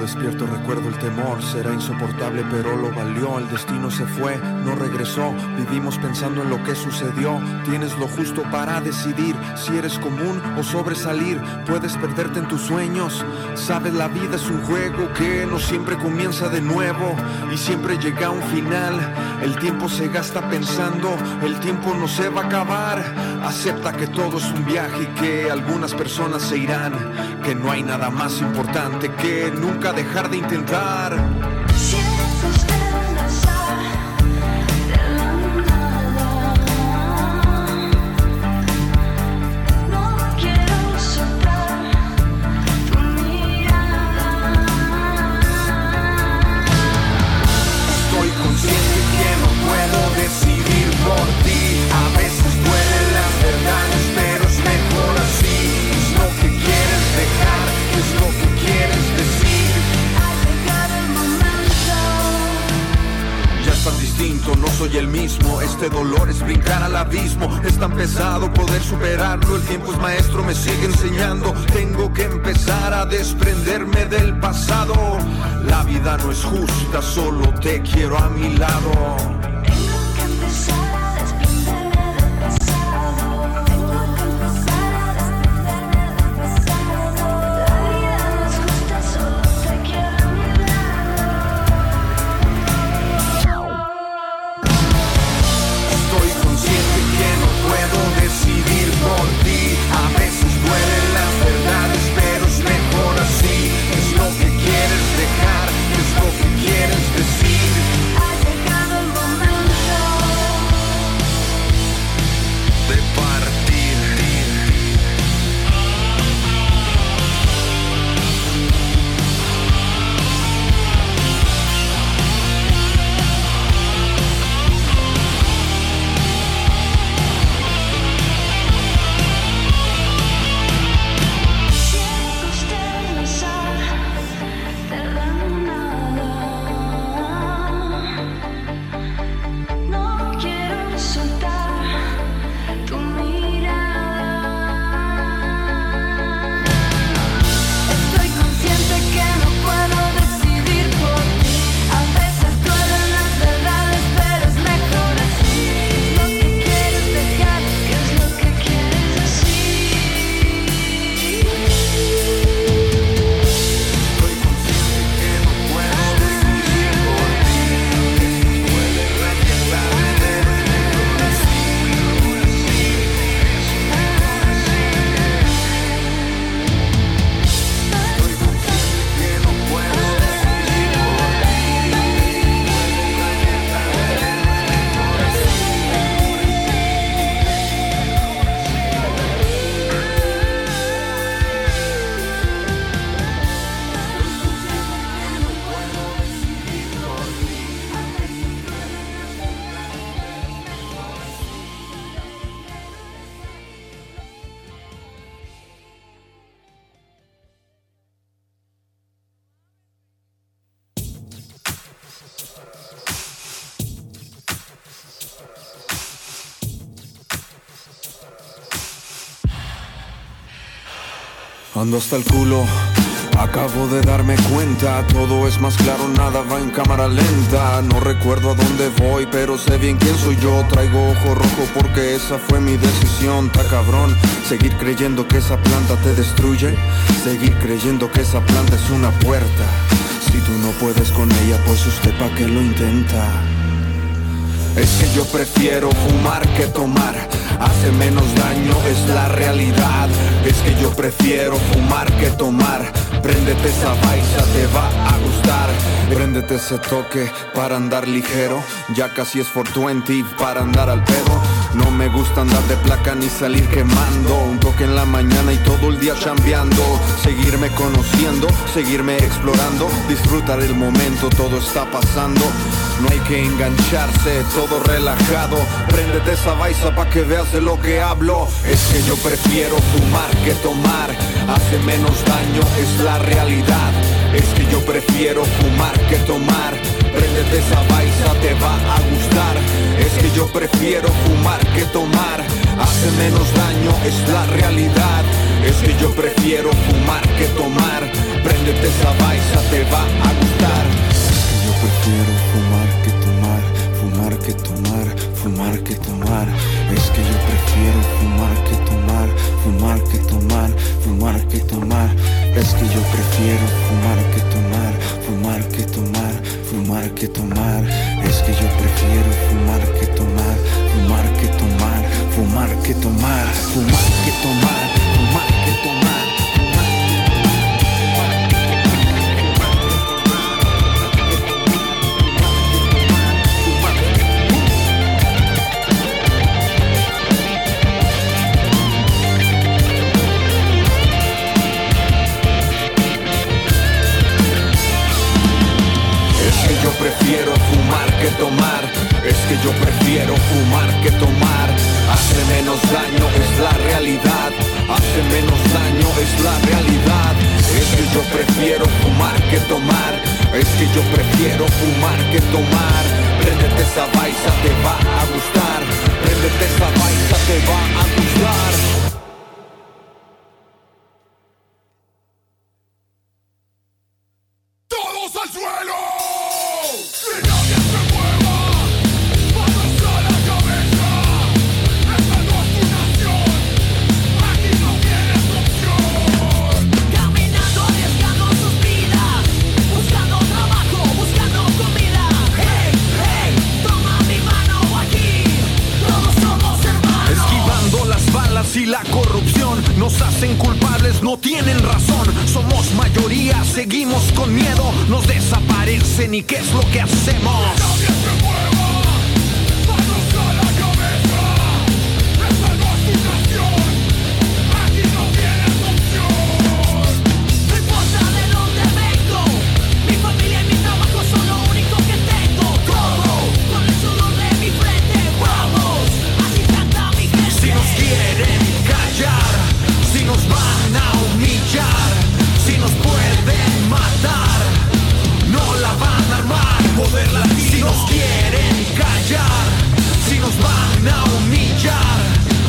despierto recuerdo el temor, será insoportable pero lo valió, el destino se fue, no regresó, vivimos pensando en lo que sucedió, tienes lo justo para decidir si eres común o sobresalir, puedes perderte en tus sueños, sabes la vida es un juego que no siempre comienza de nuevo y siempre llega a un final, el tiempo se gasta pensando, el tiempo no se va a acabar, acepta que todo es un viaje y que algunas personas se irán, que no hay nada más importante que nunca dejar de intentar. Sientes el azar de la nada. No quiero soltar tu mirada. Estoy consciente que no puedo decidir por ti. A veces duelen las verdades, pero es mejor así. Es lo que quieres dejar, es lo que quieres decir. Ha llegado el momento. Ya es tan distinto, no soy el mismo. Este dolor es brincar al abismo. Es tan pesado poder superarlo. El tiempo es maestro, me sigue enseñando. Tengo que empezar a desprenderme del pasado. La vida no es justa, solo te quiero a mi lado. Tengo que empezar a desprenderme del pasado. Tengo que empezar a desprenderme del pasado. La vida no es justa, solo te quiero a mi lado. Estoy consciente que no puedo decidir por ti. A veces duelen las verdades, pero es mejor así. Es lo que quieres dejar, es lo que quieres decir. Ha llegado el momento. de partir. Sientes el azar de la nada. No quiero soltar tu mirada. Estoy consciente que no puedo decidir por ti. A veces duelen las verdades, pero es mejor así. Es lo que quieres dejar, que es lo que quieres decir. Estoy consciente que no puedo decidir por ti. Duelen las verdades, pero es mejor así. Estoy consciente que no puedo decidir por ti. Duelen las verdades, pero es mejor así. Ando hasta el culo, acabo de darme cuenta, todo es más claro, nada va en cámara lenta, no recuerdo a dónde voy, pero sé bien quién soy yo, traigo ojo rojo porque esa fue mi decisión, ta cabrón, seguir creyendo que esa planta te destruye, seguir creyendo que esa planta es una puerta, si tú no puedes con ella, pues usted pa' que lo intenta. Es que yo prefiero fumar que tomar. Hace menos daño, es la realidad. Es que yo prefiero fumar que tomar. Préndete esa baisa, te va a gustar. Préndete ese toque para andar ligero. Ya casi es 420 para andar al pedo. No me gusta andar de placa ni salir quemando. Un toque en la mañana y todo el día chambeando. Seguirme conociendo, seguirme explorando. Disfrutar el momento, todo está pasando. No hay que engancharse, todo relajado. Préndete esa baisa pa' que veas de lo que hablo. Es que yo prefiero fumar que tomar. Hace menos daño, es la realidad. Es que yo prefiero fumar que tomar. Préndete esa baisa, te va a gustar. Es que yo prefiero fumar que tomar. Hace menos daño, es la realidad. Es que yo prefiero fumar que tomar Préndete esa baisa, te va a gustar Es que yo prefiero fumar que tomar Fumar que tomar, fumar que tomar Es que yo prefiero fumar que tomar Fumar que tomar, fumar que tomar Es que yo prefiero fumar que tomar Fumar que tomar, fumar que tomar Es que yo prefiero fumar que tomar Fumar que tomar, fumar que tomar Fumar que tomar, fumar que tomar Es que yo prefiero fumar que tomar Es que yo prefiero fumar que tomar Hace menos daño es la realidad Hace menos daño es la realidad Es que yo prefiero fumar que tomar Es que yo prefiero fumar que tomar Préndete esa baisa, te va a gustar Préndete esa baisa, te va a gustar ¡Todos al suelo! ¡Que nadie se mueva! ¡Manos a la cabeza! ¡Esta no es tu nación! ¡Aquí no tienes opción! Caminando, arriesgando sus vidas, buscando trabajo, buscando comida. Hey, hey, toma mi mano aquí, todos somos hermanos. Esquivando las balas y la corrupción Nos hacen culpables, no tienen razón Somos mayoría, seguimos con miedo Nos desaparecen y qué es lo que hacemos ¡Nadie se mueva! ¡Manos a la cabeza! ¡Esta no es tu nación! ¡Aquí no tienes opción! No importa de dónde vengo, mi familia y mi trabajo son lo único que tengo. Todo con el sudor de mi frente, vamos, así canta mi gente. Si nos quieren callar, si nos van a humillar Si nos pueden matar, no la van a armar Poder latino. Si nos quieren callar, si nos van a humillar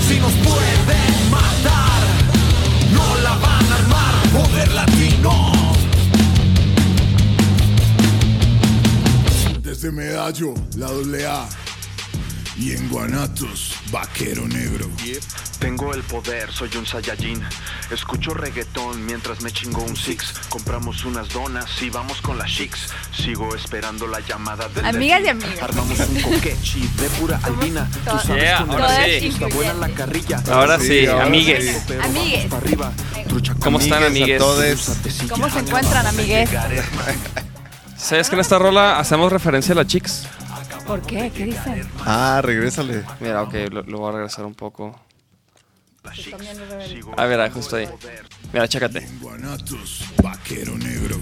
Si nos pueden matar, no la van a armar Poder latino Desde Medallo, la AA. Y en Guanatos, Vaquero Negro. Tengo el poder, soy un Saiyajin. Escucho reggaetón mientras me chingo un six. Compramos unas donas y vamos con las chicks. Sigo esperando la llamada del Amigas delfín. y amigos. Armamos un coquechi de pura albina. Tú todas- sabes Yeah, con ahora el sí. beso, está buena la carrilla. Ahora sí, amigues. sí, pero vamos Amigues. pa' arriba. Trucha ¿Cómo están, Amigues amigues? a todos. ¿Cómo se encuentran, amigues? ¿Sabes que en esta rola hacemos referencia a las chicks? ¿Por qué? ¿Qué dicen? Ah, regrésale. Mira, ok, lo, lo voy a regresar un poco. A ver, ah, justo ahí. Mira, chécate. En Guanatos, Vaquero Negro.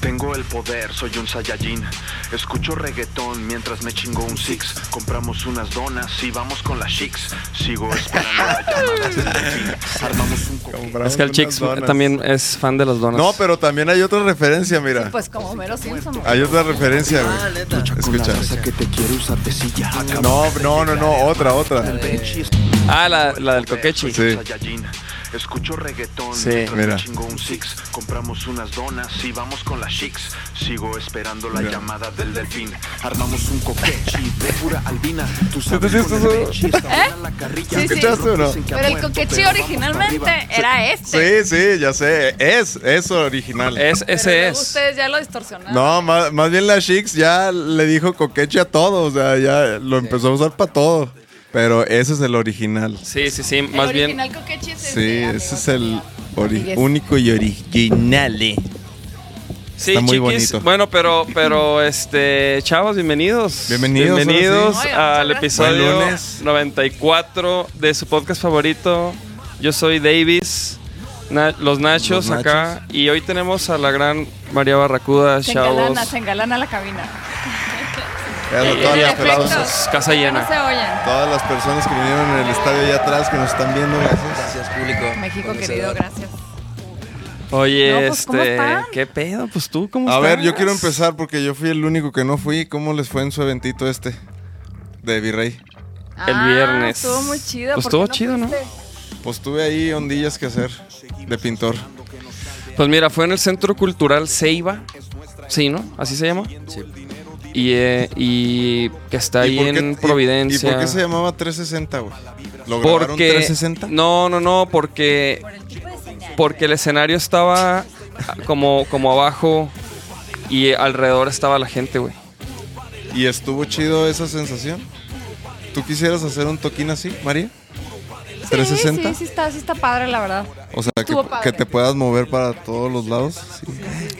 Tengo el poder, soy un Saiyajin. Escucho reggaetón mientras me chingo un six. Compramos unas donas y vamos con las chicks. Sigo esperando la llamada del delfín. Armamos un coquechi. Es que el Chicks también es fan de las donas. No, pero también hay otra referencia, mira. Pues como Mero Simpson. Hay otra referencia, güey. Escucha. No, no, no, no, otra, otra. Ah, la, la del coquechi. Sí. Saiyajin. Escucho reggaetón, Sí, mientras mira. me chingo un six, compramos unas donas y vamos con las chicks. Sigo esperando la llamada del delfín. Armamos un coquechi de pura albina. Tú sabes ¿Sí, sí, con sí, el sí? pechi está buena la carrilla. ¿Eh? Sí, sí. ¿Escuchaste o no? Dicen que ha Pero el muerto, coquechi pero vamos para originalmente arriba. era este. Sí, sí, ya sé. Es, es original. Es, Pero ese luego es. Ustedes ya lo distorsionaron. No, más, más bien la Shix ya le dijo coqueche a todo. O sea, ya lo empezó a usar para todo. Pero ese es el original. Sí, sí, sí. El Más bien. original coquechi es este, Sí, amigos. ese es el ori- Amigues. único y original. eh. Sí, Está muy chiquis. bonito. Bueno, pero, pero, este, chavos, bienvenidos. Bienvenidos, ahora sí. Bienvenidos Oigan, muchas al gracias. episodio Buen lunes. 94 de su podcast favorito. Yo soy Davis, Na- Los Nachos Los Nachos. acá. Y hoy tenemos a la gran María Barracuda, Se chavos. engalana, se engalana la cabina. Claro, Eh, todas, las efecto. personas, Es Casa No se llena. oyen. todas las personas que vinieron en el estadio allá atrás, que nos están viendo, gracias. Gracias, público. México Conocedor. querido, gracias. Oye, No, pues, ¿cómo este, están? ¿qué pedo? Pues tú, ¿cómo A ver, yo estás? quiero empezar porque yo fui el único que no fui. ¿Cómo les fue en su eventito este? De Virrey. El Ah, viernes. Estuvo muy chido. Pues ¿por qué estuvo chido, ¿no? fuiste? Pues tuve ahí ondillas que hacer de pintor. Pues mira, fue en el Centro Cultural Ceiba. Sí, ¿no? Así se llama. Sí. Y, eh, y que está ahí por qué- en y- Providencia. ¿Y por qué se llamaba 360, güey? ¿Lo grabaron Porque 360? no, no, no, porque Por el tipo de señal. porque el escenario estaba como como abajo y alrededor estaba la gente, güey. ¿Y estuvo chido esa sensación? ¿Tú quisieras hacer un toquín así, María? Sí, 360. Sí, sí, está, sí está padre, la verdad. O sea, que, Estuvo padre. que te puedas mover para todos los lados. sí.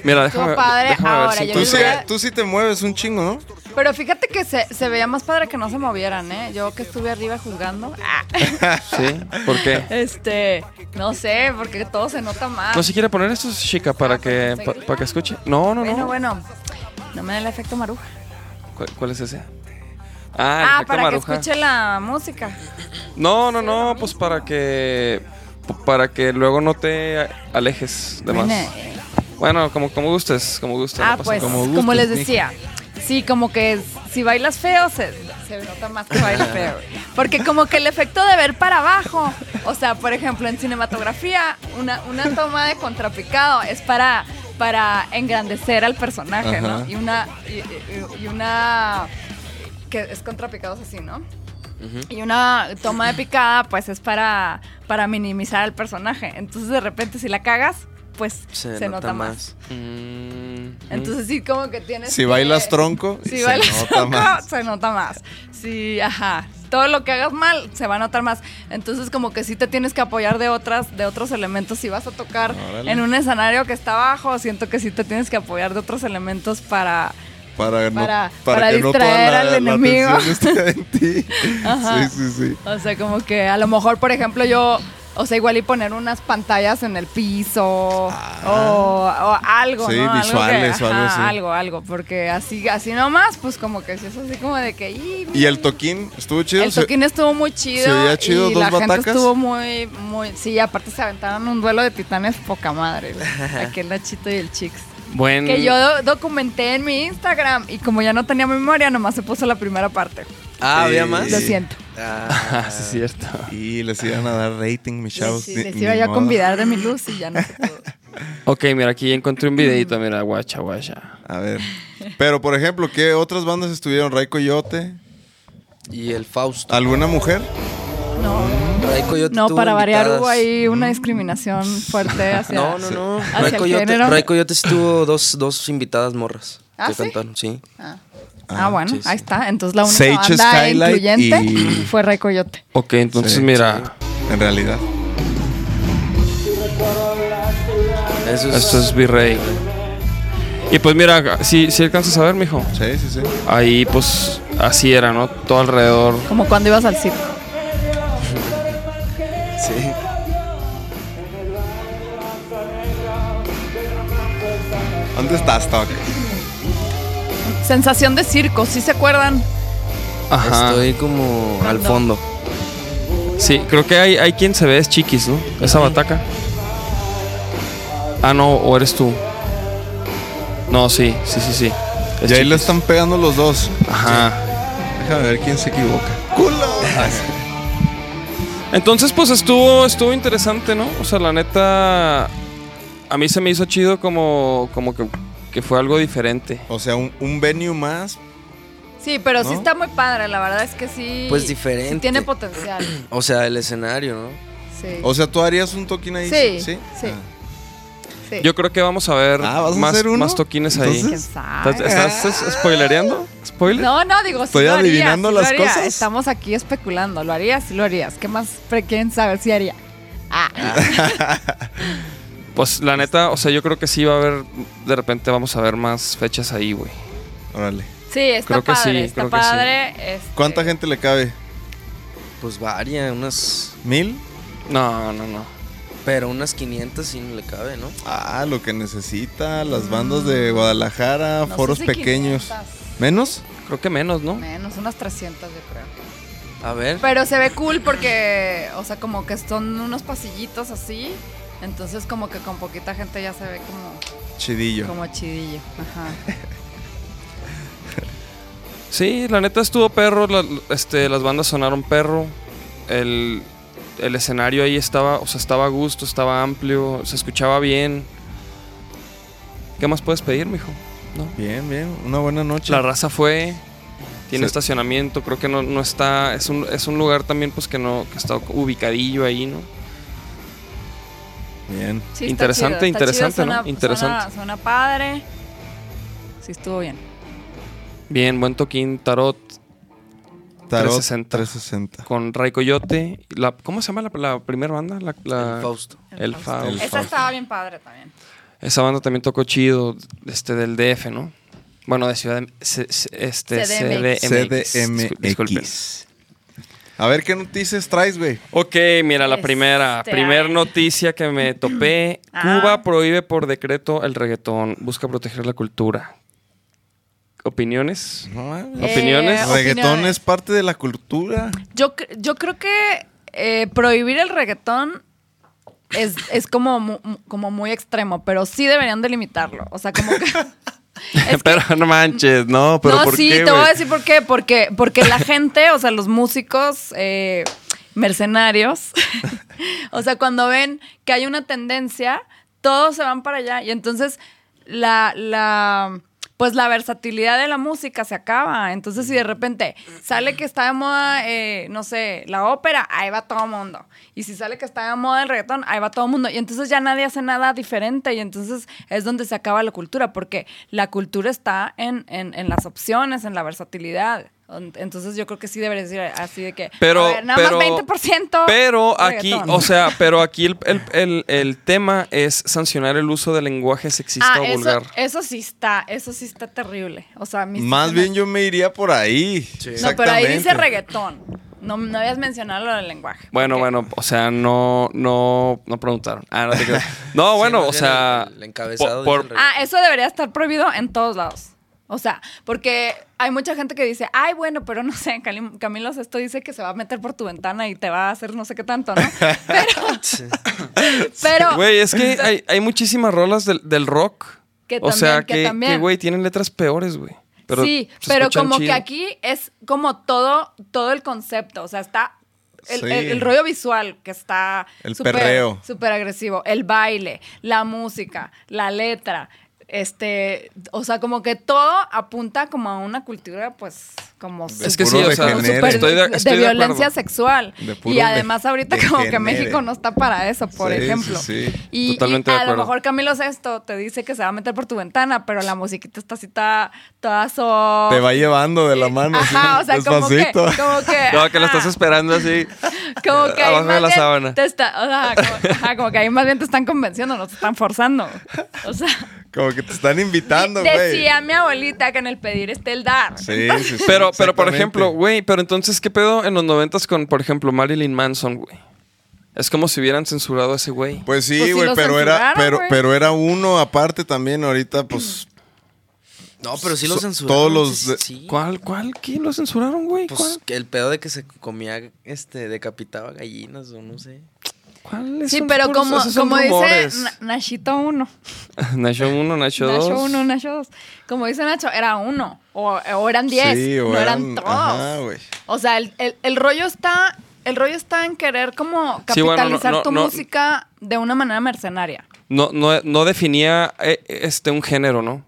Mira, Estuvo déjame, padre. déjame Ahora, ver si yo Tú, les sí, voy a- tú sí te mueves un chingo, ¿no? Pero fíjate que se, se veía más padre que no se movieran, ¿eh? Yo que estuve arriba juzgando. ah, Sí, ¿por qué? este, no sé, porque todo se nota más. No se quiere poner esto, chica, para que pa- para que escuche. No, no, no. pues, bueno, bueno. No me da el efecto maruja. ¿Cuál, cuál es ese? Ah, Ah, el efecto para maruja. que escuche la música. No, no, no, pues para que para que luego no te alejes de Bueno, más. eh, Bueno, como como gustes, como gustes. no ah, pasa pues, nada. como, les decía. Sí, como que es- si bailas feo, se, se nota más que bailas feo. Porque como que el efecto de ver para abajo, o sea, por ejemplo, en cinematografía, una, una toma de contrapicado es para, para engrandecer al personaje, ¿no? Ajá. Y una, y, y- y una que es contrapicados así, ¿no? Y una toma de picada, pues es para, para minimizar al personaje. Entonces, de repente, si la cagas, pues se, nota, más. Mm, Entonces sí, como que tienes. Si que- bailas tronco, si se bailas nota tronco, más. se nota más. Sí, ajá. Todo lo que hagas mal se va a notar más. Entonces como que sí te tienes que apoyar de otras, de otros elementos. Si vas a tocar Órale. en un escenario que está abajo, siento que sí te tienes que apoyar de otros elementos para. Para, no- Para- para para que no toda distraer la- al la enemigo. atención esté en ti. Ajá. Sí, sí, sí. O sea, como que a lo mejor, por ejemplo, yo. O sea, igual y poner unas pantallas en el piso o, o algo, Ah. Sí, ¿no? Algo que- visuales o algo así. Algo, algo, porque así, así nomás, pues como que si es así como de que... "Y, ¿Y el toquín? ¿Estuvo chido? El toquín estuvo muy chido. se veía chido, y dos la gente batacas. estuvo muy, muy. Sí, aparte se aventaron un duelo de titanes poca madre. güey. Aquí el Nachito y el Chix. mm, buen- Que yo do- documenté en mi Instagram y como ya no tenía memoria, nomás se puso la primera parte. Ah, había más. Lo siento. Ah, sí, es cierto. Y les iban a dar rating, mis chavos. Sí, ni- les ni iba yo a modo. convidar de mi luz y ya no se pudo. Ok, mira, aquí ya encontré un Mm. videito, mira, guacha, guacha. A ver. Pero, por ejemplo, ¿qué otras bandas estuvieron? ¿Ray Coyote? Y el Fausto. ¿Alguna mujer? No, Ray Coyote no tuvo para variar invitadas. hubo ahí una discriminación fuerte hacia. No, no, no. hacia Ray el Coyote, género. Ray Coyote sí tuvo dos, dos invitadas morras ¿Ah, que sí? cantaron, sí. Ah, Ah, bueno, sí, sí. ahí está. Entonces la única Sage banda Skylight incluyente y- fue Ray Coyote. Ok, entonces Sí, mira, En realidad. Eso es, esto es Virrey. Y pues mira, si, si alcanzas a ver, mijo. Sí, sí, sí. Ahí pues así era, ¿no? Todo alrededor. Como cuando ibas al circo. sí. ¿Dónde estás, Toc? Sensación de circo, ¿sí se acuerdan? Ajá. Estoy como al Ando. fondo. Sí, creo que hay, hay quien se ve es chiquis, ¿no? Esa bataca. Ah, no, o eres tú. No, sí, sí, sí, sí. Es Y ahí Chiquis. le están pegando los dos. Ajá. Déjame ver quién se equivoca. ¡Culo! Ah, Entonces, pues estuvo, estuvo interesante, ¿no? O sea, la neta. A mí se me hizo chido como, como que, que fue algo diferente. O sea, un, un venue más. Sí, pero sí ¿No? está muy padre, la verdad es que sí. Pues diferente. sí tiene potencial. O sea, el escenario, ¿no? Sí. O sea, ¿tú harías un toquín ahí? Sí, Sí. sí. Ah. sí. Yo creo que vamos a ver Ah, ¿vas a más, hacer uno? más toquines ¿Quién ahí. Entonces- sabe? ¿Estás, estás spoilereando? ¿Spoiler? No, no, digo, sí ¿Estoy lo haría, adivinando sí lo las haría. cosas? Estamos aquí especulando, ¿lo harías? Sí lo harías. ¿Qué más? Pre- ¿Quién sabe si haría? Ah, Pues la neta, o sea, yo creo que sí va a haber. De repente vamos a ver más fechas ahí, güey. Órale. sí, está Creo que padre, sí, está creo que sí. padre. este, ¿Cuánta gente le cabe? Pues varia, unas. ¿Mil? No, no, no. Pero unas 500 sí no le cabe, ¿no? Ah, lo que necesita. Las bandas de Guadalajara, Mm. no foros sé si pequeños. 500, ¿Menos? Creo que menos, ¿no? Menos, unas 300 yo creo. A ver. Pero se ve cool porque, o sea, como que son unos pasillitos así. Entonces, como que con poquita gente ya se ve como, Chidillo. como chidillo. Ajá. Sí, la neta estuvo perro, la- este, las bandas sonaron perro. El, el escenario ahí estaba, o sea, estaba a gusto, estaba amplio, se escuchaba bien. ¿Qué más puedes pedir, mijo? ¿No? Bien, bien. Una buena noche. La raza fue, tiene Se- estacionamiento, creo que no, no está, es un, es un lugar también pues que no, que está ubicadillo ahí, ¿no? Bien. Sí, Interesante, está chido, está interesante, chido, ¿no? suena- Interesante. Suena, suena padre. Sí, estuvo bien. Bien, buen toquín, tarot Tarot 360. 360. con Ray Coyote. La, ¿Cómo se llama la, la primera banda? La, la- El Fausto. El Fausto. El Esa estaba bien padre también. Esa banda también tocó chido, este, del DF, ¿no? Bueno, de Ciudad de, C- C- este, CDMX. CDMX. Discul- disculpen. CDMX. A ver, ¿qué noticias traes, güey? Ok, mira la primera. Este, Primer ay. noticia que me topé. Ah. Cuba prohíbe por decreto el reggaetón. Busca proteger la cultura. ¿Opiniones? No mames. ¿Opiniones? Eh, El reggaetón opiniones. es parte de la cultura. Yo, cre- yo creo que eh, prohibir el reggaetón es, es como, mu- mu- como muy extremo, pero sí deberían delimitarlo. O sea, como que... es que- pero no manches, no, pero no, ¿por sí, qué, te voy güey? a decir por qué. Porque, porque la gente, o sea, los músicos eh, mercenarios, o sea, cuando ven que hay una tendencia, todos se van para allá. Y entonces la, la pues la versatilidad de la música se acaba. Entonces, si de repente sale que está de moda, eh, no sé, la ópera, ahí va todo mundo. Y si sale que está de moda el reggaetón, ahí va todo mundo. Y entonces ya nadie hace nada diferente. Y entonces es donde se acaba la cultura, porque la cultura está en, en, en las opciones, en la versatilidad. En- Entonces yo creo que sí debería decir así de que Pero, a ver, nada pero, más 20%. Pero aquí, reggaetón. o sea, pero aquí el, el- el- el tema es sancionar el uso del lenguaje sexista Ah, o eso, vulgar. eso sí está, eso sí está terrible. O sea, a mí sí Más se me- bien yo me iría por ahí. No, pero ahí dice Exactamente. reggaetón. No, no habías mencionado lo del lenguaje. Bueno, Ok. bueno, o sea, no, no, no preguntaron. Ah, no te creas. No, Sí, bueno, más o bien sea, el- el encabezado por- dice el Ah, eso debería estar prohibido en todos lados. O sea, porque hay mucha gente que dice, ay, bueno, pero no sé, Cali- Camilo Sesto dice que se va a meter por tu ventana y te va a hacer no sé qué tanto, ¿no? Pero, pero Güey, es que hay, hay muchísimas rolas del, del rock. Que o sea, también, que que, también. que, güey, tienen letras peores, güey. Pero sí, se pero escuchan como que chido. aquí es como todo, todo el concepto. O sea, está el, Sí. el- el rollo visual que está El súper- perreo. súper agresivo. El baile, la música, la letra. Este, o sea, como que todo apunta como a una cultura, pues, como Es que puro sí, o sea, degenere. súper estoy de, de, estoy de acuerdo. violencia sexual. De puro Y además de- ahorita como que degenere. México no está para eso, por Sí, sí, ejemplo. sí. Y, Totalmente y de a lo acuerdo. mejor Camilo Sesto te dice que se va a meter por tu ventana, pero la musiquita está así toda, toda soft. Te va llevando de la mano. Ajá, así, o sea, como que, despacito. como que... No, que la estás ajá, esperando así. Como que ahí abajo de más la bien sábana. te está- o sea, como, ajá, como que ahí más bien te están convenciendo, no te están forzando. O sea, Como que te están invitando, güey. decía mi abuelita que en el pedir está el dar. Sí, sí, sí, Pero, pero por exactamente. ejemplo, güey, pero entonces, ¿qué pedo en los noventas con, por ejemplo, Marilyn Manson, güey? Es como si hubieran censurado a ese güey. Pues sí, Pues sí güey, lo pero era, censuraron, pero, güey. pero era uno aparte también. Ahorita, pues, No, pero sí lo So- censuraron. todos los sí, de- sí. ¿Cuál, cuál? ¿Quién lo censuraron, güey? Pues ¿Cuál? que el pedo de que se comía, este, decapitaba gallinas o no sé. ¿Cuál es Sí, un- pero puros- como, esos son como dice rumores. Na- Nachito 1, Nacho 1, Nacho 2. Nacho 1, Nacho 2, como dice Nacho, era uno, o, o eran 10, Sí, o no eran, eran- todos. ajá, güey. o sea, el, el- el rollo está... El rollo está en querer como Sí, bueno, no, capitalizar no, tu no. música de una manera mercenaria. No, no, no definía eh, este un género, ¿no?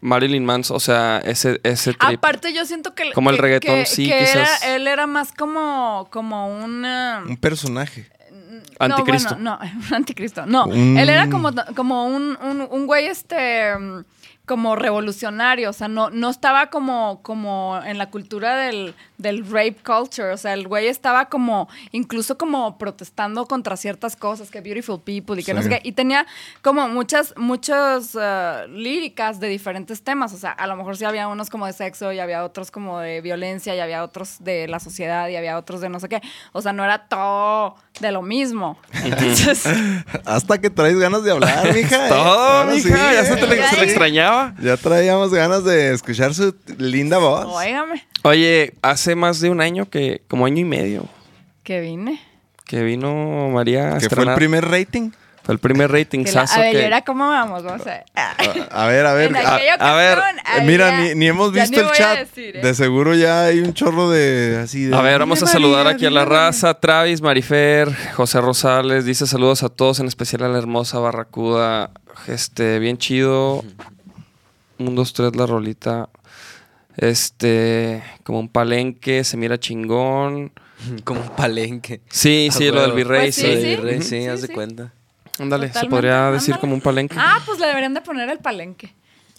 Marilyn Manson, o sea, ese, ese Ah, trip. Aparte, yo siento que. Como el que- reggaetón, que- sí, que quizás. era- él era más como, como un un. eh, personaje. Anticristo. No, bueno, no, un anticristo. No, Un- él era como, como un, un, un güey, este. mm, Como revolucionario, o sea, no, no estaba como, como en la cultura del, del rape culture, o sea, el güey estaba como, incluso como protestando contra ciertas cosas, que beautiful people y que no Sí. sé qué, y tenía como muchas, muchas eh, líricas de diferentes temas. O sea, a lo mejor sí había unos como de sexo y había otros como de violencia y había otros de la sociedad y había otros de no sé qué. O sea, no era todo de lo mismo. Entonces, Hasta que traes ganas de hablar, mija. ¿eh? Todo, Ahora mija, sí, ya se, ¿eh? te le, se le extrañaba. Ya traíamos ganas de escuchar su linda voz. óigame, Oye, hace más de un año que, como año y medio, que vine. que vino María a que fue el estrenar- primer rating. Fue el primer rating Que la- sazo a ver, que- ¿y ahora cómo vamos? Vamos a Ah, A ver, a ver. En a- aquella a ver, ocasión, Eh, ahí Mira, ya- ni, ni hemos ya visto ni el voy a chat. decir, ¿eh? De seguro ya hay un chorro de así de. A ver, vamos a Dime, saludar María, aquí a la dime, María. raza. Travis, Marifer, José Rosales, dice saludos a todos, en especial a la hermosa Barracuda. Este, bien chido. Un, dos, tres, la rolita. Este, como un palenque, se mira chingón. Como un palenque. Sí, Ah, sí, lo del huevo. virrey, Pues sí. Lo del virrey, Ujú. sí, Sí, haz de sí. cuenta. Ándale, se Totalmente, podría decir ándale. como un palenque. Ah, pues le deberían de poner el palenque.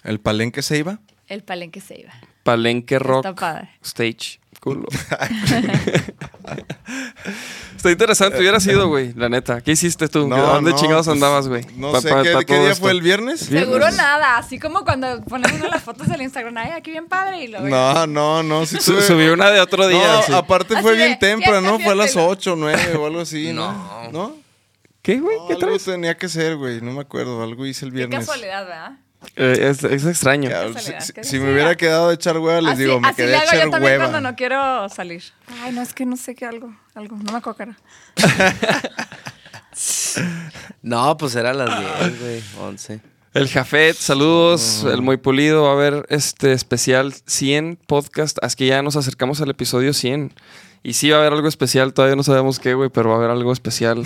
¿El palenque se iba? El palenque se iba. Palenque rock padre. stage. Culo. Está interesante, hubiera sido, güey, la neta. ¿Qué hiciste tú? ¿A ¿Dónde no, chingados pues, andabas, güey? No Pa- sé, pa- ¿qué, pa qué todo día esto. fue el viernes? Viernes. Seguro nada, así como cuando ponemos unas fotos del Instagram, ay, aquí bien padre y luego No, no, no. Sí Su- tuve- subí una de otro día. No, sí. aparte Así fue de, bien temprano, fiesta, ¿no? Fue a las fiesta. 8, 9 o algo así, ¿no? ¿No? ¿Qué, güey? No, ¿Qué algo traes? tenía que ser, güey. No me acuerdo. Algo hice el Qué viernes. casualidad, ¿verdad? Eh, es, es extraño. Cabrón, Qué si- casualidad, si- qué Si me casualidad. hubiera quedado a echar hueva, les así, digo, me así quedé le a hago echar yo también hueva. cuando no quiero salir. Ay, no, es que no sé qué algo, algo, no me acuerdo cara. No, pues era a las 10, güey, 11. El Jafet, saludos. El Muy Pulido. Va a haber este especial 100 podcast. Ah, Es que ya nos acercamos al episodio 100. Y sí va a haber algo especial. Todavía no sabemos qué, güey, pero va a haber algo especial.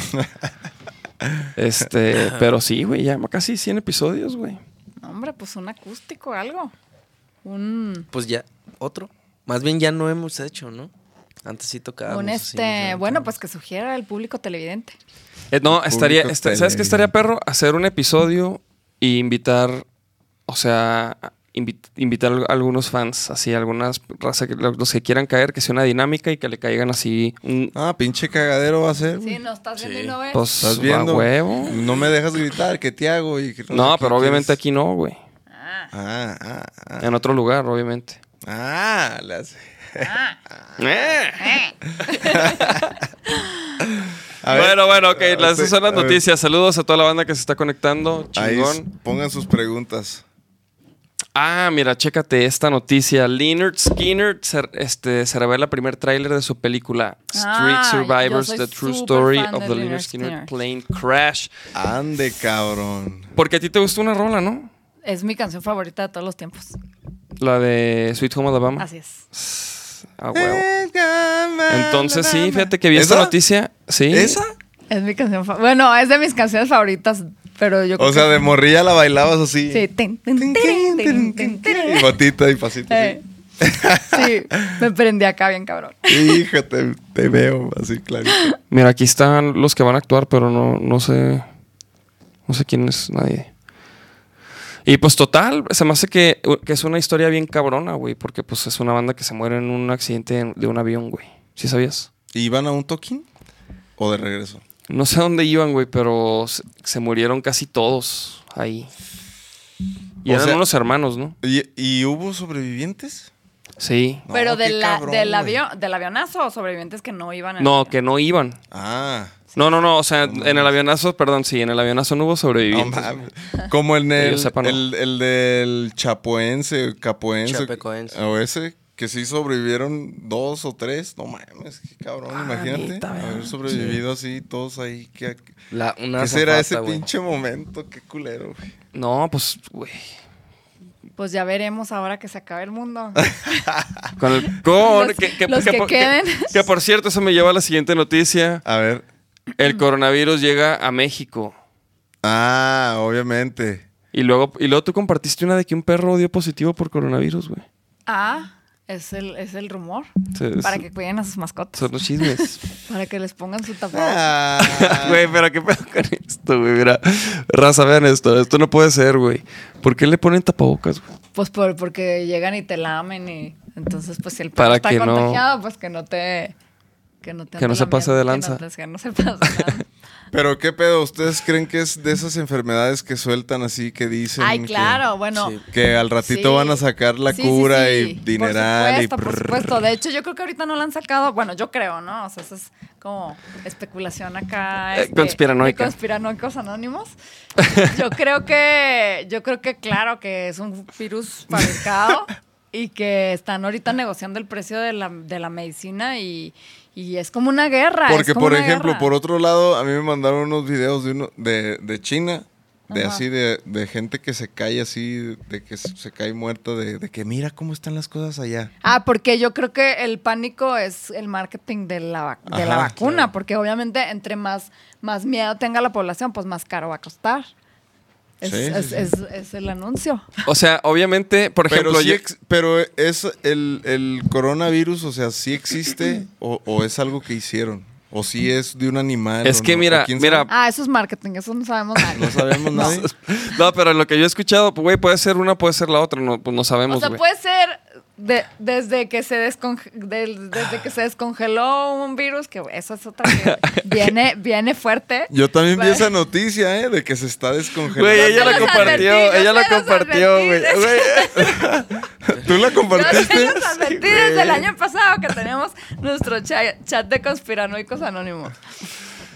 este, pero sí, güey, ya casi 100 episodios, güey. No, hombre, pues un acústico, algo. Un, Pues ya, otro. Más bien ya no hemos hecho, ¿no? Antes sí tocábamos. un Ah, sí, este, ya, bueno, entonces. pues que sugiera al público televidente. Eh, no, estaría, Público esta- ¿sabes qué estaría perro? Hacer un episodio y invitar, o sea, invit- invitar a algunos fans, así, algunas razas, que, los que quieran caer, que sea una dinámica y que le caigan así un... Ah, pinche cagadero va a ser. güey. Sí, no estás viendo y no ves. Pues, ¿Estás viendo? a huevo. No me dejas gritar, que te hago. Y, No, pero obviamente aquí no, güey. Ah, ah, ah. En otro lugar, obviamente. Ah, le hace. Ah. Eh. A ver. bueno, bueno, ok. Ah, Las, sí, esas son las a ver. noticias. Saludos a toda la banda que se está conectando. Ahí Chingón. s- pongan sus preguntas. Ah, mira, chécate esta noticia. Leonard Skinner cer- este, se revela el primer tráiler de su película Street Ah, yo Survivors, soy The True súper Story fan of de the Leonard Leonard Skinner Skinner. Plane Crash. Ande, cabrón. Porque a ti te gustó una rola, ¿no? Es mi canción favorita de todos los tiempos. La de Sweet Home Alabama. Así es. Ah, Eh, huevo. Entonces sí, fíjate que vi ¿Esa? esta noticia. Sí. ¿Esa? Es mi canción fa- Bueno, es de mis canciones favoritas, pero yo O sea, de morrilla la bailabas así. Sí, tin, tin, Tin, tin, tin, tin, tin, tin. Y botita y pasito. Eh, así. Sí, me prendí acá bien cabrón. Hijo, te, te veo así clarito. Mira, aquí están los que van a actuar, pero no, no sé. No sé quién es nadie. Y pues total, se me hace que, que es una historia bien cabrona, güey, porque pues es una banda que se muere en un accidente en- de un avión, güey. ¿Sí sabías? ¿Y van a un toquín? ¿O de regreso? No sé a dónde iban, güey, pero se, se murieron casi todos ahí. Y O eran sea- unos hermanos, ¿no? ¿Y, y hubo sobrevivientes? Sí. No, Pero de qué la- cabrón, del, güey. avión, del avionazo o sobrevivientes que no iban a. No, que no iban. Ah. No, no, no, o sea, en el avionazo, perdón, sí, en el avionazo no hubo No sobrevivientes. mames. Como en Que yo el, sepa, no. el, el del chapoense, capoense. Chapecoense. O ese, que sí sobrevivieron dos o tres. No mames, qué cabrón, imagínate. neta, ¿verdad? haber sobrevivido así, todos ahí. ¿Qué, La, una qué azafata, será ese güey. pinche momento? Qué culero, güey. no pues, güey. Pues ya veremos ahora que se acabe el mundo. Con el con Los- los que por- queden. que por cierto, eso me lleva a la siguiente noticia. A ver. El coronavirus llega a México. Ah, obviamente. Y luego, y luego tú compartiste una de que un perro dio positivo por coronavirus, güey. Ah, es el, es el rumor. Se- Para se- que cuiden a sus mascotas. Son los chismes. Para que les pongan su tapabocas. Ah, Güey, pero qué pedo con esto, güey. Mira, raza, vean esto. Esto no puede ser, güey. ¿Por qué le ponen tapabocas, güey? Pues por, porque llegan y te lamen y entonces pues si el Para perro está que no- contagiado, pues que no te que no te Que no ande se pase de lamiendo, lanza. Que no, te- que no se pase de lanza. Pero qué pedo, ¿ustedes creen que es de esas enfermedades que sueltan así, que dicen? Ay, que- claro, bueno. Sí. Que, al ratito sí. van a sacar la Sí, sí, cura sí. y dineral por y supuesto, por prrr. supuesto. De hecho, yo creo que ahorita no la han sacado. Bueno, yo creo, ¿no? O sea, eso es como especulación acá. Eh, conspiranoica. de Conspiranoicos anónimos. Yo creo que, yo creo que claro que es un virus fabricado y que están ahorita negociando el precio de la, de la medicina y, Y es como una guerra. Porque, por ejemplo, por otro lado, a mí me mandaron unos videos de, uno, de, de China, de Ajá. así, de, de gente que se cae así, de que se se cae muerta, de, de que mira cómo están las cosas allá. Ah, porque yo creo que el pánico es el marketing de la, vac- de la Ajá, vacuna, porque obviamente entre más, más miedo tenga la población, pues más caro va a costar. Es, Sí, sí, es- sí. Ah. es- es el anuncio. O sea, obviamente, por ejemplo, pero, sí yo- ex- pero es el, el coronavirus, o sea, sí existe o, o es algo que hicieron. O sí es de un animal. Es o que no, mira, o quién mira, sabe. Ah, eso es marketing, eso no sabemos nada. No sabemos nada. no, pero lo que yo he escuchado, pues, güey, puede ser una, puede ser la otra, no, pues no sabemos, O sea, güey. puede ser de- desde, que se desconge- del- desde que se descongeló un virus, que eso es otra que viene, viene fuerte. Yo también vi Vale. esa noticia, ¿eh? De que se está descongelando. Güey, ella Yo la se los compartió, advertí, yo ella la se los compartió, güey. advertí. Güey, ¿Tú la Yo compartiste? se los advertí desde el año pasado que tenemos nuestro cha- chat de conspiranoicos anónimos.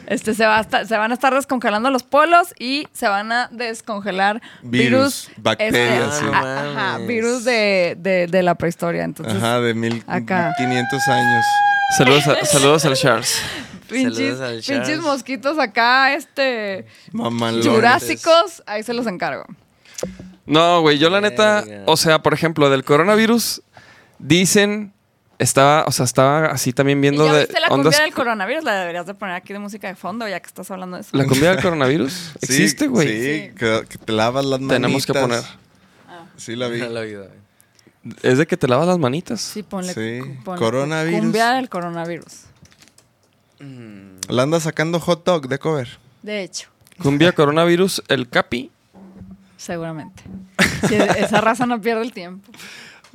Este, se, va a esta- se van a estar descongelando los polos y se van a descongelar Virus, virus, bacterias, este, sí. a- ajá, Mames. virus de, de- de la prehistoria. Entonces, Ajá, de mil Acá. 500 años. Saludos, a- saludos al Charles. pinches, Saludos al pinches Charles. mosquitos acá, este, Mamalón. jurásicos, ahí se los encargo. No, güey, yo la neta, Verga. o sea, por ejemplo, del coronavirus, dicen, estaba, o sea, estaba así también Y viendo ya de viste la cumbia ondas. del coronavirus, la deberías de poner aquí de música de fondo ya que estás hablando de eso. la cumbia del coronavirus Sí, existe, güey. Sí, Que, que te lavas las manos. Tenemos que poner. Sí, la vi. pues, No lo he oído, güey. Es de que te lavas las manitas. Sí, ponle, Sí, cu- ponle coronavirus. cumbia del coronavirus. La anda sacando hot dog de cover. De hecho, Cumbia coronavirus, el Capi. seguramente. Si e- esa raza no pierde el tiempo.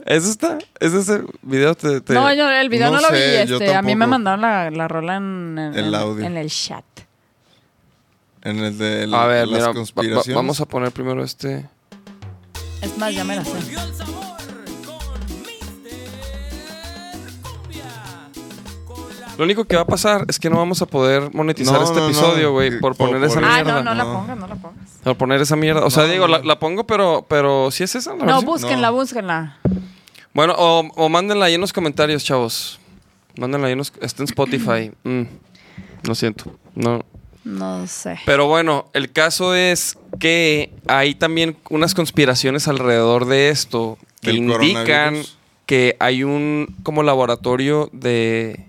¿Es esta? ¿Es ese video? Te, te- no, yo el video no no, lo sé, vi. yo Este, a mí me tampoco. mandaron la, la rola en, en- El en- audio. en el chat. En el de la- A ver, las mira, va- va- conspiraciones. vamos a poner primero este. Es más, ya me la sé. Lo único que va a pasar es que no vamos a poder monetizar No, este no, no. episodio, güey, por Por- poner por- esa Ah, mierda. no, no la no. pongas, no la pongas. Por poner esa mierda. O sea, No, digo, no. La, la pongo, pero, pero si es esa. la No, pues. versión? búsquenla, No. búsquenla. Bueno, o, o mándenla ahí en los comentarios, chavos. Mándenla ahí en los. Está en Spotify. Mm, Lo siento. No. No sé. Pero bueno, el caso es que hay también unas conspiraciones alrededor de esto que Del indican coronavirus. que hay un como laboratorio de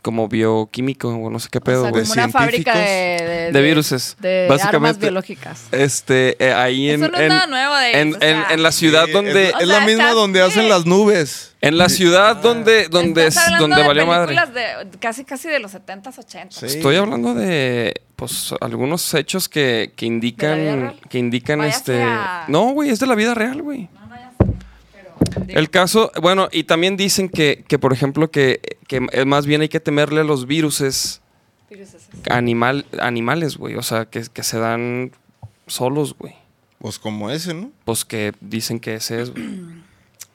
como bioquímico o no sé qué pedo, o sea, güey. como una fábrica de, de, De viruses, De, de básicamente. armas biológicas. Este, eh, ahí Eso en, no es en- nada nuevo de ellos, en, o sea. en- en la ciudad Sí, donde Es, O es sea, la misma estás- donde hacen sí. las nubes. en la ciudad donde donde Estás hablando donde de valió madre. películas de casi casi de los 70s, 80s. Sí. Estoy hablando de pues algunos hechos que, que vida indican real? que indican Váyase este a- No, güey, es de la vida real, güey. El caso, bueno, y también dicen que, que por ejemplo, que, que más bien hay que temerle a los viruses Viruses. animal, animales, güey. O sea, que, que se dan solos, güey. Pues como ese, ¿no? Pues que dicen que ese es, güey.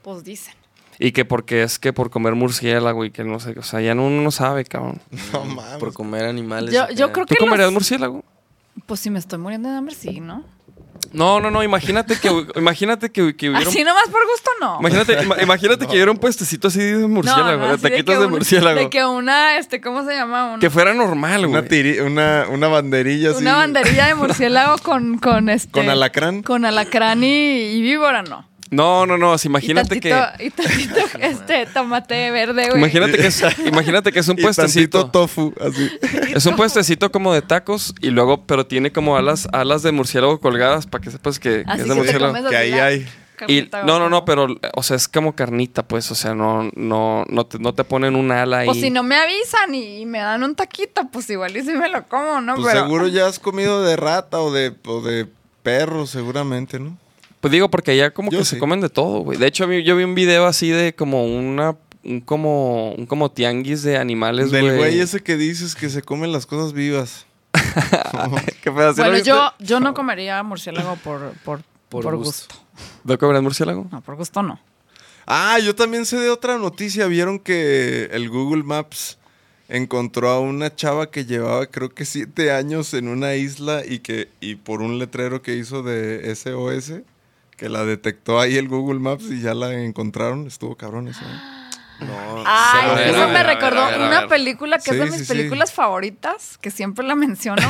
Pues dicen. Y que porque es que por comer murciélago y que no sé, o sea, ya no, uno no sabe, cabrón. No mames. Por comer animales. Yo, acá. yo creo ¿Tú que comerías los- murciélago? Pues si me estoy muriendo de hambre, sí, ¿no? No, no, no, imagínate que, imagínate que, que hubiera un- Así nomás por gusto, no. Imagínate, ima- imagínate que hubiera un puestecito así de murciélago, No, no, de así que taquitos de, un- murciélago. De que, que una, este, ¿cómo se llama? Un- fuera normal, Una, güey. tiri- una, una banderilla así. una banderilla de murciélago con, con este... Con alacrán. Con alacrán y, y víbora, no. No, no, no, sí, imagínate y que tantito, Y tantito, este, tomate verde, güey. imagínate que es, imagínate que es un y tantito puestecito. tofu, así. Es un puestecito como de tacos y luego pero tiene como alas alas de murciélago colgadas para que sepas que, Así es que de te murciélago. comes así que ahí la hay. Y, carnita no, no, no, abajo. pero o sea, es como carnita, pues, o sea, no no no te, no te ponen un ala ahí. Pues si no me avisan y, y me dan un taquito, pues igual y si me lo como, ¿no? Pues pero seguro ya has comido de rata o de, o de perro, seguramente, ¿no? Pues digo, porque allá como Yo que sí. se comen de todo, güey. De hecho, a mí- yo vi un video así de como una. Un como, un como tianguis de animales, güey. Del güey ese que dices que se comen las cosas vivas. ¿Qué pedazo? bueno, ¿Lo viste? yo, yo no comería murciélago por, por, Por por, gusto. gusto. ¿No comerás murciélago? No, por gusto no. Ah, yo también sé de otra noticia. Vieron que el Google Maps encontró a una chava que llevaba creo que siete años en una isla y que y por un letrero que hizo de SOS que la detectó ahí el Google Maps y ya la encontraron. Estuvo cabrón eso. ¿eh? No. Ay, A ver, eso a ver, me a ver, recordó a ver, a una ver. película que es de Sí, mis sí, sí. películas favoritas, que siempre la menciono,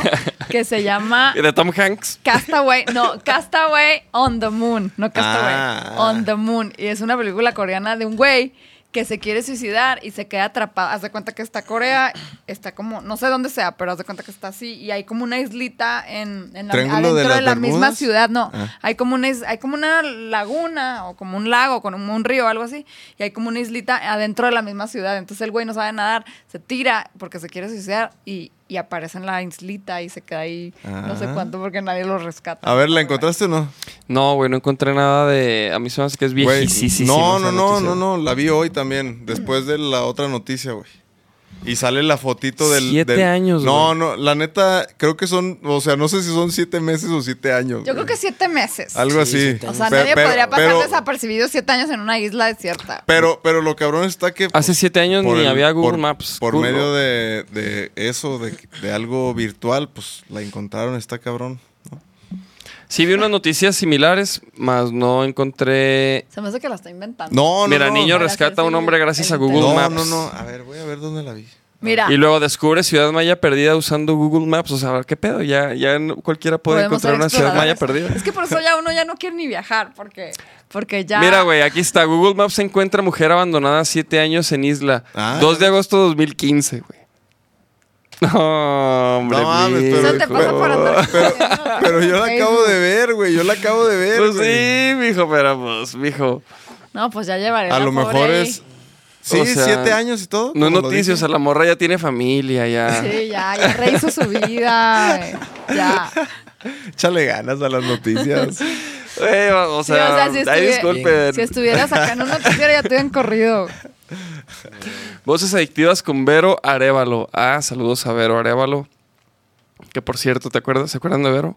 que se llama ¿Y de Tom Hanks? Castaway, no, Castaway on the Moon, no Castaway, Ah. on the Moon. Y es una película coreana de un güey que se quiere suicidar y se queda atrapado. Haz de cuenta que está Corea, está como, no sé dónde sea, pero haz de cuenta que está así y hay como una islita en, en la, ¿Triángulo de adentro de, las la misma Bermudas? ciudad, no. Ah. Hay, como una, is- hay como una laguna o como un lago, con un, un río o algo así, y hay como una islita adentro de la misma ciudad. Entonces el güey no sabe nadar, se tira porque se quiere suicidar y, y aparece en la islita y se queda ahí no sé Ah. cuánto porque nadie lo rescata. A ver, ¿la encontraste o no? No, güey, no encontré nada de. A mí se me hace que es Güey, viejísimo. no, no, no, no, no, la vi hoy también, después de la otra noticia, güey. Y sale la fotito del... Siete del- años, No, güey. no, la neta, creo que son, o sea, no sé si son siete meses o siete años. Yo creo güey. que siete meses. Algo Sí, así. siete o sea, Pero- nadie pero- podría pasar pero- desapercibido siete años en una isla desierta. Pero, pero lo cabrón está que... Hace siete años por ni el- había Google por- Maps. Por Google. medio de, de eso, de, de algo virtual, pues la encontraron, está cabrón. ¿no? Sí, vi unas noticias similares, mas no encontré. Se me hace que la está inventando. No, no, Mira, no. niño Gracias, rescata a un el- hombre gracias el a Google No, Maps. no, no. A ver, voy a ver dónde la vi. Mira, Y luego descubre Ciudad Maya perdida usando Google Maps. O sea, ¿qué pedo? Ya, ya no- cualquiera puede podemos encontrar ser una Ciudad Maya exploradores. perdida. Es que por eso ya uno ya no quiere ni viajar, porque, porque ya. Mira, güey, aquí está. Google Maps encuentra mujer abandonada siete años en isla. Ah. 2 de agosto de 2015, güey. No, hombre. No mames, mijo. pero- Eso te pasa por andar. Pero, pero yo la acabo de ver, güey. Yo la acabo de ver. Pues güey. sí, mijo, pero pues, mijo. No, pues ya llevaré. A la lo pobre mejor ahí. es. Sí, O sea, siete años y todo. No es como lo noticias, o sea, dicen. la morra ya tiene familia, ya. Sí, ya, ya rehizo su vida. eh, Ya. Échale ganas a las noticias. Güey, Eh, o, o Sí, o sea, sea, si, ay, estuvi- disculpen. si estuvieras acá en una noticiero ya te hubieran corrido. Voces adictivas con Vero Arevalo. Ah, saludos a Vero Arevalo. Que por cierto, ¿te acuerdas? ¿Se acuerdan de Vero?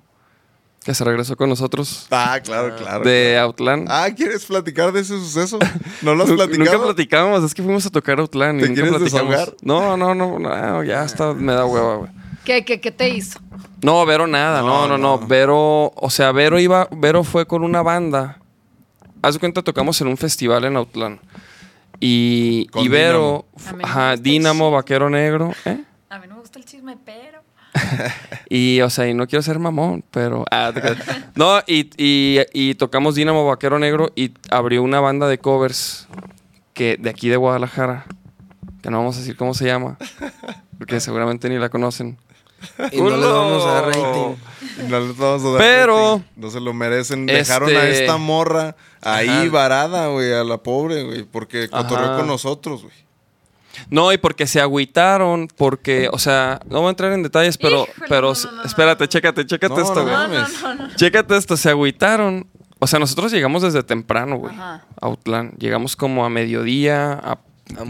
Que se regresó con nosotros ah, claro, claro. de Outland. Ah, ¿quieres platicar de ese suceso? ¿No lo has Nu- platicado? Nunca platicamos, es que fuimos a tocar Outland y ¿Te nunca quieres Ah. platicamos. desahogar? No, no, no, no, ya está, me da hueva, güey. ¿Qué, qué, ¿Qué te hizo? No, Vero nada, no, no, no, Vero, o sea, Vero iba, Vero fue con una banda. Haz de cuenta, tocamos en un festival en Outland. Y, Con y Vero, Dínamo. f- A mí me ajá, gusta el Dínamo, Vaquero Negro, ¿eh? A mí no me gusta el chisme, pero. Y, o sea, y no quiero ser mamón, pero... ah, te creas. no, y, y- y tocamos Dínamo Vaquero Negro y abrió una banda de covers que de aquí de Guadalajara, que no vamos a decir cómo se llama, porque seguramente ni la conocen. Y no le vamos a dar rating. No les vamos a dar Pero- rating. No se lo merecen. Dejaron a Este- esta morra ahí Ajá. varada, güey, a la pobre, güey, porque cotorreó Ajá. con nosotros, güey. No, y porque se agüitaron, porque, o sea, no voy a entrar en detalles, pero, Híjole, pero, no, no, no, no, espérate, chécate, chécate No, esto, no güey. mames. Chécate esto, se agüitaron. O sea, nosotros llegamos desde temprano, güey. Ajá. A Outland. Llegamos como a mediodía, a, A montar.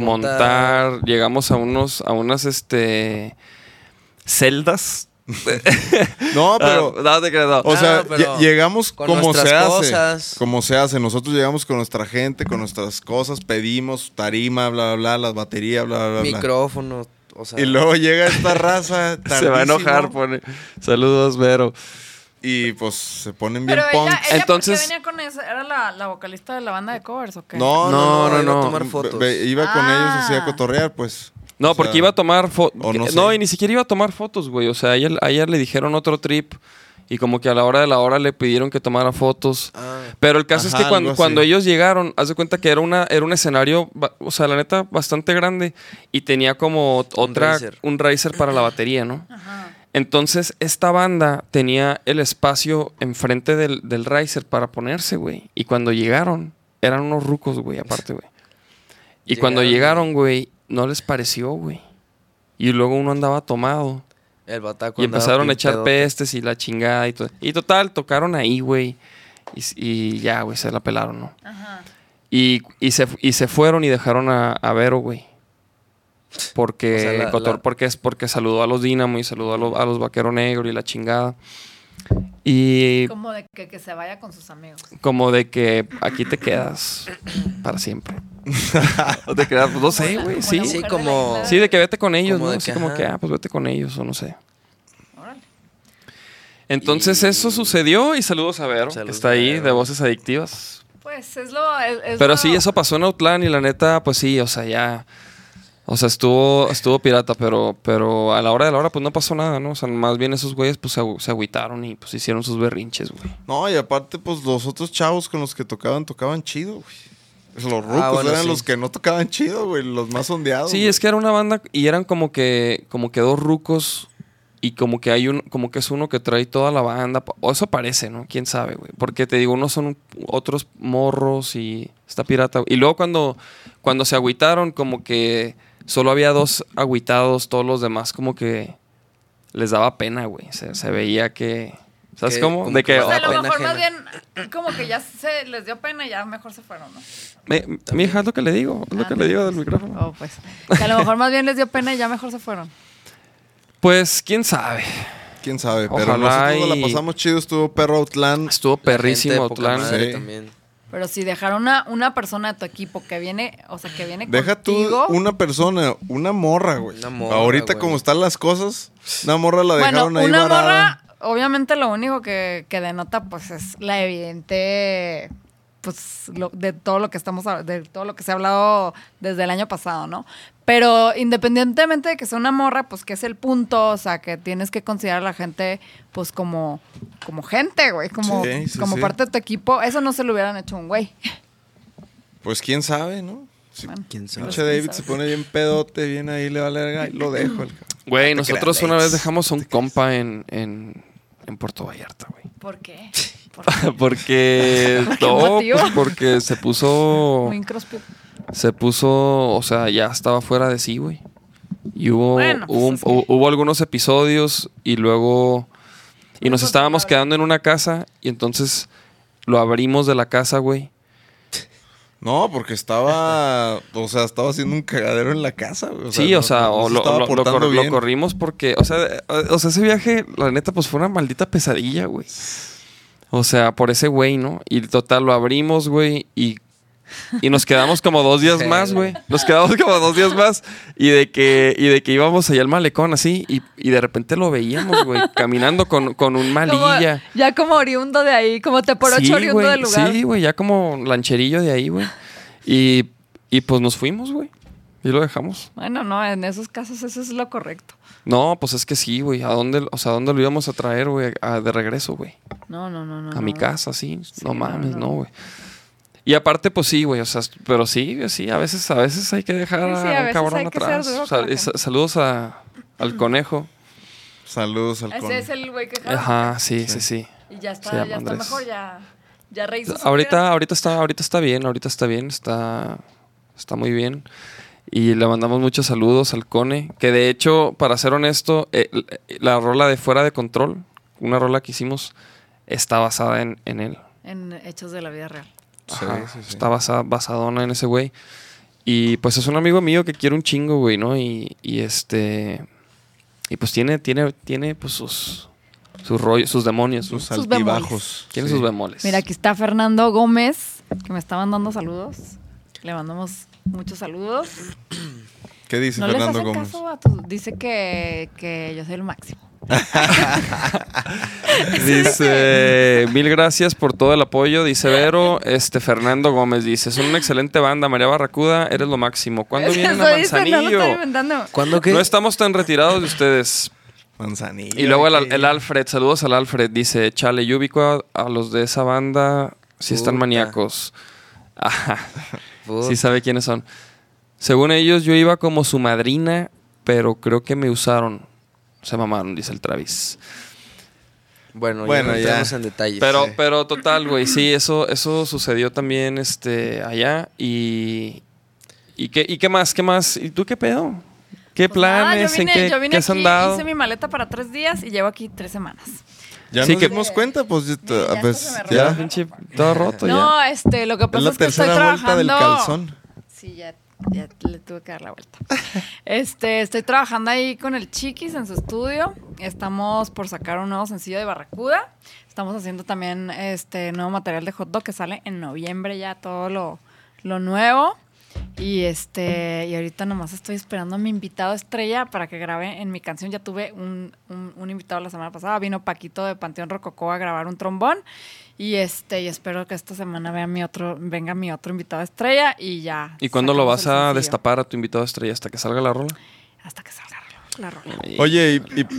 montar. Llegamos a unos, a unas este celdas. No, pero... Ah, no, te creas, no. O Ah, sea, pero lle- llegamos con como nuestras se hace. cosas. Como se hace. Nosotros llegamos con nuestra gente, con nuestras cosas, pedimos tarima, bla, bla, bla, las baterías, bla, bla, bla. Micrófono, o sea. Y luego llega esta se va a raza. tardísimo, enojar, pone. Saludos, Vero. Y pues se ponen bien Pero punk. ella, ella Entonces- Entonces, venía con esa? ¿Era la, la vocalista de la banda de covers o qué? No, no, No, no, no, no. iba a tomar fotos. Ve- iba con ellos Ah. así a cotorrear, pues. No, O sea, porque iba a tomar fotos. o No, no sé. y ni siquiera iba a tomar fotos, güey. O sea, a ella, a ella le dijeron otro trip y como que a la hora de la hora le pidieron que tomara fotos. Ah. Pero el caso Ajá, es que algo cuando, así. cuando ellos llegaron, haz de cuenta que era, una, era un escenario, ba- o sea, la neta, bastante grande y tenía como ot- Un otra, riser. un riser para la batería, ¿no? Entonces, esta banda tenía el espacio enfrente del, del riser para ponerse, güey. Y cuando llegaron, eran unos rucos, güey, aparte, güey. Y cuando Llegaron. llegaron, güey, no les pareció, güey. Y luego uno andaba tomado. El bataco. Y empezaron a echar pez pestes y la chingada y todo. Y total, tocaron ahí, güey. Y, s- y ya, güey, se la pelaron, ¿no? Y, y, se, y se fueron y dejaron a, a Vero, güey. Porque, O sea, la- Cotor- la- porque es porque saludó a los Dinamo y saludó a, los- a los Vaquero Negro y la chingada. Y Como de que, que se vaya con sus amigos. como de que aquí te quedas para siempre. no te quedas, pues, no sé, la- güey, como sí. la Sí, mujer de como- la isla. Sí, de que vete con ellos, Como ¿no? de Así que, como ajá. que, ah, pues vete con ellos, o no sé. Órale. Entonces Y- eso sucedió y saludos a Vero, Saludos que está a ahí, Vero. de Voces Adictivas. Pues es lo. es- es Pero lo- sí, eso pasó en Outland y la neta, pues sí, o sea, ya. O sea, estuvo, estuvo pirata, pero, pero a la hora de la hora, pues no pasó nada, ¿no? O sea, más bien esos güeyes, pues se, agü- se agüitaron y pues hicieron sus berrinches, güey. No, y aparte, pues los otros chavos con los que tocaban, tocaban chido, güey. Los rucos Ah, bueno, eran sí. los que no tocaban chido, güey, los más ondeados. Sí, es que era una banda y eran como que, como que dos rucos y como que hay un, como que es uno que trae toda la banda. pa- O eso parece, ¿no? Quién sabe, güey. Porque te digo, unos son otros morros y está pirata. Y luego cuando, cuando se agüitaron, como que solo había dos agüitados, todos los demás como que les daba pena, güey. Se, se veía que. ¿Sabes Que cómo? como de que que. "Ah, O sea, a lo pena mejor más ajena. bien, como que ya se les dio pena y ya mejor se fueron, ¿no? mi, mi hija, es lo que le digo, es lo que le digo del micrófono. Oh, pues. Que a lo mejor más bien les dio pena y ya mejor se fueron. Pues quién sabe. Quién sabe, pero Ojalá nosotros y- la pasamos chido, estuvo perro Outland. Estuvo perrísimo, Gente de poca Outland. madre Sí. también. Pero si dejar una, una persona de tu equipo que viene, o sea, que viene Deja tú contigo. una persona, una morra, güey. Una morra, Ahorita güey. como están las cosas, una morra la bueno, dejaron ahí una varada. morra, obviamente lo único que, que denota, pues, es la evidente, pues, lo- de todo lo que estamos, hab- de todo lo que se ha hablado desde el año pasado, ¿no? Pero independientemente de que sea una morra, pues, que es el punto, o sea, que tienes que considerar a la gente, pues, como, como gente, güey, como, Sí, sí, como sí. parte de tu equipo. Eso no se lo hubieran hecho a un güey. Pues quién sabe, ¿no? Si ¿Quién sabe? pinche David se pone bien pedote, bien ahí, le va a largar, lo dejo. el cabrón. Güey, No te nosotros creas, una Lex. vez dejamos a un compa en, en, en Puerto Vallarta, güey. ¿Por qué? porque ¿Por qué no, motivo? pues porque se puso Muy introspectivo. se puso, o sea, ya estaba fuera de sí, güey. Y hubo Bueno, pues hubo, un- es que- hubo algunos episodios y luego y nos estábamos controlable. quedando en una casa y entonces lo abrimos de la casa, güey. No, porque estaba, o sea, estaba haciendo un cagadero en la casa, güey. sí, no- o sea, no o se lo, estaba lo- lo portando cor- lo bien. corrimos porque, o sea, eh, o sea, ese viaje, la neta, pues fue una maldita pesadilla, güey. O sea, por ese güey, ¿no? Y total, lo abrimos, güey, y, y nos quedamos como dos días más, güey. Nos quedamos como dos días más y de que, y de que íbamos allá al malecón así y, y de repente lo veíamos, güey, caminando con, con un Como- malilla. ya como oriundo de ahí, como te por ocho oriundo güey, del lugar. Sí, güey, ya como lancherillo de ahí, güey. Y, y pues nos fuimos, güey. Y lo dejamos. Bueno, no, en esos casos eso es lo correcto. No, pues es que sí, güey. ¿A dónde, o sea, ¿a dónde lo íbamos a traer, güey? A- De regreso, güey. No, no, no, no. A mi no. casa, sí. no no, mames, no. no, güey. Y aparte, pues sí, güey. O sea, est- pero sí, sí, a veces, a veces hay que dejar Sí, sí, a, a un veces cabrón hay que ser atrás. duro O sea, con la y sa- gente. saludos a- al conejo. Saludos al con... Ese es el güey que jala. Ajá, sí, sí, sí. Y ya está, Se llama ya está Andrés. mejor, ya, ya rehizo su Ahorita, vida. ahorita está, ahorita está bien, ahorita está bien, está, está muy bien. Y le mandamos muchos saludos al Cone, que de hecho, para ser honesto, eh, l- eh, la rola de Fuera de Control, una rola que hicimos, está basada en, en él. En hechos de la vida real. Ajá, sí, sí. Está basa- basadona en ese güey. Y pues es un amigo mío que quiere un chingo, güey, ¿no? Y, y este... Y pues tiene, tiene, tiene pues sus, sus rollos, sus demonios. Sus Sus, Sus altibajos. tiene Sí. sus bemoles. Mira, aquí está Fernando Gómez, que me está mandando saludos. Le mandamos muchos saludos. ¿Qué dice no les Fernando hacen Gómez? caso a tus... Dice que, que yo soy el máximo. Dice, mil gracias por todo el apoyo, dice Vero. Este, Fernando Gómez dice, son una excelente banda, María Barracuda, eres lo máximo. ¿Cuándo vienen a Eso dice, no lo Manzanillo? estoy inventando. Ah, ¿Cuándo qué? No estamos tan retirados de ustedes. Manzanilla. Y luego el, ¿qué? el Alfred, saludos al Alfred, dice, chale, yo ubico a, a los de esa banda, si están Puta. maníacos. Ajá, Puta. sí sabe quiénes son. Según ellos, yo iba como su madrina, pero creo que me usaron. Se mamaron, dice el Travis. Bueno, ya Bueno, no ya. entremos en detalles. Pero, Sí. pero total, güey, sí, eso, eso sucedió también este, allá. Y, y, qué, ¿Y qué más? ¿Qué más? ¿Y tú qué pedo? ¿Qué Pues nada, planes? yo vine, ¿En qué, yo vine qué has aquí, andado? Hice mi maleta para tres días y llevo aquí tres semanas. Ya Sí, nos que- dimos cuenta, pues, ya, ya hasta pues, se me Ya, ya. rompió. pinche, todo roto No, ya. este, lo que Es pasa la es que estoy tercera vuelta trabajando. del calzón. Sí, ya, ya le tuve que dar la vuelta. Este, estoy trabajando ahí con el Chiquis en su estudio. Estamos por sacar un nuevo sencillo de Barracuda. Estamos haciendo también este nuevo material de hot dog que sale en noviembre ya todo lo, lo nuevo. Y este, y ahorita nomás estoy esperando a mi invitado estrella para que grabe en mi canción. Ya tuve un, un- un invitado la semana pasada, vino Paquito de Panteón Rococó a grabar un trombón. Y este, y espero que esta semana vea mi otro, venga mi otro invitado estrella y ya. ¿Y cuándo lo sacamos vas el a sencillo. destapar a tu invitado estrella hasta que salga la rola? Hasta que salga la rola. Oye, y, y-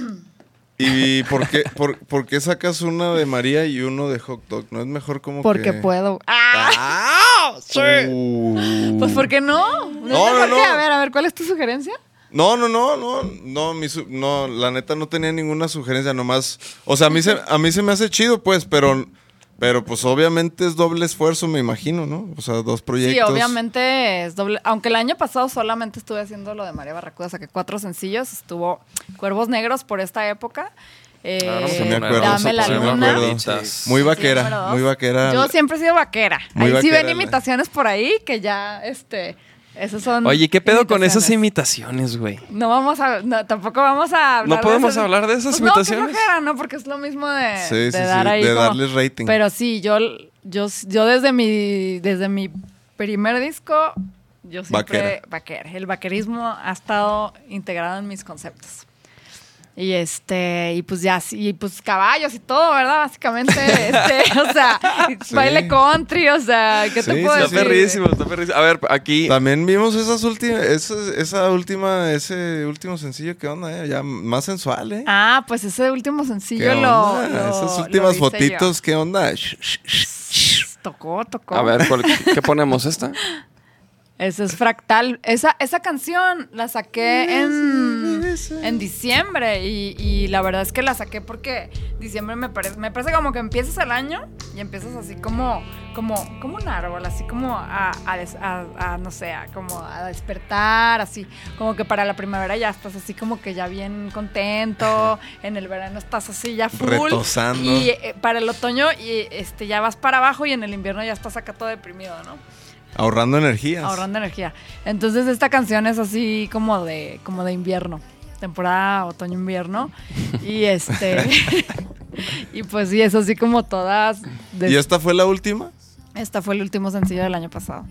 y por, qué, por, por qué sacas una de María y uno de Hot Dog? ¿No es mejor como Porque que...? puedo. ¡Ah! Uh. Pues ¿por qué no? ¿No, es No, no, mejor que- no. A ver, a ver, ¿cuál es tu sugerencia? No, no, no, no, no, mi su- no, la neta no tenía ninguna sugerencia, nomás, o sea, a mí se, a mí se me hace chido, pues, pero, pero pues obviamente es doble esfuerzo, me imagino, ¿no? O sea, dos Sí, proyectos. obviamente es doble. Aunque el año pasado solamente estuve haciendo lo de María Barracuda, saqué cuatro sencillos. Estuvo Cuervos Negros por esta época. eh, Ah, vamos a me acuerdo, Dame la sí me luna. acuerdo. Muy Sí, número vaquera, dos. muy vaquera. Yo siempre he sido vaquera. Muy ahí sí vaquera, ven la- imitaciones por ahí que ya, este, esos son. Oye, ¿qué pedo con esas imitaciones. imitaciones, güey? No vamos a, no, tampoco vamos a hablar. ¿No de podemos esas- hablar de esas Pues No, imitaciones? qué flojera, no, porque es lo mismo de, Sí, de sí, dar sí, ahí de como- darles rating. Pero sí, yo, yo, yo desde mi, desde mi primer disco, yo siempre vaquera. El vaquerismo ha estado integrado en mis conceptos. Y este, y pues ya, sí, y pues caballos y todo, ¿verdad? Básicamente, este, o sea, baile country, o sea, ¿qué Sí, te puedo sí, Está sí. decir? perrísimo, está perrísimo. A ver, aquí. También vimos esas últimas, esa, esa última, ese último sencillo, ¿qué onda? eh? Ya más sensual, ¿eh? Ah, pues ese último ¿Qué sencillo lo, onda? lo- Esas lo últimas hice yo. fotitos, ¿qué onda? Sh- sh- sh- Tocó, tocó. A ver, ¿cuál- ¿qué ponemos esta? Ese es fractal. Esa, esa canción la saqué en, en diciembre y, y la verdad es que la saqué porque diciembre me parece, me parece como que empiezas el año y empiezas así como, como, como un árbol, así como a, a des- a- a, no sé, a como a despertar, así como que para la primavera ya estás así como que ya bien contento, en el verano estás así ya full. Retosando. Y eh, para el otoño y, este, ya vas para abajo y en el invierno ya estás acá todo deprimido, ¿no? Ahorrando energías. Ahorrando energía. Entonces esta canción es así como de, como de invierno, temporada otoño-invierno. Y este... y pues sí, es así como todas... des- ¿Y esta fue la última? Esta fue el último sencillo del año pasado.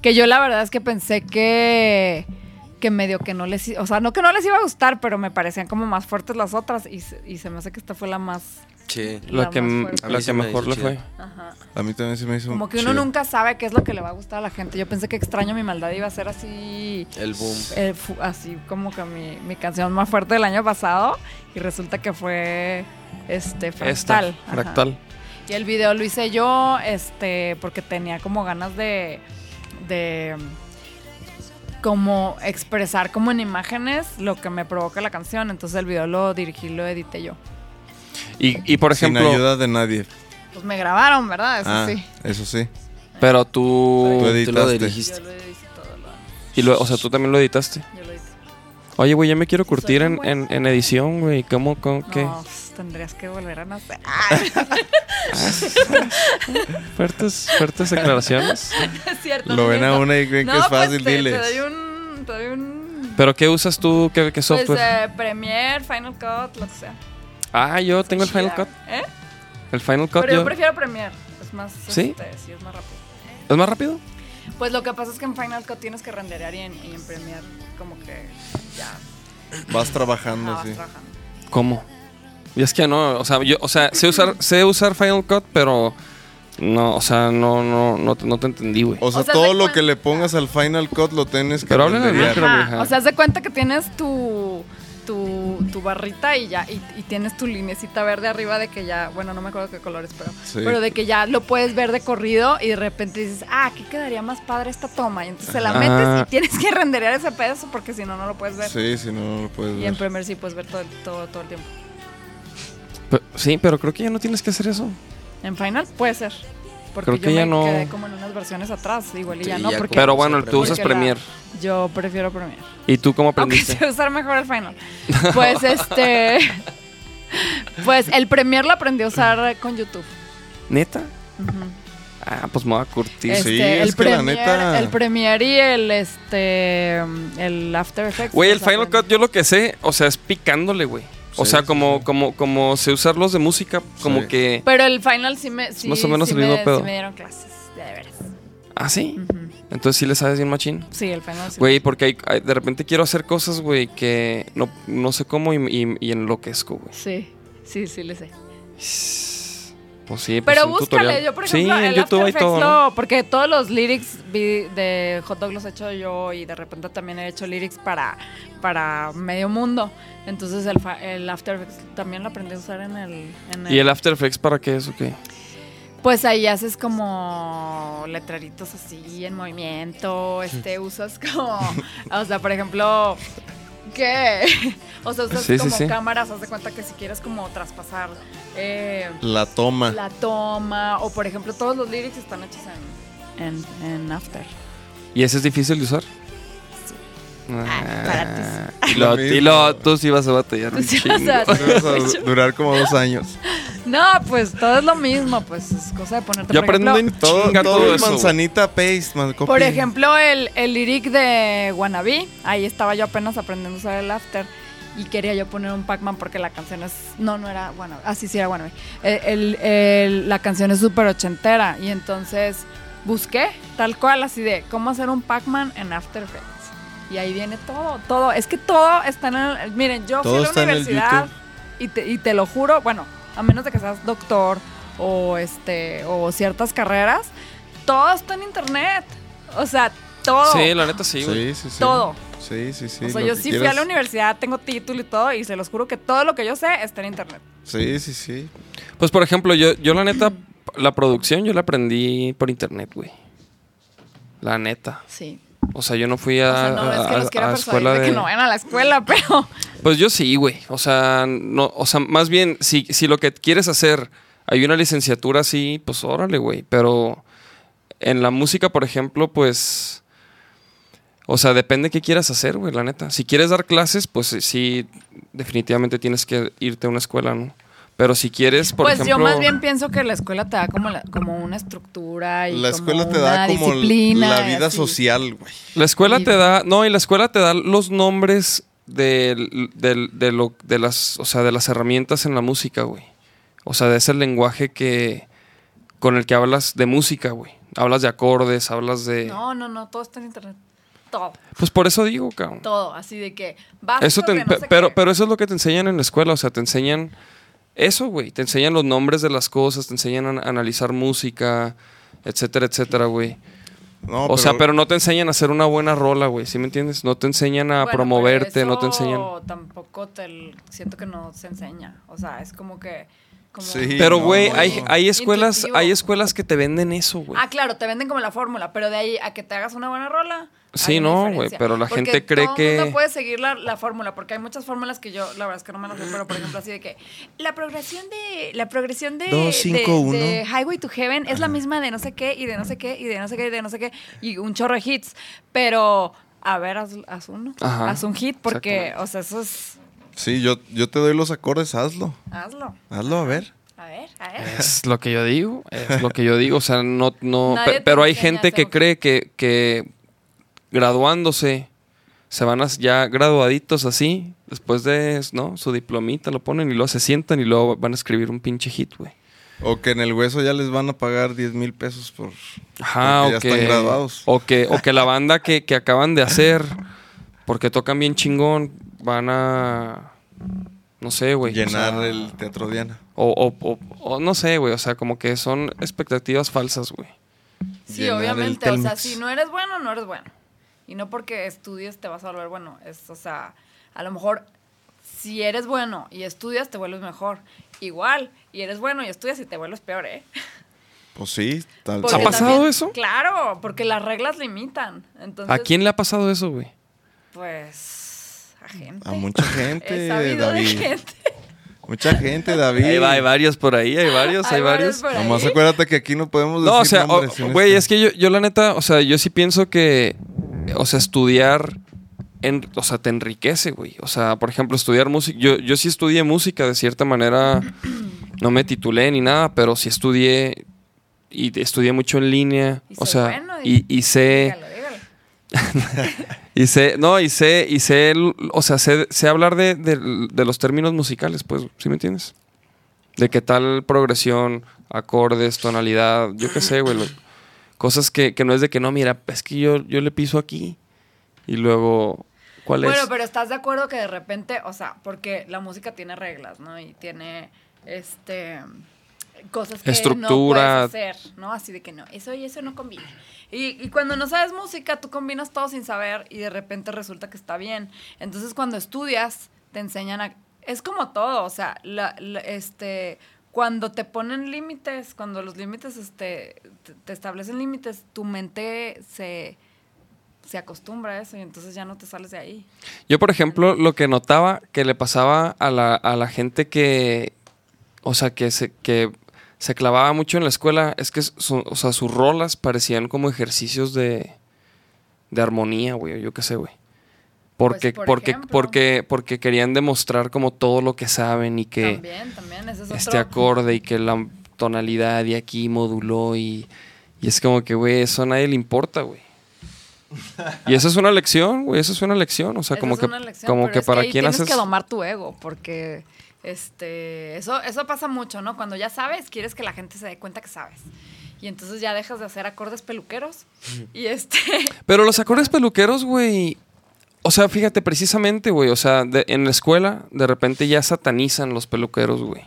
Que yo la verdad es que pensé que... Que medio que no les... i- O sea, no que no les iba a gustar, pero me parecían como más fuertes las otras. Y, se- y se me hace que esta fue la más... Sí. La La que, más fuerte. A la mí que sí me mejor hizo le chida. fue. Ajá. A mí también se me hizo Como que uno chido. nunca sabe qué es lo que le va a gustar a la gente. Yo pensé que extraño mi maldad iba a ser así... El boom. eh, fu- así como que mi, mi canción más fuerte del año pasado y resulta que fue este Esta, fractal. Ajá. fractal. Y el video lo hice yo, este, porque tenía como ganas de, de mm, como expresar como en imágenes lo que me provoca la canción. Entonces el video lo dirigí, lo edité yo. Y, y, por Sin ejemplo, ayuda de nadie. Pues me grabaron, ¿verdad? Eso ah, sí. eso sí. pero tú... Tú Tú lo editaste. Yo dirigiste. lo hice todo, lo, y lo- o sea, tú también lo editaste. yo lo hice. Oye, güey, ya me quiero curtir Soy en, buena. en, en edición, güey. ¿Cómo? cómo qué? No, pues, tendrías que volver a nacer. Ah, Ay, Fuertes, fuertes declaraciones. es cierto. Lo no es ven a cierto. una y creen que No, es pues, fácil, te- te diles. doy un- te doy un ¿Pero qué usas tú? ¿Qué, qué Pues software? eh, Premiere, Final Cut, lo que sea. ah, yo tengo el Final Chida. Cut. ¿Eh? El Final Cut Pero yo... yo prefiero Premiere. Es más, ¿Sí? este, sí, es más rápido. ¿Es más rápido? Pues lo que pasa es que en Final Cut tienes que renderear y en, y en Premiere como que ya Vas trabajando, estabas sí. trabajando. ¿Cómo? Y es que no, o sea, yo, o sea, sé usar, sé usar Final Cut, pero no, o sea, no, no, no, te- no te entendí, güey. O sea, O sea, todo te lo cuenta- que le pongas al Final Cut lo tienes que Pero háblale al renderear. micro. Pero, mija. Ajá, Ah, O sea, haz de cuenta que tienes tu, tu, tu barrita y ya, y, y tienes tu linecita verde arriba de que ya, bueno, no me acuerdo qué colores, pero, Sí. pero de que ya lo puedes ver de corrido y de repente dices, ah, aquí quedaría más padre esta toma. Y entonces se la Ajá. metes y tienes que renderear ese pedazo porque si no, no lo puedes ver. Sí, si no, no pues, lo puedes Y en ver. Premiere sí puedes ver todo, el- todo, todo el tiempo. Pe- sí, pero creo que ya no tienes que hacer eso. En Final puede ser. Porque Creo que yo ya me no. quedé como en unas versiones atrás, igual y Sí, ya no, ya porque Pero usa bueno, tú Premiere. usas Porque la- Premiere. yo prefiero Premiere. ¿Y tú cómo Aunque aprendiste? sé usar mejor el Final. Pues este. Pues el Premiere lo aprendí a usar con YouTube. ¿Neta? Ujú. Ah, pues me voy a curtir. Este, sí, el es que la neta- El Premiere y el este. El After Effects. Güey, el los Final aprendí. Cut yo lo que sé, o sea, es picándole, güey. O Sí, sea, sí, como, como, como sé usar los de música, como Sí. que. Pero el Final sí me. sí- Más o menos sí el mismo me- pedo. sí me dieron clases, de veras. ¿Ah, sí? Ujú. Entonces sí le sabes bien machín. Sí, el pelo. sí. Güey, porque hay- hay- de repente quiero hacer cosas, güey, que no, no sé cómo y, y- y enloquezco, güey. Sí, sí, sí, le sé. Pues sí, pues Pero un búscale, tutorial. yo por Sí, ejemplo, en el YouTube After hay Effects todo, ¿no? lo- porque todos los lyrics vi- de Hot Dog los he hecho yo y de repente también he hecho lyrics para, para medio mundo. Entonces el, fa- el After Effects también lo aprendí a usar en el... en ¿Y el After Effects para qué es o qué? Pues ahí haces como letreritos así en movimiento, este, usas como, o sea, por ejemplo, ¿qué? O sea, usas Sí, sí, como sí. cámaras, haz de cuenta que si quieres como traspasar eh, La toma. la toma, o por ejemplo, todos los lyrics están hechos en, en, en After. ¿Y ese es difícil de usar? Ah, Ah, y lo, Lo y lo- mismo. tú sí vas a batallar. Tú un sí vas a chingo. batallar. Vas a du- durar como dos años. No, pues todo es lo mismo, pues es cosa de ponerte Yo por ejemplo, aprendo en Todo, chinga todo todo es eso, güey. manzanita paste, man, copy. Por ejemplo, el, el lyric de Wannabe, ahí estaba yo apenas aprendiendo a usar el after y quería yo poner un Pac-Man porque la canción es... No, no era Wannabe, ah, sí, sí era Wannabe. Eh, el- el- la canción es súper ochentera y entonces busqué tal cual así de cómo hacer un Pac-Man en After Effects. Y ahí viene todo, todo. Es que todo está en el... Miren, yo Todo fui a está la en el universidad YouTube. y te, y te lo juro, bueno, a menos de que seas doctor o, este, o ciertas carreras, todo está en internet. O sea, todo. Sí, la neta sí, güey. Sí, sí, sí. Todo. Sí, sí, sí. o sea, lo yo que sí fui a quieras. la universidad, tengo título y todo, y se los juro que todo lo que yo sé está en internet. Sí, sí, sí. Pues por ejemplo, yo, yo la neta, la producción yo la aprendí por internet, güey. La neta. Sí. O sea, yo no fui a, O sea, no es que Ah, a- los quiera a persuadir escuela de que de... no vayan a la escuela, pero Pues yo sí, güey. O sea, no, o sea, más bien, si, si lo que quieres hacer, hay una licenciatura así, pues órale, güey. Pero en la música, por ejemplo, pues. O sea, depende qué quieras hacer, güey, la neta. Si quieres dar clases, pues sí, definitivamente tienes que irte a una escuela, ¿no? Pero si quieres, por pues ejemplo. yo más bien pienso que la escuela te da como, la- como una estructura y La como escuela te una da como disciplina la y vida así. social, güey. La escuela te da. No, y la escuela te da los nombres del- del- de, lo, de, las, o sea, de las herramientas en la música, güey. O sea, de ese lenguaje que. con el que hablas de música, güey. Hablas de acordes, hablas de. No, no, no, todo está en internet. Todo, Pues por eso digo, cabrón. todo, así de que vas Eso te- pe- pero, pero eso es lo que te enseñan en la escuela, o sea, te enseñan eso, güey. Te enseñan los nombres de las cosas, te enseñan a an- analizar música, etcétera, etcétera, güey. No, o sea, pero no te enseñan a hacer una buena rola, güey, ¿sí me entiendes? No te enseñan a Bueno, promoverte, pero no te eso enseñan... Tampoco te l- siento que no se enseña. O sea, es como que. como- Sí. Pero, no, güey, no. hay, hay escuelas Intuitivo. hay escuelas que te venden eso, güey. Ah, claro, te venden como la fórmula, pero de ahí a que te hagas una buena rola. Sí, hay una no, diferencia. güey, pero la Porque gente cree todo que- No puedes seguir la, la fórmula, porque hay muchas fórmulas que yo, la verdad es que no me las sé, pero por ejemplo, así de que la progresión de. La progresión de. Dos, cinco, de- uno. de Highway to Heaven es la misma de no sé qué, y de no sé qué, y de no sé qué, y de no sé qué, y un chorro de hits. Pero, a ver, haz, haz uno. Ajá, haz un hit, porque, exactamente. o sea, eso es. Sí, yo, yo te doy los acordes, hazlo. Hazlo. Hazlo, a ver. A ver, a ver. Es lo que yo digo, es lo que yo digo. O sea, no, no. Nadie pe- te pero hay enseña gente que eso. cree que, que graduándose se van a- ya graduaditos así, después de ¿no? su diplomita, lo ponen y luego se sientan y luego van a escribir un pinche hit, güey. O que en el hueso ya les van a pagar 10 mil pesos por... Ajá, porque o ya que, están graduados. o que o que la banda que, que acaban de hacer, porque tocan bien chingón, van a. No sé, güey. Pues, o llenar sea, el Teatro Diana. O, o- o- o no sé, güey. O sea, como que son expectativas falsas, güey. Sí, Llenar el obviamente. O sea, Telmex. si no eres bueno, no eres bueno. Y no porque estudies te vas a volver bueno. Es, o sea, a lo mejor si eres bueno y estudias, te vuelves mejor. Igual, y eres bueno y estudias y te vuelves peor, ¿eh? Pues sí, tal Porque ¿Ha pasado también- eso? Claro, porque las reglas limitan. Entonces, ¿A quién le ha pasado eso, güey? Pues, a gente. A mucha He gente, sabido de David. gente. Mucha gente, David. Ahí va, hay varios por ahí, hay varios, hay, Hay varios. varios por ahí. Nomás acuérdate que aquí no podemos decir No, o sea, o- nombres en güey, este. es que yo, yo la neta, o sea, yo sí pienso que, o sea, estudiar, en, o sea, te enriquece, güey. O sea, por ejemplo, estudiar música, yo, yo sí estudié música de cierta manera, no me titulé ni nada, pero sí estudié y estudié mucho en línea, Y o soy sea, bueno y, y- y sé... Dígalo, dígalo. Y sé, no, y sé, y sé, el- o sea, sé, sé hablar de, de- de los términos musicales, pues, ¿sí me entiendes? De qué tal progresión, acordes, tonalidad, yo qué sé, güey. lo- Cosas que, que no es de que no, mira, es que yo, yo le piso aquí y luego, ¿cuál Bueno, es? pero estás de acuerdo que de repente, o sea, porque la música tiene reglas, ¿no? Y tiene, este, cosas que Estructura. no puedes hacer, ¿no? Así de que no, eso y eso no combina. Y, y cuando no sabes música, tú combinas todo sin saber y de repente resulta que está bien. Entonces, cuando estudias, te enseñan a... Es como todo, o sea, la- la- este... Cuando te ponen límites, cuando los límites, este, te- te establecen límites, tu mente se, se acostumbra a eso y entonces ya no te sales de ahí. Yo, por ejemplo, lo que notaba que le pasaba a la, a la gente que, o sea, que se, que se clavaba mucho en la escuela, es que su- o sea, sus rolas parecían como ejercicios de, de armonía, güey, o yo qué sé, güey. Porque, Pues, por porque, ejemplo. porque, porque querían demostrar como todo lo que saben y que También, también, ese es este otro- acorde y que la tonalidad y aquí moduló y, y es como que, güey, eso a nadie le importa, güey. Y esa es una lección, güey, eso es una lección, o sea, esa como es que, una lección, como pero que es para ahí quién tienes haces... que domar tu ego, porque este, eso, eso pasa mucho, ¿no? Cuando ya sabes, quieres que la gente se dé cuenta que sabes. Y entonces ya dejas de hacer acordes peluqueros. Y este. Pero los acordes peluqueros, güey, o sea, fíjate, precisamente, güey, o sea, de- en la escuela de repente ya satanizan los peluqueros, güey.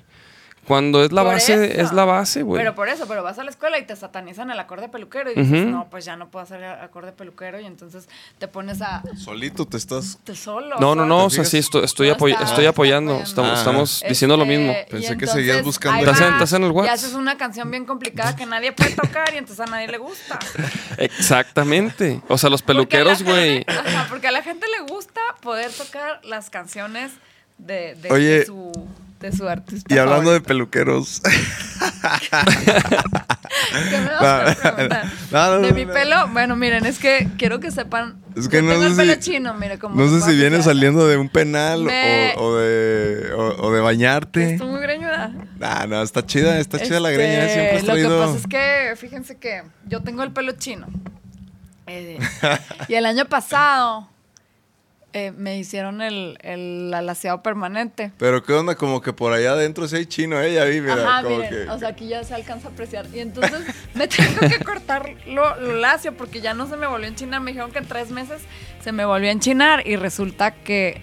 Cuando es la por base, eso. es la base, güey. Pero por eso, pero vas a la escuela y te satanizan el acorde peluquero. Y dices, Ujú. no, pues ya no puedo hacer el acorde peluquero. Y entonces te pones a. Solito te estás. te solo. No, no, ¿sabes? no, o ¿Te sea, fijas? sí, estoy, estoy, No, apoy- está- estoy está apoyando, apoyando. estamos, Ajá. estamos diciendo lo Este, mismo. y Pensé que entonces, seguías buscando ahí Estás en- va, estás en el Y WhatsApp. haces una canción bien complicada que nadie puede tocar y entonces a nadie le gusta. Exactamente. O sea, los peluqueros, Porque a la güey. gente- Ajá, porque a la gente le gusta poder tocar las canciones de, de- Oye. de su, de su artista. Y hablando de favorito. peluqueros. ¿Qué me vas a No, preguntar? Ah, no, no, de no, mi no. pelo, bueno, miren, es que quiero que sepan. Es que yo no tengo sé el pelo si- chino, mira, como No lo sé puedo si viene apreciar. saliendo de un penal Me- o, o de, o, o de bañarte. Estoy muy greñuda. Ah, no, está chida, está chida la Este, greña. Siempre has Lo que traído. pasa es que, fíjense que yo tengo el pelo chino. Eh, y el año pasado eh, me hicieron el, el alaciado permanente. Pero qué onda, como que por allá adentro sí hay chino, ¿eh? Ya vi, mira, Ajá, como miren, que. o sea, aquí ya se alcanza a apreciar. Y entonces me tengo que cortar lo, lo lacio porque ya no se me volvió a enchinar. Me dijeron que en tres meses se me volvió a enchinar y resulta que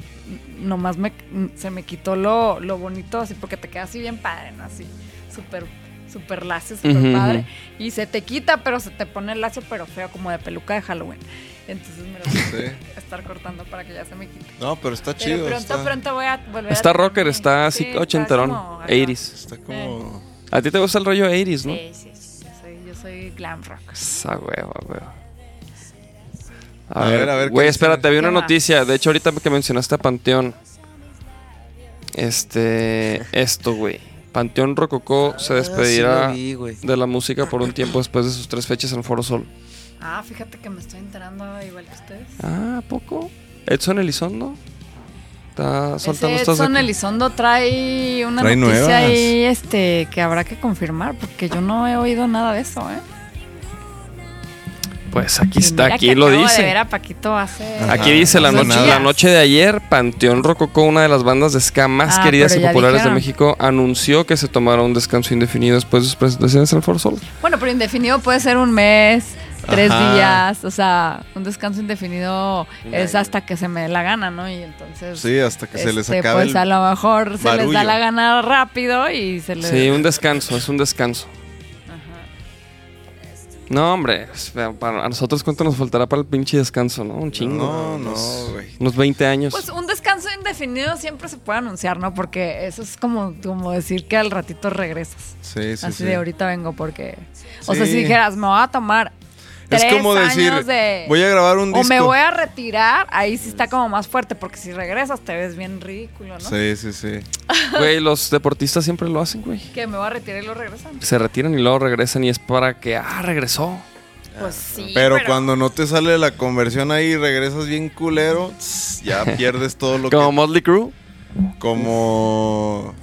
nomás me, se me quitó lo, lo bonito así porque te queda así bien padre, ¿no? Así, súper súper lacio, súper Ujú, padre. ujú. Y se te quita, pero se te pone el lacio, pero feo, como de peluca de Halloween. Entonces me lo voy Sí. a estar cortando para que ya se me quite. No, pero está Pero chido. pronto, está, pronto voy a volver a Está rocker, tenerme- está sí, así ochenterón, como Eh. acá. 80s. está como. A ti te gusta el rollo 80s, ¿no? Sí, sí, sí. Yo soy, yo soy glam rock. Esa hueva, hueva. A A ver, ver, a ver, Güey, ¿qué espérate, había ¿Qué una más? noticia. De hecho, ahorita que mencionaste a Panteón. Este. Esto, güey. Panteón Rococó se Ah, despedirá sí lo vi, güey. de la música por un tiempo después de sus tres fechas en Foro Sol. Ah, fíjate que me estoy enterando igual que ustedes. Ah, ¿a poco? Edson Elizondo. Está Ese soltando estas. de Edson que- Elizondo trae una Trae noticia nuevas. ahí este, que habrá que confirmar, porque yo no he oído nada de eso, ¿eh? Pues aquí Y está, mira aquí que lo acabo de dice. ver a Paquito hace... Ajá. Aquí dice la Dos noche, días. la noche de ayer, Panteón Rococó, una de las bandas de ska más Ah, queridas y pero ya populares de dijeron. México, anunció que se tomará un descanso indefinido después de sus presentaciones al Foro Sol. Bueno, pero indefinido puede ser un mes, tres Ajá. días, o sea, un descanso indefinido Un es año. hasta que se me dé la gana, ¿no? Y entonces... Sí, hasta que se les este, acabe. Pues a el- lo mejor se les barullo. da la gana rápido y se les... Sí, un descanso, es un descanso. No, hombre, es- para- a nosotros cuánto nos faltará para el pinche descanso, ¿no? Un chingo. No, no, Unos- güey. Unos 20 años. Pues un descanso indefinido siempre se puede anunciar, ¿no? Porque eso es como, como decir que al ratito regresas. Sí, sí, Así sí. de ahorita vengo porque... O Sí. sea, si dijeras, me voy a tomar Es tres como decir, años de... voy a grabar un o disco. me voy a retirar, ahí sí está como más fuerte, porque si regresas te ves bien ridículo, ¿no? Sí, sí, sí. Güey, los deportistas siempre lo hacen, güey. Que me voy a retirar y lo regresan. Se retiran y luego regresan y es para que, ah, regresó. Pues sí, Ah. Pero, cuando no te sale la conversión ahí y regresas bien culero, tss, ya pierdes todo lo Como Motley Crue. que. Como.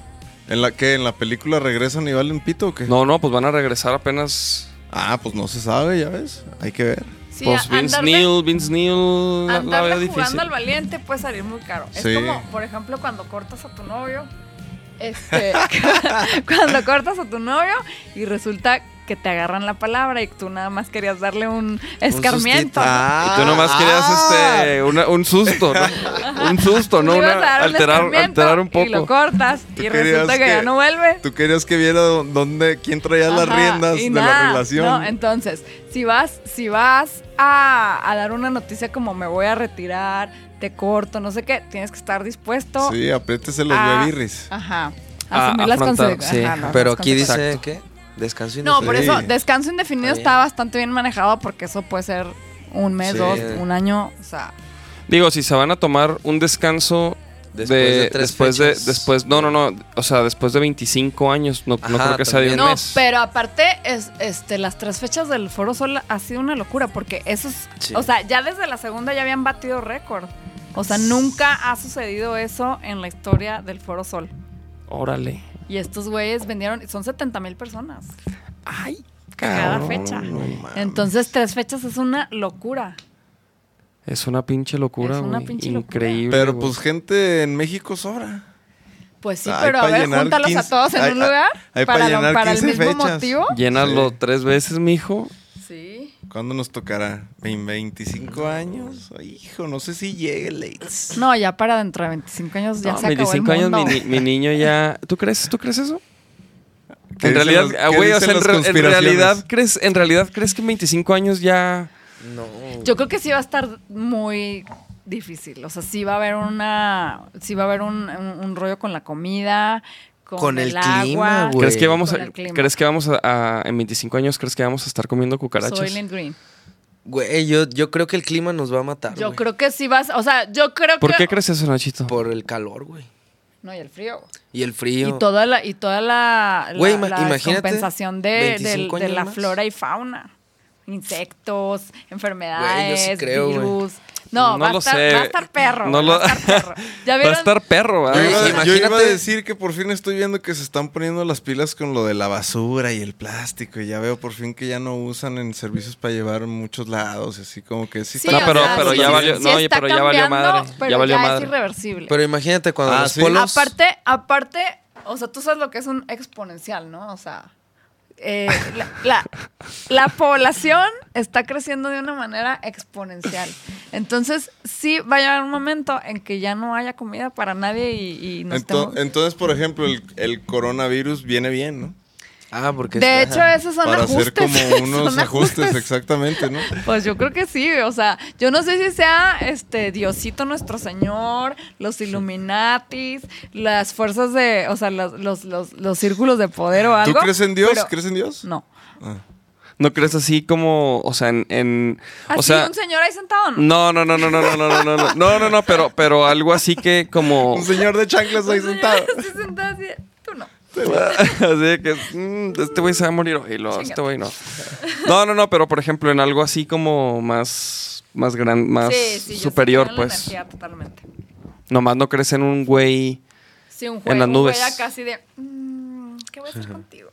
¿En la que ¿En la película regresan y valen pito o qué? No, no, pues van a regresar apenas Ah, pues no se sabe, ya ves. Hay que ver. Sí, Pues a- Vince andarle- Neil, Vince Neil, la- la veo Andarle difícil. jugando al valiente puede salir muy caro. Sí. Es como, por ejemplo, cuando cortas a tu novio. Este, cuando cortas a tu novio y resulta que te agarran la palabra y tú nada más querías darle un sustito. escarmiento. ¿no? Ah, Y tú nomás querías ah. este, una- un susto, ¿no? Un susto, ¿no? Le ibas Una- a dar un alterar, escarmiento alterar un Y lo poco. cortas Tú y querías resulta que, ya que- no vuelve. Tú querías que viera dó- dónde, quién traía las Ajá, riendas y de nada, la relación. No, entonces, si vas, si vas a, a dar una noticia como me voy a retirar, te corto, no sé qué, tienes que estar dispuesto sí, apriétese los a- bebirris. Ah, Ajá. A- Asumir las afrontar, consecuencias. sí, Ajá, no, Pero las aquí dice, Exacto. ¿qué? Descanso No, por Sí. eso descanso indefinido Está está, bien. bastante bien manejado porque eso puede ser un mes, Sí. dos, un año, o sea, Digo, si se van a tomar un descanso Después de, de tres después de fechas. después no no no o sea después de 25 años no, no Ajá, creo que sea de un también. no, mes pero aparte es este las tres fechas del Foro Sol ha sido una locura porque eso es, Sí. o sea, ya desde la segunda ya habían batido récord. O sea, nunca ha sucedido eso en la historia del Foro Sol. órale Y estos güeyes vendieron, son 70 mil personas ay cada cabrón. fecha. Entonces, tres fechas es una locura. es una pinche locura Es una güey. pinche locura. increíble Pero güey. pues gente en México sobra. Pues sí, Ay, pero a pa' ver, llenar júntalos 15 a todos en ay, un ay, lugar ay, pa' para, lo- llenar para el 15 mismo fechas. motivo. llénalo Sí. tres veces mijo Sí. ¿Cuándo nos tocará? ¿En 25 años? Ay, Hijo, no sé si llegue late. No, ya para dentro de 25 años ya No, se acabó 25 el años mundo. mi, güey. ni- mi niño ya ¿tú crees tú crees eso ¿Qué en dicen realidad los- ah, qué güey o dicen sea en, las re- en conspiraciones? realidad crees en realidad crees que en 25 años ya No. Yo creo que sí va a estar muy difícil. O sea, sí va a haber una. Sí va a haber un, un- un rollo con la comida, con, Con el el, clima, Pues, agua. güey. crees que vamos Con a, el clima. crees que vamos a, a- en 25 años crees que vamos a estar comiendo cucarachas Soylent Green. Güey, yo, yo creo que el clima nos va a matar. Yo güey. creo que sí vas. O sea, yo creo ¿Por que. qué crees eso, Nachito? Por el calor, güey. No, y el frío. güey. Y el frío. Y toda la, y toda la, la, Güey, ima- la imagínate, descompensación de, del- 25 de la años más. flora y fauna. Insectos, enfermedades, Güey, yo sí creo, güey. virus. No, va, a lo estar, sé. va a estar perro. No güey, lo- Va a estar perro. ¿Ya va a vieron? estar perro, Yo ¿verdad? Ay, iba, yo imagínate- iba a decir que por fin estoy viendo que se están poniendo las pilas con lo de la basura y el plástico. Y ya veo por fin que ya no usan en servicios para llevar en muchos lados. y Así como que sí. Sí, No, o pero- sea, pero sí, ya sí, valió- sí no, está pero ya valió cambiando, madre, Pero ya valió ya madre. es irreversible. Pero imagínate cuando Ah, los ¿sí? polos. aparte, aparte, o sea, tú sabes lo que es un exponencial, ¿no? O sea, eh, la, la- la población está creciendo de una manera exponencial. Entonces, sí va a llegar un momento en que ya no haya comida para nadie y, y nos Ento- estemos- entonces, por ejemplo, el, el coronavirus viene bien, ¿no? Ah, porque. De está- hecho, esos son para ajustes. hacer como unos son ajustes, exactamente, ¿no? Pues yo creo que sí, o sea, yo no sé si sea este Diosito nuestro Señor, los Illuminatis, las fuerzas de, o sea, los, los, los, los círculos de poder o algo. ¿Tú crees en Dios? pero- ¿Crees en Dios? No. ¿No crees así como, o sea, en, en- ¿Así o sea, un señor ahí sentado? No. no, no, no, no, no, no, no, no, no, no, no, no, no, pero, pero algo así que como, Un señor de chanclas ahí Un señor sentado. así sentado así, tú no. así de que mm, este güey se va a morir hoy, lo, este güey no, no, no, no, pero por ejemplo en algo así como más, más gran, más Sí, sí, yo Ah, superior, siento en la pues, energía totalmente. nomás no crees en un güey, Sí, un juego. En las nubes. casi de, mm, ¿qué voy a hacer contigo?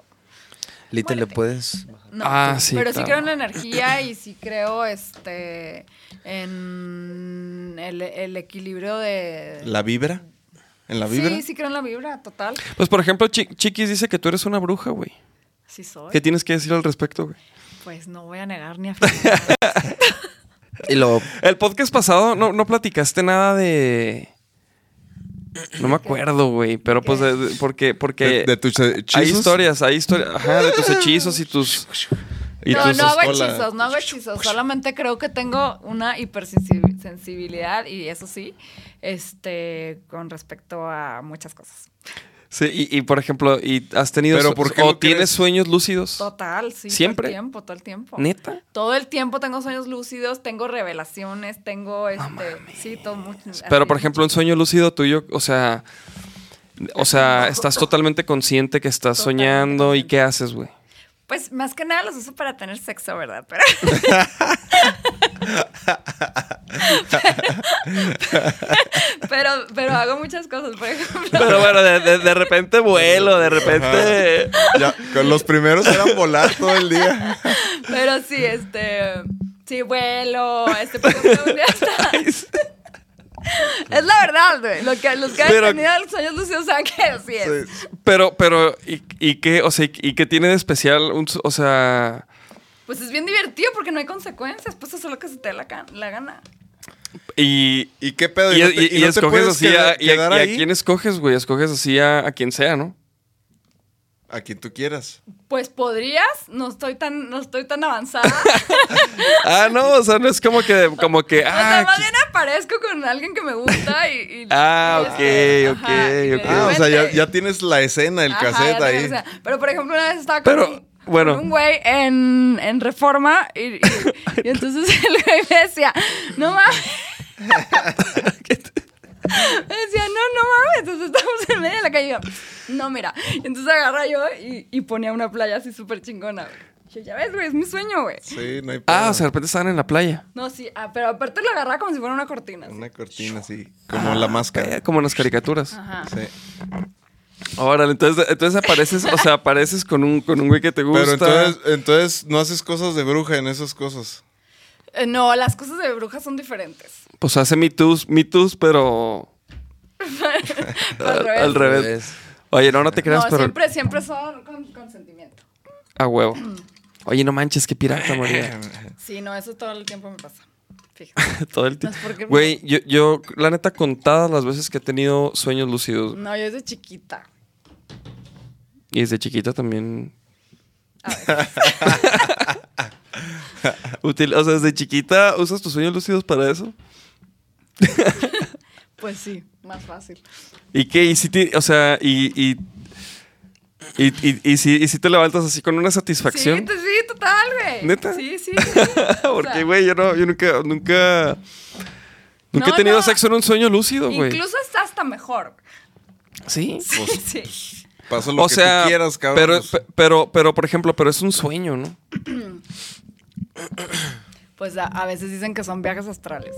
Lite, le puedes. No, Ah, sí, pero sí claro. creo en la energía y sí creo este en el, el equilibrio de ¿La vibra? ¿En la vibra? Sí, sí creo en la vibra, total. pues por ejemplo Chi- Chiquis dice que tú eres una bruja, güey, Sí soy. ¿qué tienes que decir al respecto, güey? Pues no voy a negar ni afirmar. Y lo. El podcast pasado no, no platicaste nada de. No me acuerdo, güey. Pero pues, de- de- porque. porque De- de tus eh, hechizos. Hay historias, hay historias. Ajá, de tus hechizos y tus. Y No, tus no hago hola. hechizos, no hago hechizos. Solamente creo que tengo una hipersensibilidad y eso sí, este, con respecto a muchas cosas. Sí, y, y, por ejemplo, y has tenido. Pero, su- ¿por qué o lo tienes crees? sueños lúcidos. Total, sí. ¿Siempre? Todo el tiempo, todo el tiempo. ¿Neta? Todo el tiempo tengo sueños lúcidos, tengo revelaciones, tengo este. sí, todo mucho. Pero, así. por ejemplo, un sueño lúcido tuyo, o sea. O sea, estás totalmente consciente que estás Totalmente soñando y consciente. qué haces, güey. Pues más que nada los uso para tener sexo, ¿verdad? Pero. pero, pero hago muchas cosas, por ejemplo. Pero bueno, de, de- de repente vuelo, de repente. Ya, con los primeros eran volar todo el día. Pero sí, este. Sí, vuelo. Este, por ejemplo, un día estaba- Es la verdad, güey. Lo que, los que han Pero- tenido los sueños lúcidos saben que así es. Pero, pero, ¿y, y qué? O sea, ¿y, y qué tiene de especial? un s- o sea, Pues es bien divertido porque no hay consecuencias. Pues eso es lo que se te dé la, can- la gana. y... ¿Y qué pedo? Y, no te- y- y no te escoges puedes así queda- a, y a- quedar y a ahí? quién escoges, güey. Escoges así a, a quien sea, ¿no? A quien tú quieras. Pues podrías, no estoy tan, no estoy tan avanzada. Ah, no, o sea, no es como que, como que, o sea, ah, más qui- bien aparezco con alguien que me gusta y. y- Ah, y ok, este, ok, y de ok. Ah, o sea, ya, repente- ya tienes la escena, el Ajá, ya cassette te ahí. digo, o sea, pero por ejemplo, una vez estaba con, Pero, un- con bueno. un güey en, en Reforma y, y- y entonces el güey me decía, no mames. Me decía, no, no mames, entonces estamos en medio de la calle. Y yo, no, mira. Y entonces agarra yo y, y ponía una playa así súper chingona. güey. Yo, ya ves, güey, es mi sueño, güey. Sí, no hay ah, pedo. o sea, de repente estaban en la playa. No, sí, ah, pero aparte lo agarraba como si fuera una cortina. así. Una cortina así, como la Eh, máscara. Como en las caricaturas. Ajá. Sí. Ah. Órale, entonces, entonces apareces, o sea, apareces con un, con un güey que te gusta. Pero entonces, entonces no haces cosas de bruja en esas cosas. Eh, no, las cosas de brujas son diferentes. Pues hace Me Too's, Me Too's, pero Al revés. al revés. Pues, Oye, no, no te creas, No, pero siempre, Mm. siempre son con consentimiento. a huevo. Oye, no manches, qué pirata, María. Sí, no, eso todo el tiempo me pasa. Fíjate. Todo el No es porque- tiempo. Güey, yo, yo, la neta, contadas las veces que he tenido sueños lúcidos. No, yo desde chiquita. Y desde chiquita también. Util- o sea, desde chiquita usas tus sueños lúcidos para eso. Pues sí, más fácil. ¿Y qué? ¿Y si te, o sea, y, y, y, y- y si, y si te levantas así con una Sí, satisfacción? t- sí, total, güey. ¿Neta? Sí, sí. sí. O Porque, sea, güey, yo, no, yo nunca, nunca, nunca No, he tenido no. sexo en un sueño lúcido, güey. Incluso está hasta mejor. Sí. Pues, Sí, sí. Pasa lo O que sea, tú quieras, cabrón. pero, Pues, pe- pero, pero, por ejemplo, pero es un sueño, ¿no? Pues a, a veces dicen que son viajes astrales.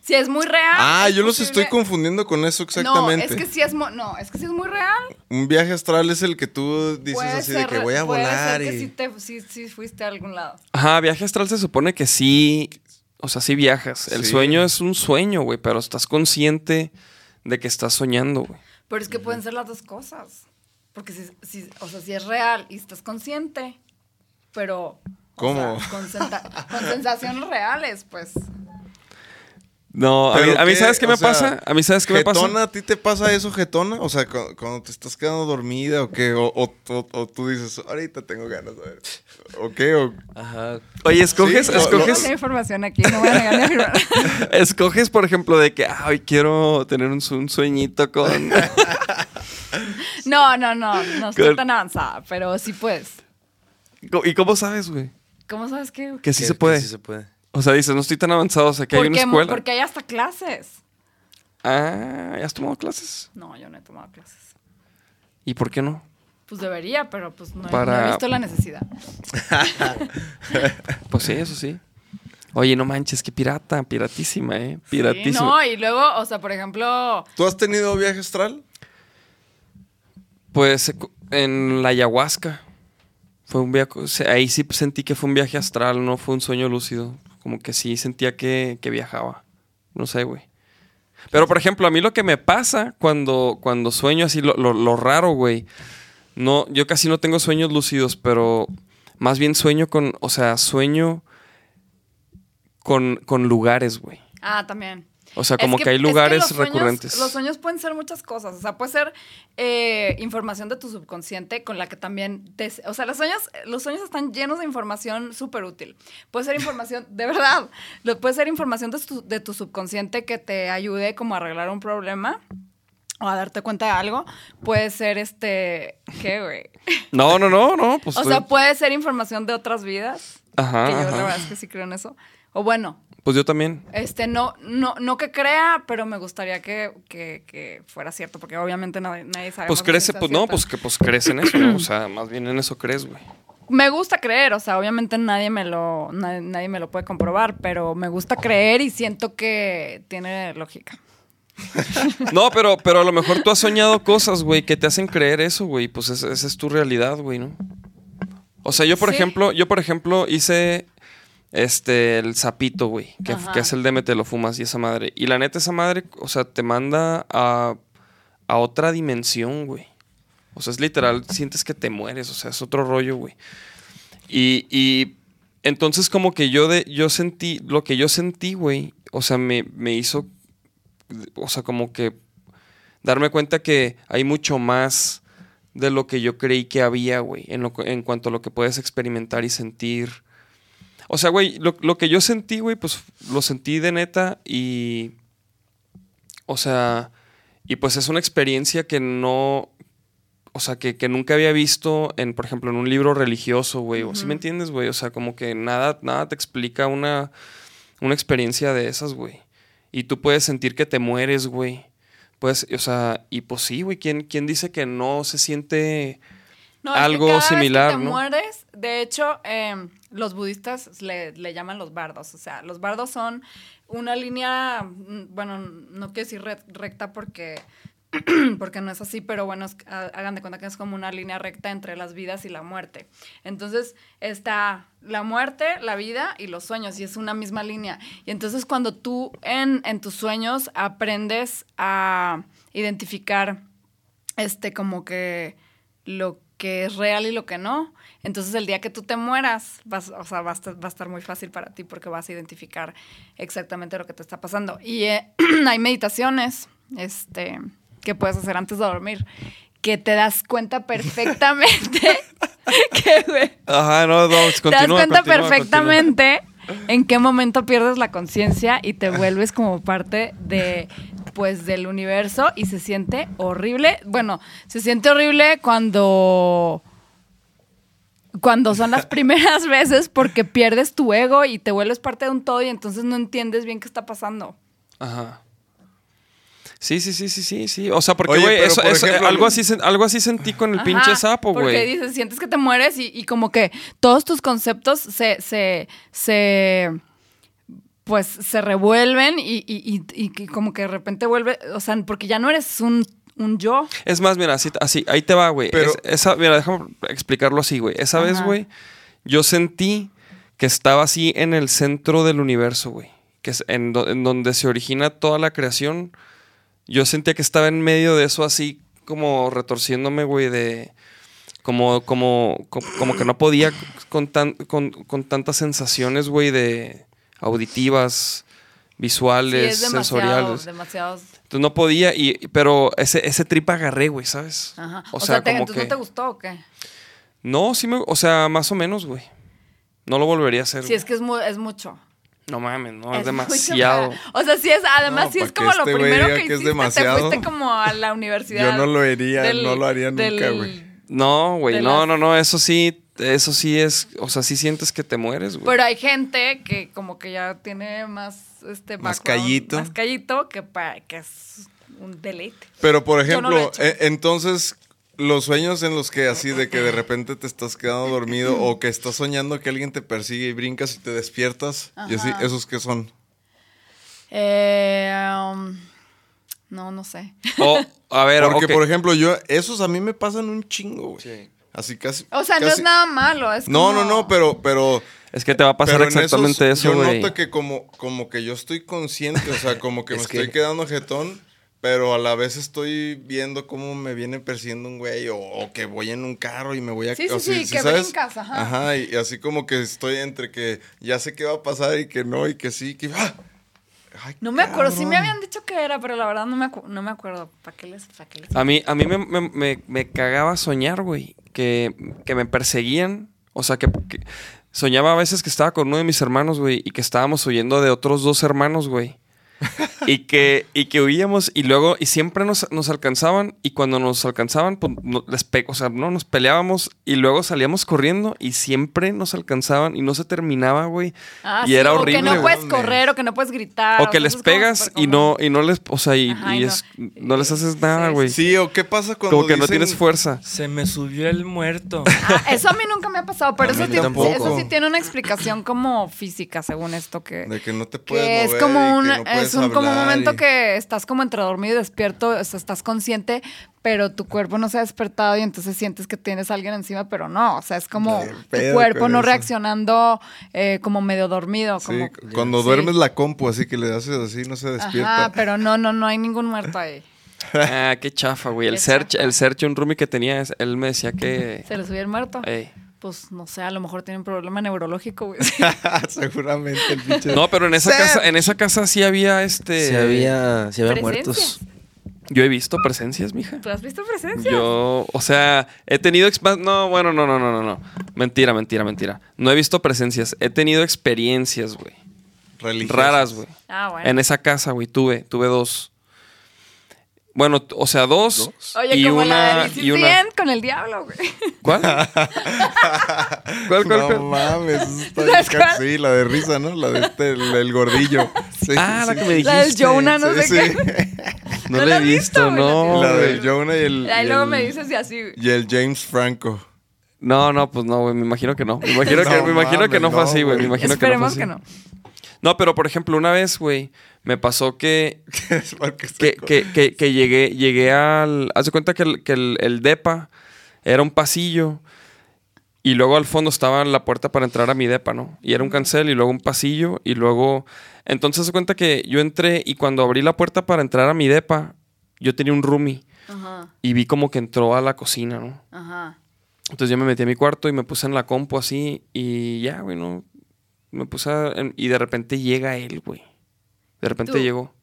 Si es muy real. ah, es yo los posible- estoy confundiendo con eso exactamente. No, es que sí es, mo- no, es, que sí es muy real. Un viaje astral es el que tú dices Puede así de ser- que voy a puede volar ser que y... sí, te- sí- sí fuiste a algún lado. Ajá, viaje astral se supone que sí. O sea, sí viajas. El Sí. sueño es un sueño, güey, pero estás consciente de que estás soñando, güey. Pero es que pueden ser las dos cosas. Porque si, si- o sea, si es real y estás consciente, pero. o ¿Cómo? sea, con, senta- con sensaciones reales, pues. No, a mí, ¿Pero a mí qué? ¿sabes qué O me sea, pasa? A mí, ¿sabes qué me pasa? ¿Getona? ¿A ti te pasa eso, Getona? O sea, cu- cuando, te estás quedando dormida o qué, o, o- o- o tú dices, ahorita tengo ganas de ver. ¿O qué? O- Ajá. Oye, escoges, Sí, lo- No escoges, hay información aquí, no voy a negar ni afirmar. escoges, por ejemplo, de que, ay, quiero tener un, un sueñito con... No, no, no, no estoy Con- tan avanzada, pero sí puedes. ¿Y cómo sabes, güey? ¿Cómo sabes qué? Que sí Que- se que puede. Sí se puede. O sea, dices, no estoy tan avanzado, o sea, que hay una porque, escuela. porque hay hasta clases. Ah, ¿ya has tomado clases? No, yo no he tomado clases. ¿Y por qué no? Pues debería, pero pues no, he- Para- no he visto la necesidad. Pues sí, eso sí. Oye, no manches, qué pirata, piratísima, ¿eh? Sí, Piratísima. no, y luego, o sea, por ejemplo, ¿Tú has tenido viaje astral? Pues eh, cu- en la ayahuasca. Fue un viaje. Ahí sí sentí que fue un viaje astral, no fue un sueño lúcido. Como que sí sentía que, que viajaba. No sé, güey. Pero, por ejemplo, a mí lo que me pasa cuando, cuando sueño así, lo, lo- lo raro, güey. No, yo casi no tengo sueños lúcidos, pero más bien sueño con. O sea, sueño con, con lugares, güey. Ah, también. O sea, Es como que hay es los lugares sueños- recurrentes. los sueños pueden ser muchas cosas. O sea, puede ser eh, información de tu subconsciente con la que también... te- o sea, los sueños, los sueños están llenos de información súper útil. Puede ser información, de verdad, lo- puede ser información de tu, de tu subconsciente que te ayude como a arreglar un problema o a darte cuenta de algo. Puede ser este... ¿Qué, güey? No, no, no, no. Pues O estoy- sea, puede ser información de otras vidas. ajá, que yo la ajá. verdad es que sí creo en eso. O bueno, Pues yo también. este, no, no, no que crea, pero me gustaría que, que- que fuera cierto, porque obviamente nadie, nadie sabe. Pues más o menos crece, si pues sea no, cierto. pues que pues crece en eso. o sea, más bien en eso crees, güey. Me gusta creer, o sea, obviamente nadie me lo, na- nadie, me lo puede comprobar, pero me gusta creer y siento que tiene lógica. No, pero, pero a lo mejor tú has soñado cosas, güey, que te hacen creer eso, güey. Pues esa, esa es tu realidad, güey, ¿no? O sea, yo por Sí. ejemplo, yo por ejemplo hice Este, el sapito, güey, que, Ajá. que es el DM, te lo fumas y esa madre. Y la neta, esa madre, o sea, te manda a, a otra dimensión, güey. O sea, es literal, sientes que te mueres, o sea, es otro rollo, güey. Y, y entonces como que yo, de, yo sentí, lo que yo sentí, güey, o sea, me, me hizo, o sea, como que darme cuenta que hay mucho más de lo que yo creí que había, güey, en, lo cu- en cuanto a lo que puedes experimentar y sentir. O sea, güey, lo, lo que yo sentí, güey, pues lo sentí de neta y... O sea, y pues es una experiencia que no... O sea, que, que nunca había visto en, por ejemplo, en un libro religioso, güey. o ¿Sí me entiendes, güey? O sea, como que nada, nada te explica una, una experiencia de esas, güey. Y tú puedes sentir que te mueres, güey. Pues, o sea, y pues sí, güey. ¿Quién, ¿Quién dice que no se siente No, es que algo cada vez que similar, te ¿no? mueres, de hecho, eh, los budistas le, le llaman los bardos. O sea, los bardos son una línea, mm, bueno, no quiero decir re- recta porque, porque no es así, pero bueno, es- ha- hagan de cuenta que es como una línea recta entre las vidas y la muerte. Entonces está la muerte, la vida y los sueños, y es una misma línea. Y entonces cuando tú en, en tus sueños aprendes a identificar este como que lo que es real y lo que no. Entonces el día que tú te mueras, vas, o sea, va a, estar, va a estar muy fácil para ti porque vas a identificar exactamente lo que te está pasando. Y eh, hay meditaciones este, que puedes hacer antes de dormir que te das cuenta perfectamente que, güey, Ajá, no, vamos, te das continúa, cuenta continúa, continúa. perfectamente en qué momento pierdes la conciencia y te vuelves como parte de pues del universo y se siente horrible. Bueno, se siente horrible cuando cuando son las primeras veces porque pierdes tu ego y te vuelves parte de un todo y entonces no entiendes bien qué está pasando. Ajá. Sí, sí, sí, sí, sí, sí. O sea, porque, Oye, güey, pero eso, por eso- eh, ejemplo, algo, así, sen- algo así sentí con el Ajá, pinche sapo, Porque güey. dices, sientes que te mueres y, y como que todos tus conceptos se, se, se pues se revuelven y, y- y- y que como que de repente vuelve, o sea, porque ya no eres un, un yo. Es más, mira, así, así ahí te va, güey. Pero- Es- esa, mira, déjame explicarlo así, güey. Esa vez, Ajá. güey, yo sentí que estaba así en el centro del universo, güey. Que es en, do- en donde se origina toda la creación. Yo sentía que estaba en medio de eso así como retorciéndome, güey, de... Como, como, como, como que no podía con, tan- con, con tantas sensaciones, güey, de auditivas, Sí, visuales, es demasiado, sensoriales. demasiado. Entonces no podía, y, pero ese, ese trip agarré, güey, ¿sabes? Ajá. O, sea, te- entonces no te gustó o qué? No, sí me... O sea, más o menos, güey. No lo volvería a hacer, Sí, güey. es que es, mu- es mucho. No mames, no, es, Es mucho demasiado. para- o sea, sí es, además No, sí pa' es que como lo este güey primero que, diga que es hiciste, demasiado. te fuiste como a la universidad. Yo no lo haría, del- no lo haría del- nunca, güey. No, güey, De no, las- no, no, eso sí, eso sí es... O sea, sí sientes que te mueres, güey. Pero hay gente que como que ya tiene más este Más background, callito. más callito que pa- que es un deleite. Pero por Yo no lo ejemplo, he hecho. e- entonces los sueños en los que así de que de repente te estás quedando dormido o que estás soñando que alguien te persigue y brincas y te despiertas y así, Ajá. esos que son. Eh, um, no, no sé. O, a ver, Porque ok. por ejemplo, yo esos a mí me pasan un chingo, güey. Así casi O sea, no es casi- nada malo. Es No, no, como- no, pero pero Es que te va a pasar Pero en exactamente esos eso, Yo güey. noto que como, como que yo estoy consciente, o sea, como que me Es estoy que- quedando jetón, pero a la vez estoy viendo cómo me viene persiguiendo un güey o, o que voy en un carro y me voy a... Sí, sí, o sea, sí, que brincas, ajá. Ajá, y, y así como que estoy entre que ya sé qué va a pasar y que no, y que sí, que... ¡ah! Ay, No me acuerdo, sí cabrón. me habían dicho que era, pero la verdad no me, acu- no me acuerdo. ¿Para qué les, para qué les- A mí, a mí me, me- me- me cagaba soñar, güey. Que, que me perseguían. O sea, que, que soñaba a veces que estaba con uno de mis hermanos, güey. Y que estábamos huyendo de otros dos hermanos, güey. y, que, y que huíamos y luego, y siempre nos, nos alcanzaban. Y cuando nos alcanzaban, pues, no- les pe- o sea, no, nos peleábamos. Y luego salíamos corriendo y siempre nos alcanzaban. Y no se terminaba, güey. Ah, y sí, era O horrible. que no güey. puedes Mames. correr, o que no puedes gritar. O que sea, les eso es como pegas súper y no, y no les, o sea, y, Ajá, y y no. es- no. les haces nada, Sí, güey. Sí, o qué pasa cuando Como que no dicen- tienes fuerza. Se me subió el muerto. Ah, eso a mí nunca me ha pasado, pero A eso mí sí, tampoco. eso sí tiene una explicación como física, según esto que... De que no te puedes que es mover y como un, que no puedes es un, como un momento y- que estás como entre dormido y despierto, o sea, estás consciente, pero tu cuerpo no se ha despertado y entonces sientes que tienes a alguien encima, pero no. O sea, es como Qué tu pedo cuerpo con no eso. reaccionando eh, como medio dormido. Sí, como, cu- cuando sí. duermes la compu, así que le haces así, no se despierta. Ajá, pero no, no, no hay ningún muerto ahí. Ah, qué chafa, güey. El Qué search, chafa. el search, un roomie que tenía, es- él me decía que. Se les hubiera el muerto. Ey. Pues no sé, a lo mejor tienen problema neurológico, güey. Seguramente el pinche. No, pero en esa Search. casa, en esa casa sí había este. Si había, sí había muertos. Presencias. Yo he visto presencias, mija. ¿Tú has visto presencia? Yo, o sea, he tenido expa- no, bueno, no, no, no, no, no. Mentira, mentira, mentira. No he visto presencias, he tenido experiencias, güey. religiosos. Raras, güey. Ah, bueno. En esa casa, güey, tuve, tuve dos. Bueno, t- o sea, dos, Oye, y como la una de y una con el diablo, güey. ¿Cuál? ¿Cuál, cuál, no cuál? mames, eso está bien ¿Sabes ca- cuál? Sí, la de risa, ¿no? La de este, el, el gordillo. Sí, Ah, la sí. que me dijiste. La del Jonah, no Sí, sé qué. sí. No, No la he la he visto, visto, güey, no. la tienes La que güey. del Jonah y el. Ahí y luego el- me dices y así, güey. Y el James Franco. No, no, pues no, güey. Me imagino que no. Me imagino, que, No me imagino que no mames, fue no, así, güey. Me güey. imagino Esperemos que que no. no. fue así. No, pero por ejemplo, una vez, güey, me pasó que Es porque se que, co- que, que, que llegué, llegué al. Haz de cuenta que, el, que el, el DEPA era un pasillo. Y luego al fondo estaba la puerta para entrar a mi DEPA, ¿no? Y era un cancel y luego un pasillo. Y luego. Entonces haz de cuenta que yo entré y cuando abrí la puerta para entrar a mi DEPA, yo tenía un roomie. Ajá, Y vi como que entró a la cocina, ¿no? ajá. Entonces yo me metí a mi cuarto y me puse en la compu así. Y ya, güey, no. Me puse a- en- Y de repente llega él, güey. De repente Tú. llegó.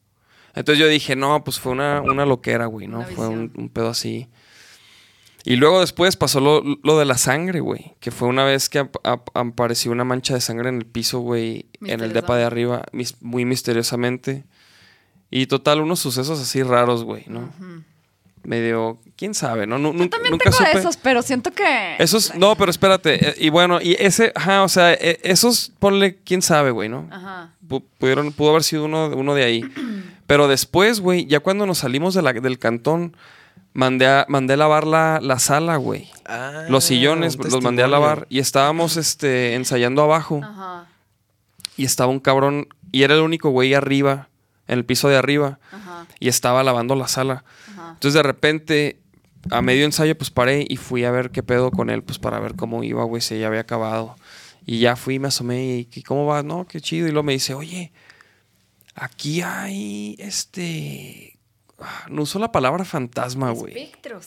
Entonces yo dije, no, pues fue una, una loquera, güey, ¿no? Una Fue un, visión. un pedo así. Y luego después pasó lo, lo de la sangre, güey. Que fue una vez que ap- ap- apareció una mancha de sangre en el piso, güey. En el depa de arriba, mis- muy misteriosamente. Y total, unos sucesos así raros, güey, ¿no? Medio, quién sabe, ¿no? Nu- Yo nun- también nunca tengo supe. esos, pero siento que. Esos, no, pero espérate. eh, Y bueno, y ese, ajá, o sea, e- esos, ponle, quién sabe, güey, ¿no? Ajá. Pu- pudieron, pudo haber sido uno, uno de ahí. Pero después, güey, ya cuando nos salimos de la- del cantón, mandé a, mandé a lavar la, la sala, güey. Ah, los sillones un los mandé testimonio. a lavar y estábamos este, ensayando abajo Ajá. y estaba un cabrón y era el único güey arriba, en el piso de arriba Ajá. y estaba lavando la sala. Entonces de repente, a medio ensayo, pues paré y fui a ver qué pedo con él, pues para ver cómo iba, güey, si ya había acabado. Y ya fui, me asomé y que, cómo va, no, qué chido. Y luego me dice, oye, aquí hay este... ah, No uso la palabra fantasma, Ah, güey. Espectros.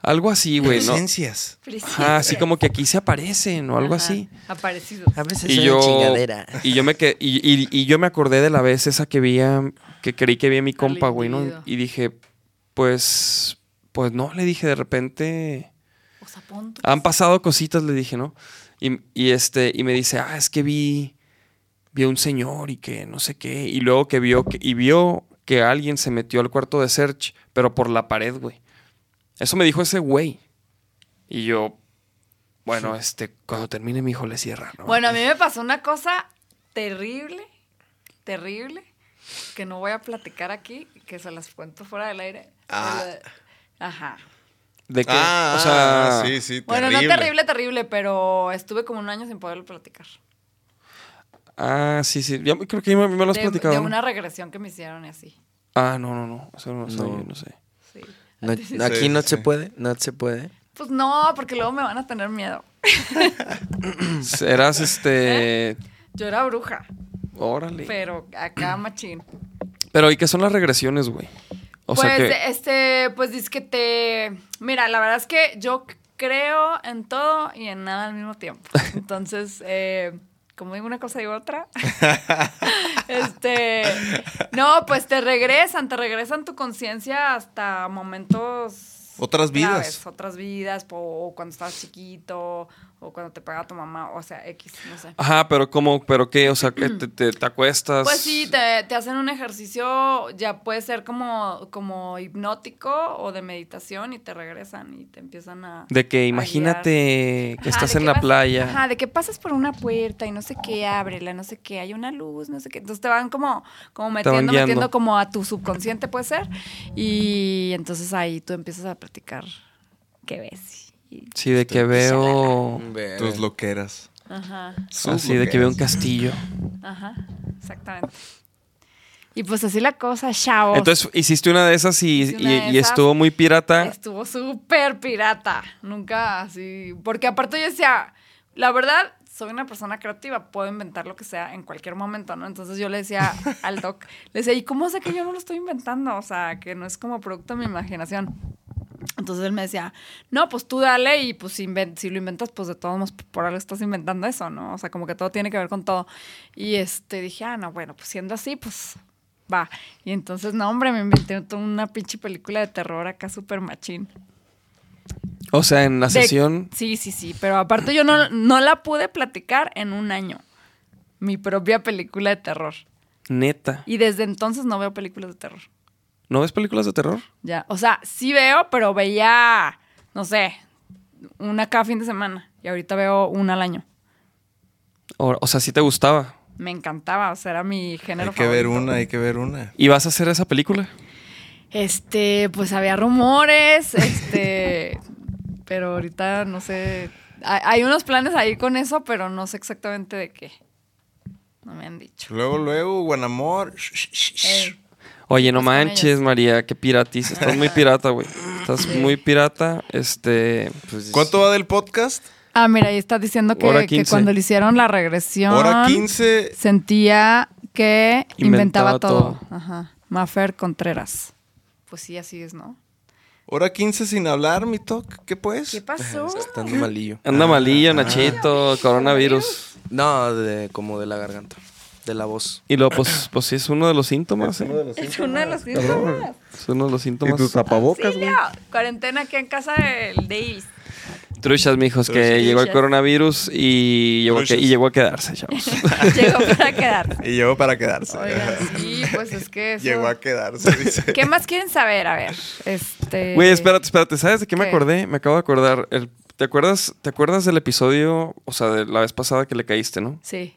Algo así, güey, ¿no? Presencias. Ajá, así como que aquí se aparecen o algo Ajá, así. Ah, Aparecidos. A veces Y soy yo, una chingadera. y yo me que- y, y- y yo me acordé de la vez esa que vi a- que creí que vi a mi compa, güey, ¿no? individuo. Y dije, pues, pues no, le dije de repente, O sea, pon tú. han pasado cositas, le dije, ¿no? Y, y este, y me dice, ah, es que vi, vi a un señor y que no sé qué. Y luego que vio que, y vio que alguien se metió al cuarto de Search, pero por la pared, güey. Eso me dijo ese güey. Y yo, bueno, este, cuando termine, mi hijo le cierra, ¿no? Bueno, a mí me pasó una cosa terrible, terrible, que no voy a platicar aquí, que se las cuento fuera del aire. Ah. Ajá. ¿De qué? Ah, o sea, ah, sí, sí, Bueno, terrible. no terrible, terrible, pero estuve como un año sin poderlo platicar. Ah, sí, sí. Ya, me- creo que ya me, me lo has de, platicado. de ¿no? una regresión que me hicieron y así. Ah, no, no, no. Eso no, lo sé, No. yo no sé. Sí. No- Antes- aquí Sí, no sí, se sí. puede, no se puede. Pues no, porque luego me van a tener miedo. Serás este. Yo era bruja, Órale. Pero, pero acá machín. ¿y qué son las regresiones, güey? O pues, sea que. este, pues dice que te. Mira, la verdad es que yo creo en todo y en nada al mismo tiempo. Entonces, eh, como digo una cosa, digo otra. este. No, pues te regresan, te regresan tu conciencia hasta momentos. Otras vidas. claves, otras vidas, po- o cuando estabas chiquito, o cuando te pega tu mamá, o sea, X, no sé. Ajá, pero ¿cómo? ¿Pero qué? O sea, que te, te- te acuestas. Pues sí, te, te hacen un ejercicio, ya puede ser como, como hipnótico o de meditación y te regresan y te empiezan a... De a que imagínate guiar. que Ajá, estás de en la vas- playa. Ajá, de que pasas por una puerta y no sé qué, ábrela, no sé qué, hay una luz, no sé qué. Entonces te van como, como Te van metiendo, guiando. metiendo como a tu subconsciente puede ser. Y entonces ahí tú empiezas a practicar qué ves. Y- Sí, de Este, que veo. Tus loqueras. Ajá, Sus Así, de que veo un loqueras. castillo. ajá, exactamente. Y pues así la cosa, chavos. Entonces hiciste una de esas y, Hice una y- de y esas. Pues estuvo muy pirata. Estuvo súper pirata. Nunca así. Porque aparte yo decía, la verdad, soy una persona creativa, puedo inventar lo que sea en cualquier momento, ¿no? Entonces yo le decía al doc, le decía, ¿y cómo sé que yo no lo estoy inventando? O sea, que no es como producto de mi imaginación. Entonces él me decía, no, pues tú dale y pues inven- si lo inventas, pues de todos modos, por algo estás inventando eso, ¿no? O sea, como que todo tiene que ver con todo. Y este, dije, ah, no, bueno, pues siendo así, pues va. Y entonces, no, hombre, me inventé toda una pinche película de terror acá súper machín. O sea, en la De- sesión. Sí, sí, sí, pero aparte yo no, no la pude platicar en un año. Mi propia película de terror. Neta. Y desde entonces no veo películas de terror. ¿No ves películas de terror? Ya, o sea, sí veo, pero veía, no sé, una cada fin de semana. Y ahorita veo una al año. O, o sea, sí te gustaba. Me encantaba, o sea, era mi género Hay que ver favorito. una, hay que ver una. ¿Y vas a hacer esa película? Este, pues había rumores, este, pero ahorita no sé. Hay, hay unos planes ahí con eso, pero no sé exactamente de qué. No me han dicho. Luego, luego, Guanamor. Eh, Oye, no Pues con manches, ellas. María, qué piratiza. Estás muy pirata, güey. Estás muy pirata. Este. Pues, ¿Cuánto va del podcast? ah, mira, ahí estás diciendo Hora que, que 15. cuando le hicieron la regresión, Hora 15. sentía que inventaba, Inventaba todo. todo. Ajá. Mafer Contreras. Pues sí, así es, ¿no? Hora 15 sin hablar, mi toc. ¿Qué pues? pasó? Estando malillo. Anda malillo, Nachito, coronavirus. No, de, como de la garganta. De la voz. Y luego, pues, pues sí, es uno de los síntomas, ¿eh? Es uno de los síntomas. Es uno de los síntomas. tapabocas, Auxilio. Cuarentena aquí en casa del Davis. Truchas, mijos, que Truchas. llegó el coronavirus y llegó, a que- y llegó a quedarse, chavos. Llegó para quedarse. Y llegó para quedarse. Oigan, sí, pues es que eso- Llegó a quedarse, dice. ¿Qué más quieren saber? A ver, este... Güey, espérate, espérate. ¿Sabes de qué me ¿Qué? acordé? Me acabo de acordar. El- ¿te, acuerdas, ¿Te acuerdas del episodio, o sea, de la vez pasada que le caíste, no? ¿Sí Sí.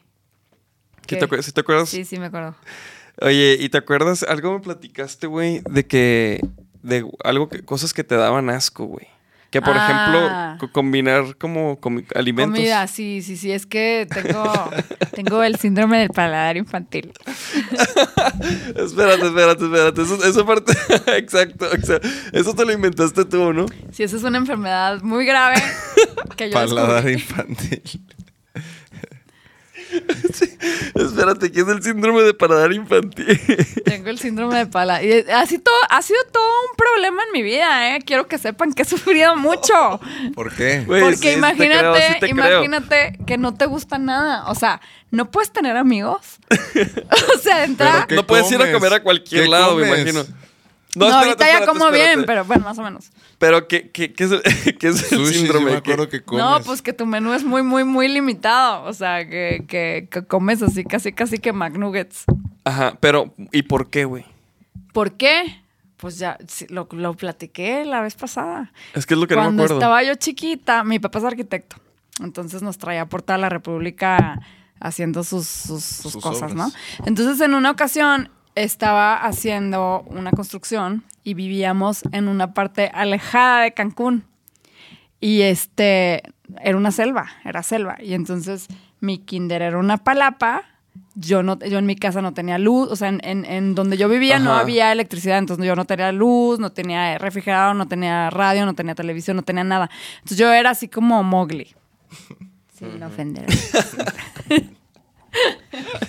¿Qué? te, acuer- sí te acuerdas? Sí, sí, me acuerdo. Oye, ¿y te acuerdas? Algo me platicaste, güey, de que. de algo que, cosas que te daban asco, güey. Que por Ah. ejemplo, co- combinar como comi- alimentos. Comida, sí, sí, sí. Es que tengo, tengo el síndrome del paladar infantil. Espérate, espérate, espérate. Eso, esa parte. exacto, exacto. Eso te lo inventaste tú, ¿no? Sí, esa es una enfermedad muy grave que yo Paladar descubrí. infantil. Espérate, que es el síndrome de paladar infantil. Tengo el síndrome de paladar. Y así todo, ha sido todo un problema en mi vida, ¿eh? Quiero que sepan que he sufrido mucho. ¿Por qué? Güey, sí, sí te Porque imagínate, creo, sí te creo. imagínate que no te gusta nada. O sea, no puedes tener amigos. o sea, ¿Pero entrar. qué No puedes ir a comes? comer a cualquier ¿Qué lado, me comes? imagino. No, espérate, ahorita ya espérate, como espérate. bien, pero bueno, más o menos. Pero, ¿qué, qué, qué es el, qué es el Sushi, sí síndrome? me ¿Qué- acuerdo que comes. No, pues que tu menú es muy, muy, muy limitado. O sea, que, que- que comes así, casi, casi que McNuggets. Ajá, pero, ¿y por qué, güey? ¿Por qué? Pues ya sí, lo, lo platiqué la vez pasada. Es que es lo que no me Cuando acuerdo. estaba yo chiquita, mi papá es arquitecto. Entonces nos traía por toda la República haciendo sus, sus- sus Sus cosas, obras. ¿no? Entonces en una ocasión estaba haciendo una construcción y vivíamos en una parte alejada de Cancún. Y este era una selva, era selva. Y entonces mi kinder era una palapa. Yo no, yo en mi casa no tenía luz, o sea, en, en- en donde yo vivía no Ajá. había electricidad, entonces yo no tenía luz, no tenía refrigerador, no tenía radio, no tenía televisión, no tenía nada. Entonces yo era así como Mowgli. Sin ofender.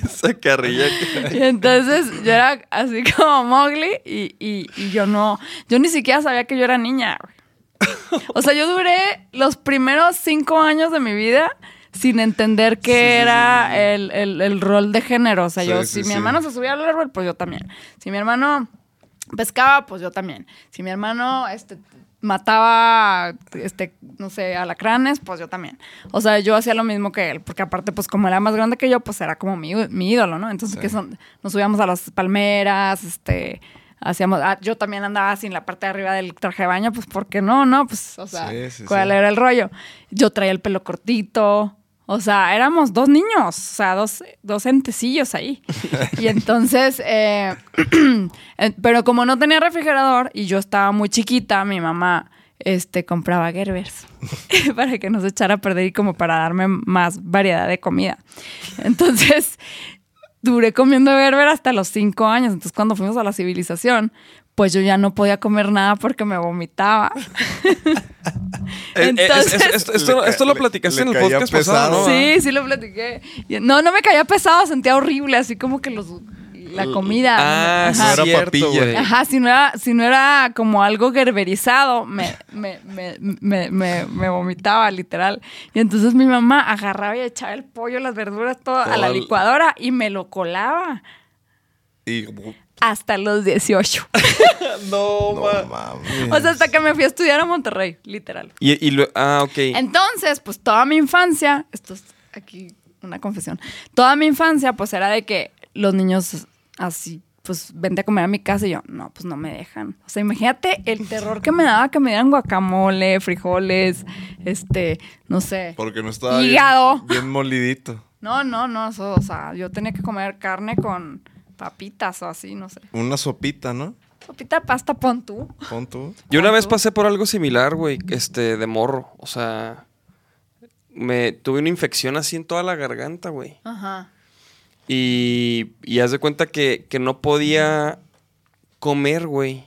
Esa carrilla que- Y entonces yo era así como Mowgli y, y- y yo no, yo ni siquiera sabía que yo era niña. güey. O sea, yo duré los primeros cinco años de mi vida sin entender que era El, el- el rol de género. O sea, Sí, yo, sí, si mi sí. hermano se subía al árbol, pues yo también. Si mi hermano pescaba, pues yo también. Si mi hermano este, mataba, este, no sé, alacranes, pues yo también. O sea, yo hacía lo mismo que él, porque aparte, pues como era más grande que yo, pues era como mi, mi ídolo, ¿no? Entonces, que son, nos subíamos a las palmeras, este, hacíamos, ah, yo también andaba así en la parte de arriba del traje de baño, pues porque no, no, pues, o sea, Sí, sí, ¿cuál sí. era el rollo? Yo traía el pelo cortito. O sea, éramos dos niños, o sea, dos, dos entecillos ahí. Y entonces, eh, Eh, Pero como no tenía refrigerador y yo estaba muy chiquita, mi mamá este, compraba Gerbers para que no se echara a perder y como para darme más variedad de comida. Entonces, duré comiendo berber hasta los cinco años. Entonces, cuando fuimos a la civilización, pues yo ya no podía comer nada porque me vomitaba. Eh, eh, Entonces- es- es- esto, esto- Le ca- esto lo le- platicaste le en el caía podcast pasado, ¿no? pesado. Sí, sí lo platiqué. Y- No, no me caía pesado, sentía horrible, así como que los la comida. Ah, Ajá. sí, No era era papilla. Ajá, si no era, si no era como algo gerberizado, me, me, me, me, me- me vomitaba, literal. Y entonces mi mamá agarraba y echaba el pollo, las verduras, todo a Todo la al- licuadora y me lo colaba Y, hasta los 18. no mames. o sea, hasta que me fui a estudiar a Monterrey, literal. Y, y lo- ah, ok. Entonces, pues toda mi infancia, esto es aquí una confesión, toda mi infancia pues era de que los niños así, pues vente a comer a mi casa y yo, no, pues no me dejan. O sea, imagínate el terror que me daba que me dieran guacamole, frijoles, este, no sé. Porque no estaba bien- Hígado. bien molidito. No, no, no, eso, o sea, yo tenía que comer carne con papitas o así, no sé. Una sopita, ¿no? Sopita de pasta pon tú. Pon tú. Yo una vez pasé por algo similar, güey, este, de morro. O sea, me tuve una infección así en toda la garganta, güey. Ajá. Y, y haz de cuenta que, que no podía comer, güey.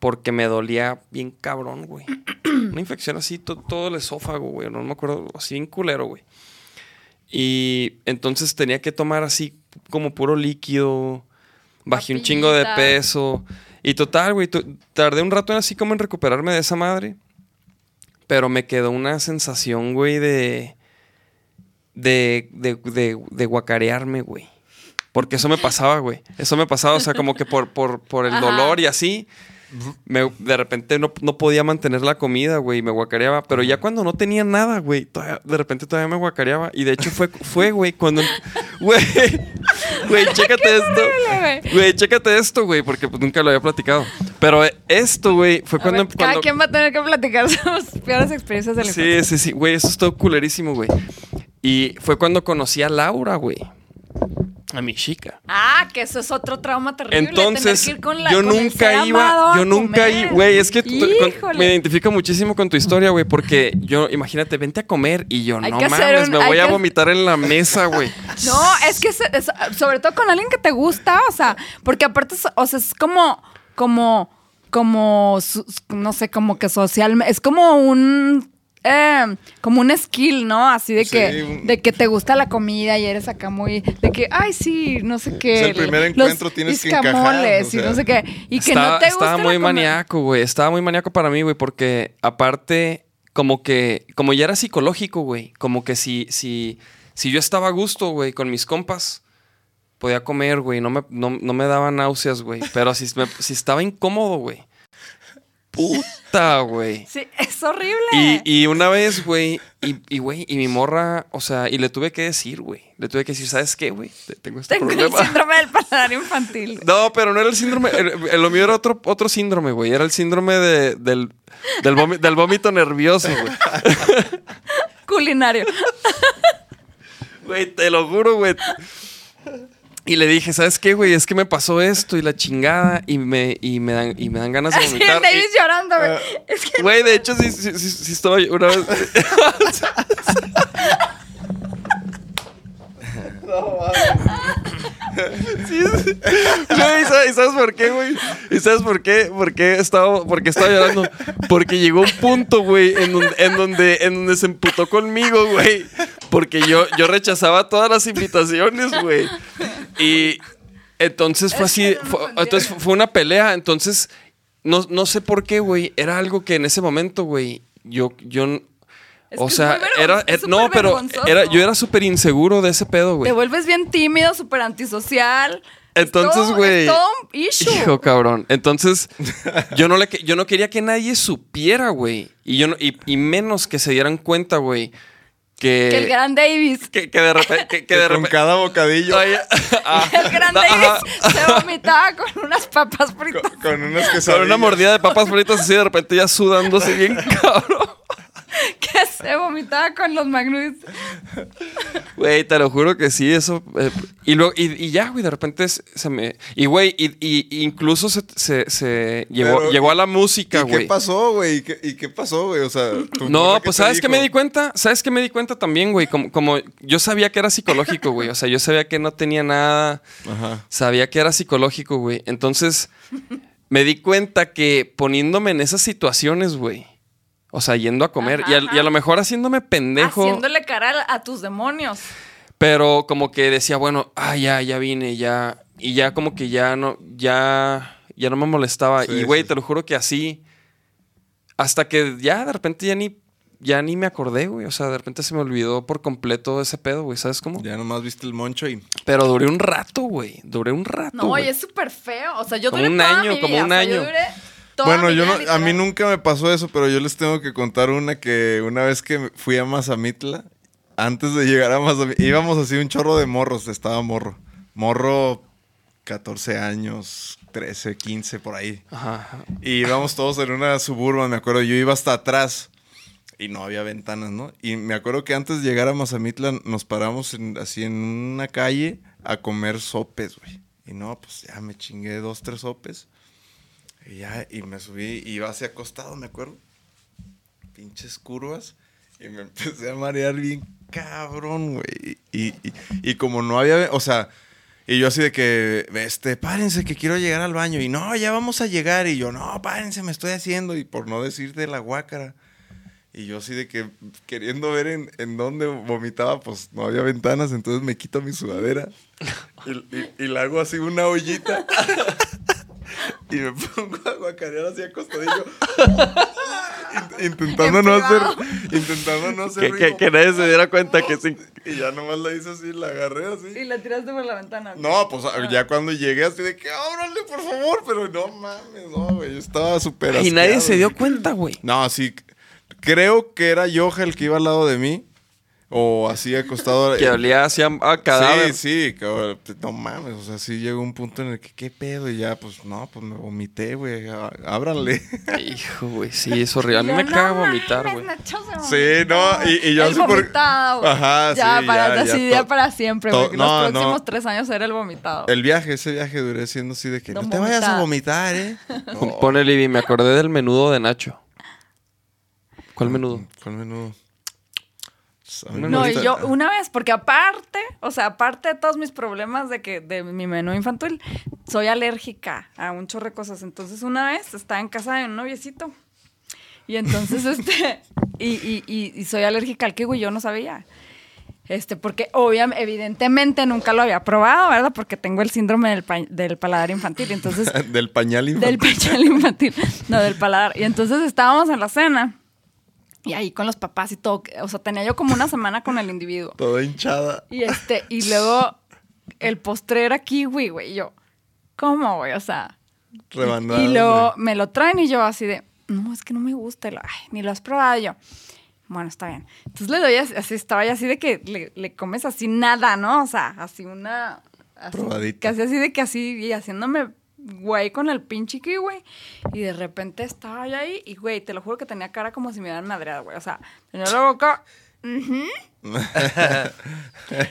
Porque me dolía bien cabrón, güey. Una infección así, to- todo el esófago, güey. No me acuerdo, así bien culero, güey. Y entonces tenía que tomar así como puro líquido. Bajé un chingo de Papillitas. peso. Y total, güey, tu- tardé un rato en así como en recuperarme de esa madre. Pero me quedó una sensación, güey, de de, de, de, de guacarearme, güey. Porque eso me pasaba, güey. Eso me pasaba, o sea, como que por, por, por el Ajá. dolor y así. me- de repente no, no podía mantener la comida, güey, y me guacareaba. Pero ya cuando no tenía nada, güey, todavía- de repente todavía me guacareaba. Y de hecho fue, fue güey, cuando... Güey, güey, chécate esto. horrible, güey. Güey, chécate esto, güey, porque pues, nunca lo había platicado. Pero eh, esto, güey, fue A cuando... ver, Cada cuando- quien va a tener que platicar sus peores experiencias de la Sí, sí, sí, güey, eso estuvo culerísimo, güey. Y fue cuando conocí a Laura, güey. A mi chica. Ah, que eso es otro trauma terrible. tener Entonces, que ir con la- yo con el nunca ser amado iba, a yo nunca comer. iba, güey, es que tú- con- Híjole. me identifico muchísimo con tu historia, güey, porque yo, imagínate, vente a comer y yo, Hay no que hacer mames, un- me hay voy a que- vomitar en la mesa, güey. No, es que se- es- sobre todo con alguien que te gusta, o sea, porque aparte, es- o sea, es como, como, como, su- no sé, como que social, es como un, eh, como un skill, ¿no? Así de Sí, que, un- de que te gusta la comida y eres acá muy, de que, ay, sí, no sé qué. Es el primer los encuentro, tienes que escamoles encajar, o y sea. no sé qué, y que Estaba- no te gusta Estaba la muy comida. maníaco, güey. Estaba muy maníaco para mí, güey, porque aparte, como que, como ya era psicológico, güey. Como que si, si, si yo estaba a gusto, güey, con mis compas, podía comer, güey. No me, no, no me daba náuseas, güey. Pero si, me- si estaba incómodo, güey. Puta, güey. Sí, es horrible. Y, y una vez, güey, y, y, güey, y mi morra, o sea, y le tuve que decir, güey. Le tuve que decir, ¿sabes qué, güey? Te- Tengo este Tengo el problema. síndrome del paladar infantil. No, pero no era el síndrome. el- el- lo mío era otro, otro síndrome, güey. Era el síndrome de- del, del, vomi- del vómito nervioso, güey. Culinario. Güey, te lo juro, güey. Y le dije, ¿sabes qué, güey? Es que me pasó esto y la chingada y me, y me, dan, y me dan ganas de Así el vomitar. Y- Ah, David llorando, güey. Es que Güey, de hecho, sí, sí, sí, sí estaba yo una vez. Sí, sí. Güey, ¿y sabes- y ¿sabes por qué, güey? ¿Y sabes por qué? ¿Por qué estaba, porque estaba llorando? Porque llegó un punto, güey, en donde, en donde, en donde se emputó conmigo, güey. Porque yo, yo rechazaba todas las invitaciones, güey. Y entonces fue así, fue- entonces fue una pelea, entonces no, no sé por qué, güey, era algo que en ese momento, güey, yo, yo, Es o que es sea, muy vergon- era, es eh, no, súper pero vergonzoso. era, yo era súper inseguro de ese pedo, güey. te vuelves bien tímido, súper antisocial. Es Entonces, todo- güey. Es todo un issue. Hijo cabrón. Entonces, yo no le que- yo no quería que nadie supiera, güey. Y yo no- y, y menos que se dieran cuenta, güey. Que, que el gran Davis. que, que de repente. Que, que Que de ah, con repente. cada bocadillo, El gran Davis se vomitaba con unas papas fritas. con, con unas Con quesadillas. una mordida de papas fritas así de repente ya sudando así bien cabrón. Que es Se vomitaba con los magnus. Güey, te lo juro que sí, eso. eh, y, luego, y, y ya, güey, de repente se- se me. Y, güey, y, y- incluso se, se, se llevó, Pero, llegó a la ¿Y música, qué güey. pasó, güey? ¿Y qué, y qué pasó, güey? O sea, ¿tu morra No, qué pues te ¿sabes qué dijo? me di cuenta? ¿Sabes qué me di cuenta también, güey? Como, como yo sabía que era psicológico, güey. O sea, yo sabía que no tenía nada. Ajá. Sabía que era psicológico, güey. Entonces, me di cuenta que poniéndome en esas situaciones, güey. O sea, yendo a comer y a, y a lo mejor haciéndome pendejo. Haciéndole cara a, a tus demonios. Pero como que decía, bueno, ah, ya, ya vine, ya. Y ya como que ya no, ya, ya no me molestaba. Sí, y güey, sí, te lo juro que así. Hasta que ya de repente ya ni, ya ni me acordé, güey. O sea, de repente se me olvidó por completo ese pedo, güey. ¿Sabes cómo? Ya nomás viste el moncho y... Pero duré un rato, güey. Duré un rato. No, güey. y es súper feo. O sea, yo Como duré un toda año, mi como vida. un O sea, yo año. duré toda bueno, mi yo vida, no- a mí literal. nunca me pasó eso, pero yo les tengo que contar una que una vez que fui a Mazamitla, antes de llegar a Mazamitla, íbamos así un chorro de morros, estaba morro. Morro 14 años, 13, 15, por ahí. Ajá, ajá. Y íbamos todos en una suburban, me acuerdo. Yo iba hasta atrás y no había ventanas, ¿no? Y me acuerdo que antes de llegar a Mazamitla nos paramos en- así en una calle a comer sopes, güey. Y no, pues ya me chingué dos, tres sopes. Y ya, y me subí, y iba hacia acostado, me acuerdo. Pinches curvas. Y me empecé a marear bien cabrón, güey. Y, y- y como no había, o sea, y yo así de que, este, párense que quiero llegar al baño. Y no, ya vamos a llegar. Y yo, no, párense, me estoy haciendo. Y por no decir de la guácara. Y yo así de que queriendo ver en, en dónde vomitaba, pues no había ventanas, entonces me quito mi sudadera y, y- y la hago así una ollita. y me pongo a guacarear así acostadillo. Int- intentando En no hacer. privado. Intentando no hacer. Que, que- ruido. que nadie se diera cuenta que sí. Y ya nomás la hice así, la agarré así. Y la tiraste por la ventana. No, pues ya cuando llegué así de que ábrale, por favor, pero no mames, no, güey, yo estaba súper Y nadie asqueado. se dio cuenta, güey. No, sí, creo que era Yoja el que iba al lado de mí, o así acostado. Que olía hacia a ah, cadáver. Sí, sí, cabrón, no mames, o sea, sí llegó un punto en el que, ¿qué pedo? Y ya, pues no, pues me vomité, güey, á- ábranle. Hijo, güey. Sí, es horrible. A mí me caga vomitar, güey. Sí, no, y- y yo el así por- vomitado, güey. Ajá, ya sí, Para, ya, así ya ya to- para siempre, to- güey. que no, Los no. próximos tres años era el vomitado. El viaje, ese viaje duré siendo así de que, No no, te vayas a vomitar. vomitar, ¿eh? No. Pone Libby, me acordé del menudo de Nacho. ¿Cuál menudo? Fue el menudo. Pues, A mí me No, y gusta- yo una vez, porque aparte, o sea, aparte de todos mis problemas de que de mi menú infantil, soy alérgica a un chorro de cosas. Entonces, una vez estaba en casa de un noviecito. Y entonces, este, y, y- y- y soy alérgica al kiwi, yo no sabía. Este, porque obviamente, evidentemente nunca lo había probado, ¿verdad? Porque tengo el síndrome del, pa- del paladar infantil. Entonces, Del pañal infantil. del pechal infantil, no del paladar. Y entonces estábamos en la cena y ahí con los papás y todo, que- o sea, tenía yo como una semana con el individuo. Toda hinchada. Y este y luego el postre era kiwi, güey, y yo. ¿Cómo, güey? O sea, Rebandada. y luego me lo traen y yo así de, no, es que no me gusta, y lo- ay, ni lo has probado Y yo. Bueno, está bien. Entonces le doy así, así, estaba ya así de que le, le comes así nada, ¿no? O sea, así una... así- Probadita. Casi así de que así, y haciéndome güey con el pinche kiwi. Y de repente estaba yo ahí y, güey, te lo juro que tenía cara como si me hubieran madreado, güey. O sea, tenía la boca... ujú.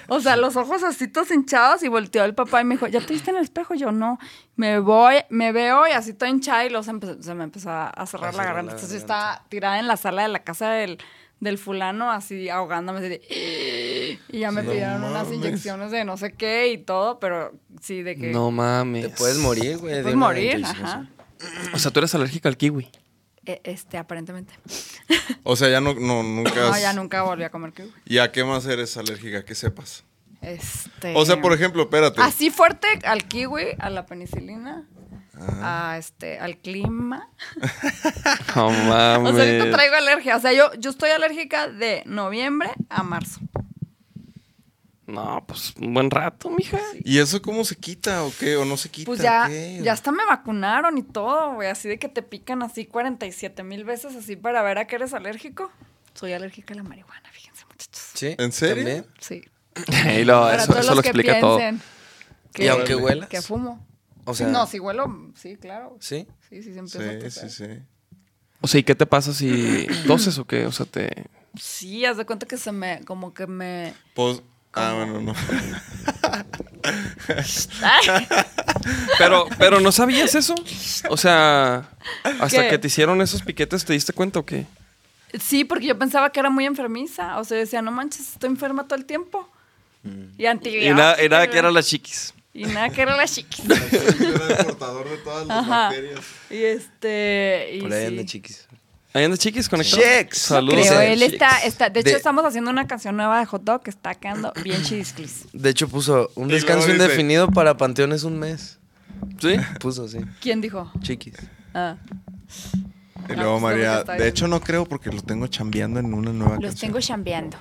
O sea, los ojos así todos hinchados y volteó el papá y me dijo, ¿ya te viste en el espejo? Yo no. Me voy, me veo y así toda hinchada y luego se, empezó- se me empezó a, a cerrar la garganta. Entonces yo estaba tirada en la sala de la casa del, del fulano así ahogándome. así de- y ya me No pidieron unas mames. inyecciones de no sé qué y todo, pero sí, de que... No mames. Te puedes morir, güey. de Puedes una morir, intoxicación. ajá. O sea, tú eres alérgica al kiwi. E- Este, aparentemente. O sea, ya no, no nunca. No, has- ya nunca volví a comer kiwi. ¿Y a qué más eres alérgica? Que sepas. Este... O sea, por ejemplo, espérate. Así fuerte al kiwi, a la penicilina, a este, al clima. No mames. O sea, ahorita traigo alergia. O sea, yo, yo estoy alérgica de noviembre a marzo. No, pues un buen rato, mija. ¿Y eso cómo se quita o qué? ¿O no se quita? Pues ya, ¿Qué? ya hasta me vacunaron y todo, güey. Así de que te pican así 47 mil veces así para ver a qué eres alérgico. Soy alérgica a la marihuana, fíjense, muchachos. Sí. ¿En serio? también. Sí. Y lo, para Ah, eso, eso lo explica todo. ¿Y aunque huelas? Que fumo. O Sí, sea, no, si huelo, sí, claro. Sí, ¿sí? sí, sí, se empieza a Sí, toser. sí, sí. O sea, ¿y qué te pasa si toses o qué? O sea, te. Sí, haz de cuenta que se me, como que me... Pues, ah, bueno, no. Ay, Pero, pero no sabías eso. O sea, hasta ¿Qué? que te hicieron esos piquetes, ¿te diste cuenta o qué? Sí, porque yo pensaba que era muy enfermiza. O sea, yo decía, no manches, estoy enferma todo el tiempo. Y antibióticos. Y nada, y ah, nada que eran las chiquis. Y nada que era la chiquis. Era el portador de todas las Ajá. bacterias. Y este... Y Por ahí anda sí. chiquis. Ahí anda chiquis conectados. Chicks. Saludos. Creo, Dulce. él está, está- de hecho De- estamos haciendo una canción nueva de Hot Dog que está quedando bien chidisclis. De hecho, puso un Y descanso luego dice- indefinido para Panteones un mes. Sí. Puso así. ¿Quién dijo? Chiquis. Ah, Y luego Ah, pues, creo que María, está de bien. hecho no creo porque lo tengo chambeando en una nueva los canción. tengo chambeando.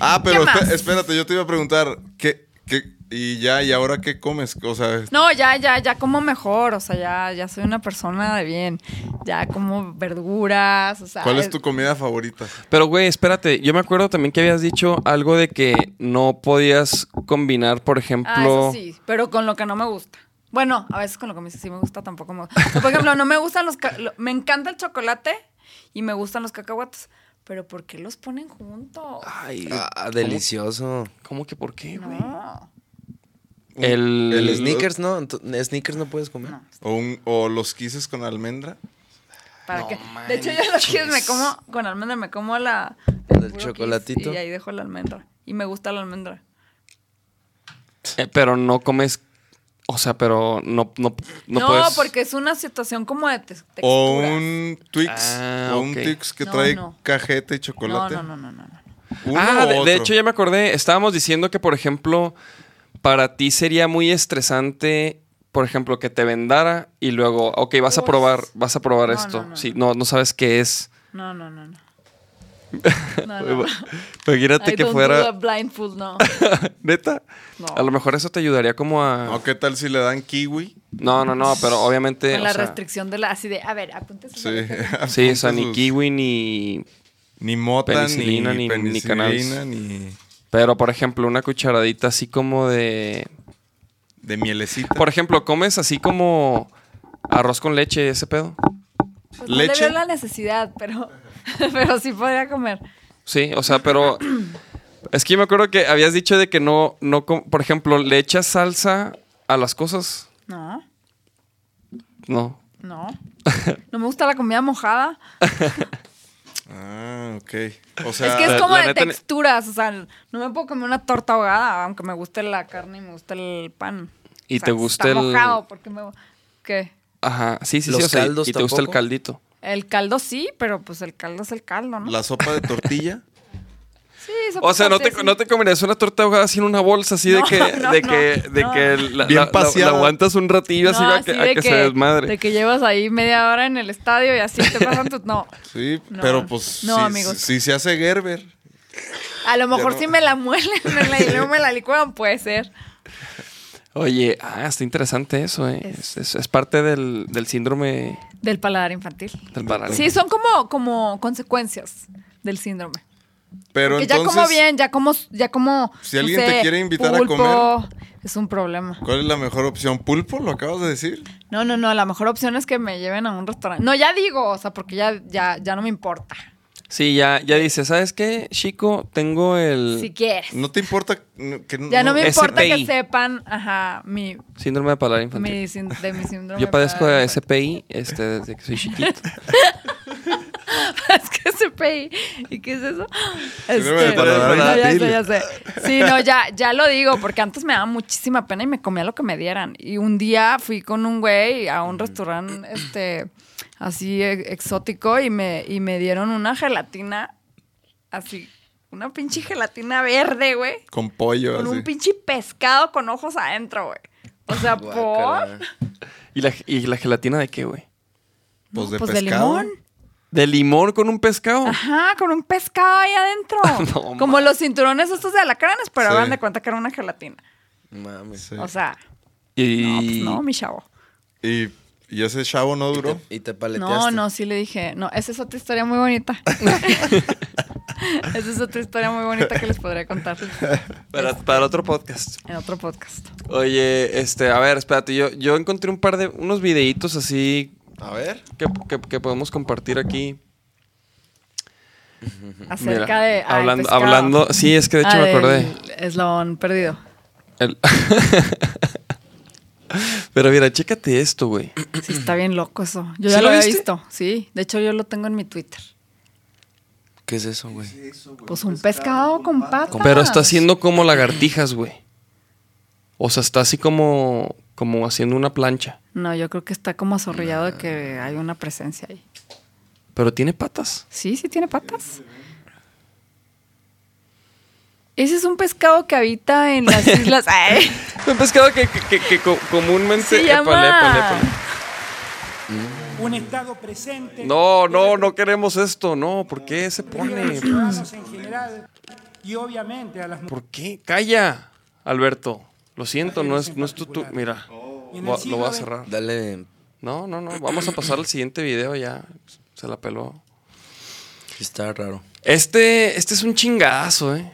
Ah, pero ¿Qué espe- más? espérate, yo te iba a preguntar, ¿qué, qué, y ya, y ahora qué comes? O sea, No, ya, ya, ya como mejor, o sea, ya, ya soy una persona de bien. Ya como verduras, o sea. ¿cuál es tu comida favorita? Pero, güey, espérate. Yo me acuerdo también que habías dicho algo de que no podías combinar, por ejemplo. Ah, eso sí, pero con lo que no me gusta. Bueno, a veces con lo que me sí me gusta tampoco me gusta. O sea, por ejemplo, no me gustan los ca- lo- me encanta el chocolate y me gustan los cacahuates, pero ¿por qué los ponen juntos? Ay, Ah, ¿cómo- delicioso. ¿Cómo que por qué, güey? No. El, El sneakers, ¿no? Ento- Sneakers no puedes comer. ¿O, un- o los quises con almendra? ¿Para No qué? De hecho, yo los quiero, me como con almendra, me como la el puro kiss chocolatito. y ahí dejo la almendra y me gusta la almendra. Eh, pero no comes. O sea, pero no, no, no, No, puedes. porque es una situación como de te- textura. ¿O un Twix? Ah, ¿O un ok. Twix que No, trae no. cajeta y chocolate? No, no, no, no, no. ¿Uno Ah, o de, de otro? hecho ya me acordé. Estábamos diciendo que, por ejemplo, para ti sería muy estresante, por ejemplo, que te vendara y luego, ok, vas a Uf. probar, vas a probar No, esto. no, no, Sí, no, no sabes qué es. No, no, no, no. No, no. Imagínate I que don't do the fuera. blindfold, no. Neta. No. A lo mejor eso te ayudaría como a. ¿O Ah, qué tal si le dan kiwi? No, no, no, pero obviamente. Con la o sea, restricción de la así de, a ver, apunte su Sí. Sí, o sea, ni Sus- kiwi ni. Ni mota, Penicilina, ni- ni, ni penicilina, cannabis. ni Pero, por ejemplo, una cucharadita así como de. de mielecita. Por ejemplo, comes así como arroz con leche, ese pedo. Pues no ¿Leche? le veo la necesidad, pero, pero sí podría comer. Sí, o sea, pero es que yo me acuerdo que habías dicho de que no, no, com- por ejemplo, le echas salsa a las cosas. No, No. no. No me gusta la comida mojada. Ah, ok. O sea, es que la- es como la de neta- texturas, o sea, no me puedo comer una torta ahogada, aunque me guste la carne y me guste el pan. Y O sea, te gusta está el- mojado porque me... ¿Qué? Ajá, sí, sí, Los sí. o sea, caldos y te gusta el tampoco. caldito. El caldo sí, pero pues el caldo es el caldo, ¿no? la sopa de tortilla. Sí, O sea, no te, no te comerías una torta ahogada sin una bolsa así de No, que, no, de no, que, de no. que la, Bien la- la- paseada. la aguantas un ratillo así, No, a que, así a de que se desmadre. De que llevas ahí media hora en el estadio y así te pasan tus... No, Sí, No. pero pues No, si, amigos. si se hace Gerber. A lo mejor no. si me la muelen me la, y luego me la licuan, puede ser. Oye, ah, está interesante eso, eh. Es, es- es parte del, del síndrome Del paladar infantil. del paladar. Sí, son como, como consecuencias del síndrome. Pero que ya entonces, como bien, ya como, ya como. Si alguien te quiere invitar a Es un problema. ¿cuál es la mejor opción? ¿Pulpo? ¿Lo acabas de decir? No, no, no. La mejor opción es que me lleven a un restaurante. No, ya digo, o sea, porque ya, ya, ya no me importa. Sí, ya, ya dice, ¿sabes qué, chico? Tengo Mm. el Si quieres. ¿No te importa n- que Ya no me importa SPI. que sepan, ajá, mi, síndrome de paladar infantil. mi sin- de mi síndrome. Yo padezco de paladar SPI este, desde que soy chiquito. es que se peí. ¿Y qué es eso? Síndrome de Este, paladar no, ya infantil. sé, ya sé. Sí, no, ya, ya lo digo, porque antes me daba muchísima pena y me comía lo que me dieran. Y un día fui con un güey a un restaurante este, así e- exótico y me, y me dieron una gelatina así. Una pinche gelatina verde, güey. Con pollo, Con así. un pinche pescado con ojos adentro, güey. O sea, por. Guácala. ¿Y la, ¿Y la gelatina de qué, güey? Pues de pues de pescado. limón. ¿De limón con un pescado? Ajá, con un pescado ahí adentro. No, Como los cinturones estos de alacranes, pero Sí. hagan de cuenta que era una gelatina. Mames. Sí. O sea, Y... no, pues no, mi chavo. y, y ese chavo no duró. Y te paleteaste. No, no, sí le dije. No, esa es otra historia muy bonita. esa es otra historia muy bonita que les podría contar Para, para otro podcast. en otro podcast. Oye, este, a ver, espérate. Yo, yo encontré un par de... Unos videitos así A ver. que, que- que podemos compartir aquí. Acerca Mira, de. ah, el hablando- pescado. Ah, hablando- sí, es que de hecho me del acordé. Eslabón perdido. El- Pero mira, chécate esto, güey. Sí, está bien loco eso. Yo ¿Sí ya lo lo, había viste? visto. Sí, de hecho yo lo tengo en mi Twitter. ¿Qué es eso, güey? Pues un pescado, con patas. Pero está haciendo como lagartijas, güey. O sea, está así como, como haciendo una plancha. No, yo creo que está como azorrillado de que hay una presencia ahí. Pero tiene patas. Sí, sí tiene patas. Ese es un pescado que habita en las islas. Ay, Un pescado que, que- que- que co- comúnmente... se Épale, épale, llama. épale. Mm. Un estado presente. No, no, no queremos esto. No, ¿por qué se pone? Ciudadanos en general y obviamente a las mujeres. ¿Por qué? Calla, Alberto. Lo siento, no es, no es tu... tu- Mira, va- lo voy a cerrar. Dale. No, no, no. Vamos a pasar al siguiente video ya. Se la peló. Está raro. Este, este es un chingadazo, ¿eh?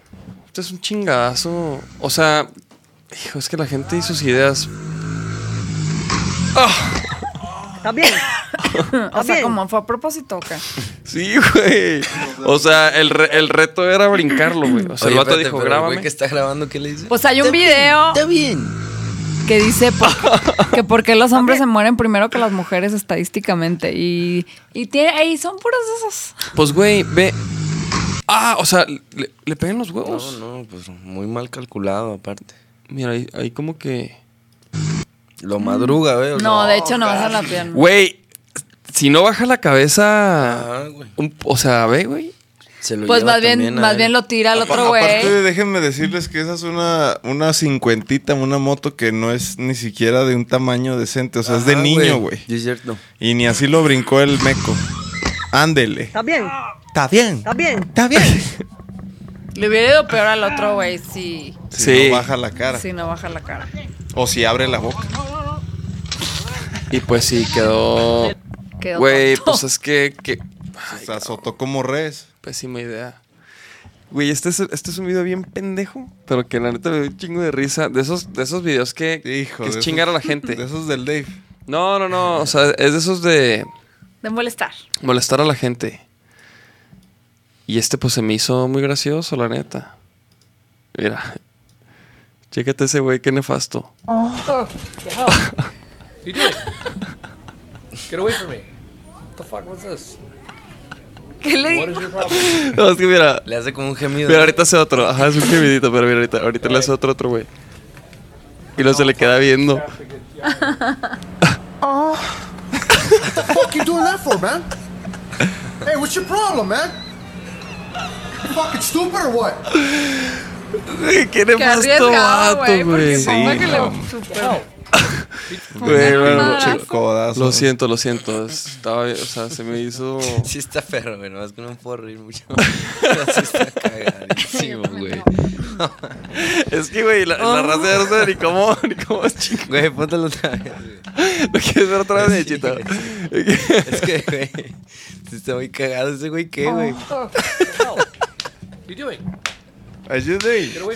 Este es un chingadazo. O sea, hijo, es que la gente y sus ideas. También. o sea, como fue a propósito, o qué? Sí, güey. O sea, el, re- el reto era brincarlo, güey. O sea, Oye, el vato espérate, dijo, pero el grábame. güey que está grabando, ¿qué le dice? Pues hay un video Está bien. que dice por- que por qué los hombres se mueren primero que las mujeres estadísticamente. Y, y tiene, ahí son puros de esos. Pues, güey, ve. Ah, o sea, le, le pegan los huevos. No, no, pues muy mal calculado, aparte. Mira, ahí, ahí como que. Lo madruga, güey. o No, sea, de hecho no bajan la pierna. Güey, si no baja la cabeza. ah, güey. un- o sea, ve, güey. Se lo Pues lleva más bien, también a más él. bien lo tira al otro Aparte, güey. déjenme decirles que esa es una, una cincuentita, una moto que no es ni siquiera de un tamaño decente. O sea, es de Ajá, niño, güey. Ah, Sí, Es cierto. Y ni así lo brincó el meco. Ándele. Está bien, Está bien. está bien. Está bien. Le hubiera ido peor al otro güey si, Si Sí. no baja la cara. si no baja la cara. O si abre la boca. Y pues sí, quedó. Quedó Güey, tonto. pues es que. que... O sea, azotó como res. Pésima idea. Güey, este es, este es un video bien pendejo, pero que la neta me dio un chingo de risa. De esos, de esos videos que, que Hijo es de esos- chingar a la gente. De esos del Dave. No, no, no. O sea, es de esos de de molestar. molestar a la gente. Y este, pues, se me hizo muy gracioso, la neta. Mira. Chécate ese güey, qué nefasto. ¿Qué le dijo? No, es que mira. Le hace como un gemido. Mira, ahorita hace otro. Ajá, es un gemidito, pero mira, ahorita, ahorita le hace otro, otro güey. Y luego se le queda viendo. fuck you doing that for, man? Hey, what's your problem, man? fucking stupid or what? ¿Qué Qué nefasto arriesgado, güey. vato, Porque güey? supongo Sí, que no. le super... Güey, bueno, madrazo. che- Codazo. Lo siento, lo siento. Estaba, o sea, se me hizo. Sí está perro, güey. Nomás que no me puedo reír mucho. sí está cagadísimo, güey. Es que, güey, la, Oh. la raza de no sé ni cómo, ni cómo chingo. Güey, póntalo otra vez, güey. ¿Lo quieres ver otra vez, Chito? Es que, güey. sí Está muy cagado ese güey, ¿qué, güey? Ayude.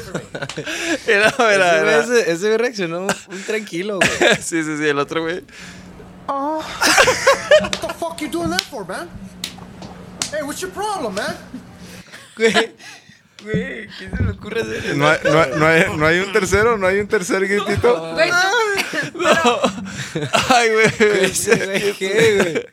Era, Ese güey- era, era. Ese ese güey reaccionó un tranquilo, güey. Sí, sí, sí, el otro, güey. What the fuck you doing that for, man? Hey, what's your problem, man? Güey, güey, ¿qué se le ocurre hacer eso? No hay, no, hay- no hay- no hay un tercero, no hay un tercer gritito. Güey, no. Ay, güey. Ese güey, ¿Qué, güey?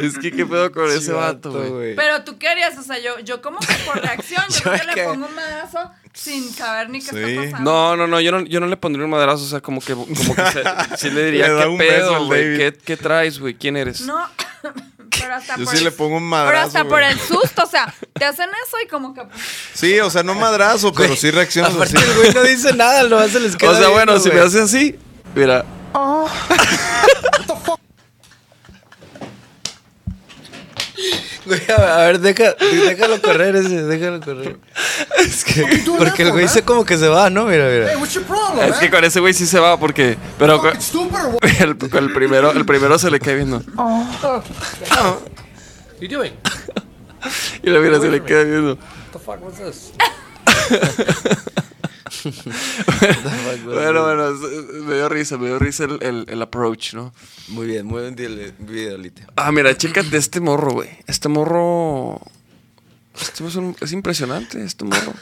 Es que, ¿qué pedo con ese vato, güey? Pero tú qué harías, o sea, yo, yo como que por reacción, yo, Yo creo que que- le pongo un madrazo sin saber ni qué Sí. está pasando. No, no, no yo, no, yo no le pondría un madrazo, o sea, como que, como que se- sí le diría, Le da ¿qué un beso pedo, al güey? David. ¿Qué, ¿Qué traes, güey? ¿Quién eres? No, pero hasta Yo por sí el- le pongo un Pero madrazo. hasta por güey. el susto, o sea, te hacen eso y como que Sí, o sea, no madrazo, pero sí reaccionas así. Aparte, el güey no dice nada, lo hace les queda O sea, bueno, viendo, si me güey. hace así, mira. Güey, a ver, deja, déjalo correr ese, déjalo correr. Es que, porque el güey se como que se va, ¿no? Mira, Hey, mira. what's your problem, Es que man? con ese güey sí se va porque. Pero con Fucking stupid or what? el, con el primero, el primero se le cae viendo. Y la mira se le queda viendo. Bueno, bueno, es- me dio risa, me dio risa el, el- el approach, ¿no? Muy bien, muy bien, video, videolite. Ah, mira, chécate este morro, güey. Este morro Este güey es, un- es impresionante, este morro.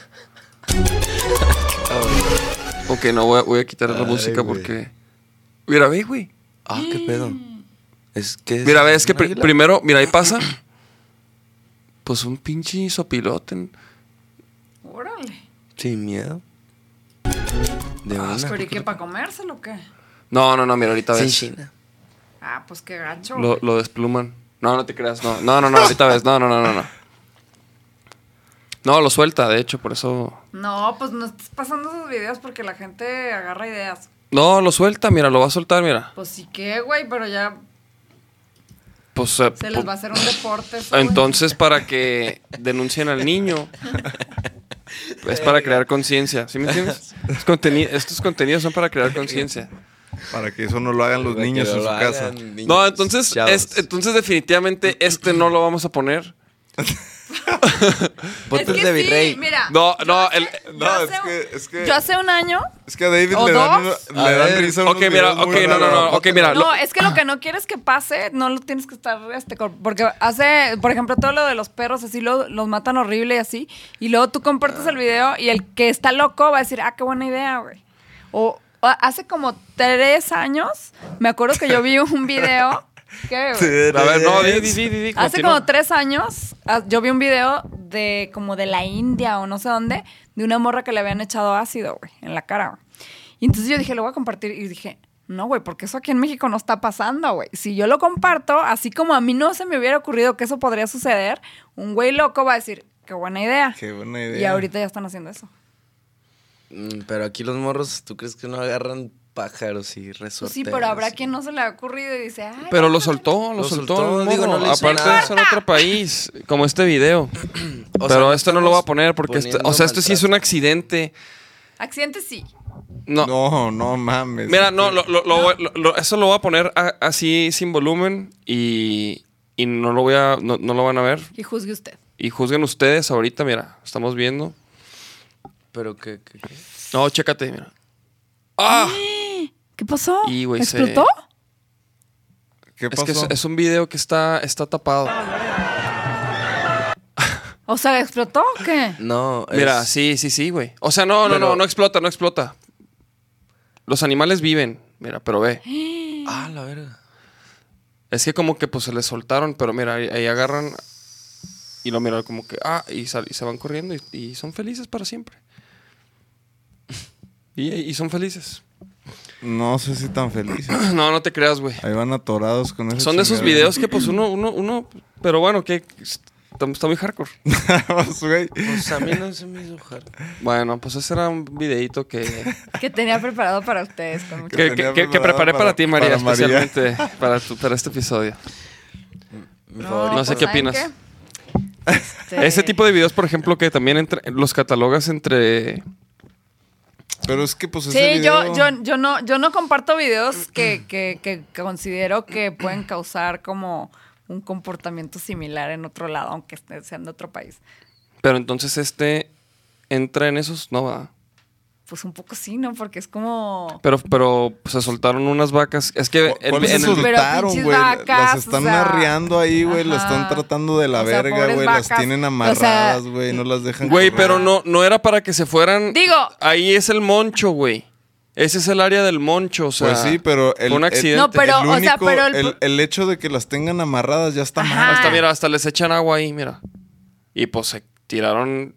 ok, no, voy a, voy a quitar la Ay, música güey. porque... Mira, ve, güey. Ah, qué pedo. Es que. Mira, ve, es que un pri- águila. primero, mira, ahí pasa. Pues un pinche sopilote. Órale. Sin miedo. De una. ¿Pero y qué, para comérselo o qué? No, no, no, mira, ahorita Sin ves. China. Ah, pues qué gacho. Lo, lo despluman. No, no te creas, no. No, no, no, ahorita ves. No, no, no, no, no. No, lo suelta, de hecho, por eso. No, pues no estás pasando esos videos porque la gente agarra ideas. No, lo suelta, mira, lo va a soltar, mira. Pues sí que, güey, pero ya Pues eh, se les pu- va a hacer un deporte. eso, güey. entonces para que denuncien al niño. Es para crear conciencia, ¿sí me entiendes? Es conteni- estos contenidos son para crear conciencia. Para que eso no lo hagan los Para que niños en lo su hagan casa. niños, No, entonces, chavos. este- entonces definitivamente este no lo vamos a poner. Ponte Es el que Pues de sí, virrey. mira, No, no, el, No, Yo es hace- que, es que, yo hace un año. es que a David ¿O le dan, dos? una- A le dan ver. risa unos Ok, mira, videos ok, no, muy no, raros. no, ok, mira. lo- No, es que lo que no quieres que pase, no lo tienes que estar, este, cor- porque hace, por ejemplo, todo lo de los perros, así lo- los matan horrible y así, y luego tú compartes el video y el que está loco va a decir, ah, qué buena idea, güey. O o hace como tres años, me acuerdo que yo vi un video, ¿qué, güey? a ver, no, di, di, di, di, di, Hace continúa. como tres años ah, yo vi un video de como de la India o no sé dónde, de una morra que le habían echado ácido, güey, en la cara. güey. Y entonces yo dije, lo voy a compartir. Y dije, no, güey, porque eso aquí en México no está pasando, güey. Si yo lo comparto, así como a mí no se me hubiera ocurrido que eso podría suceder, un güey loco va a decir, qué buena idea. Qué buena idea. Y ahorita ya están haciendo eso. Mm, Pero aquí los morros, ¿tú crees que no agarran pájaros y Pues resorteros? sí, pero habrá quien no se le ha ocurrido y dice, ay. Pero lo soltó, lo, Lo soltó. soltó, el digo, morro. no le hizo Aparte nada. es en otro país, como este video. O sea, Pero esto no lo voy a estamos poner porque, este- poniendo o sea, esto sí es un maltrato. accidente. Accidente sí. No, No, no mames. Mira, no, lo, lo- lo voy- lo- lo- eso lo voy a poner a- así sin volumen y, y no lo voy a, no, no lo van a ver. Y juzgue usted. Y juzguen ustedes ahorita, mira, estamos viendo. Pero que. que- que- No, chécate, mira. ¡Ah! ¿Qué pasó? Y, güey, se- ¿Explotó? ¿Qué Es pasó? que es, es un video que está, está tapado. O sea, ¿explotó o qué? No, Mira, es- sí, sí, sí, güey. O sea, no, no, no, Pero- no explota, no explota. Los animales viven, mira, pero ve. Ah, la verga. Es que como que pues se les soltaron, pero mira, ahí, ahí agarran y lo miran como que, ah, y, sal- y se van corriendo y, y son felices para siempre. Y, y son felices. No sé si tan feliz. No, no te creas, güey. Ahí van atorados con eso. Son de esos videos que pues uno, uno, uno, pero bueno, que está, está muy hardcore. güey. Pues a mí no se me hizo hard. Bueno, pues ese era un videíto que, Que tenía preparado para ustedes con mucho que, que- tenía que- que preparado preparé para, para- ti, María, para María. especialmente para, tu- para este episodio. Mi favorito. No sé qué pues, ¿saben Este, opinas. Este, Ese tipo de videos, por ejemplo, que también entre- los catalogas entre... Pero es que pues Sí, ese yo, video... yo, yo, no, yo no comparto videos que, que, que considero que pueden causar como un comportamiento similar en otro lado, aunque esté- sean de otro país. Pero entonces este entra en esos, no va. Pues un poco sí, ¿no? Porque es como... Pero, pero se soltaron unas vacas. Es que ¿Cu- en- ¿Cuáles en se el- Pero soltaron, pinches güey? vacas, Las o están sea, arreando ahí, güey. Las ajá. están tratando de la O sea, verga, pobres güey. Las vacas. tienen O sea, amarradas, güey. no las dejan. güey, correr. pero no, no era para que se fueran. Digo. Ahí es el moncho, güey. Ese es el área del moncho, o sea. Pues sí, pero fue el, un el- accidente. No, pero, el o sea, único- pero el- el, el hecho de que las tengan amarradas ya está Ajá. mal. Hasta, mira, hasta les echan agua ahí, mira. Y pues se tiraron.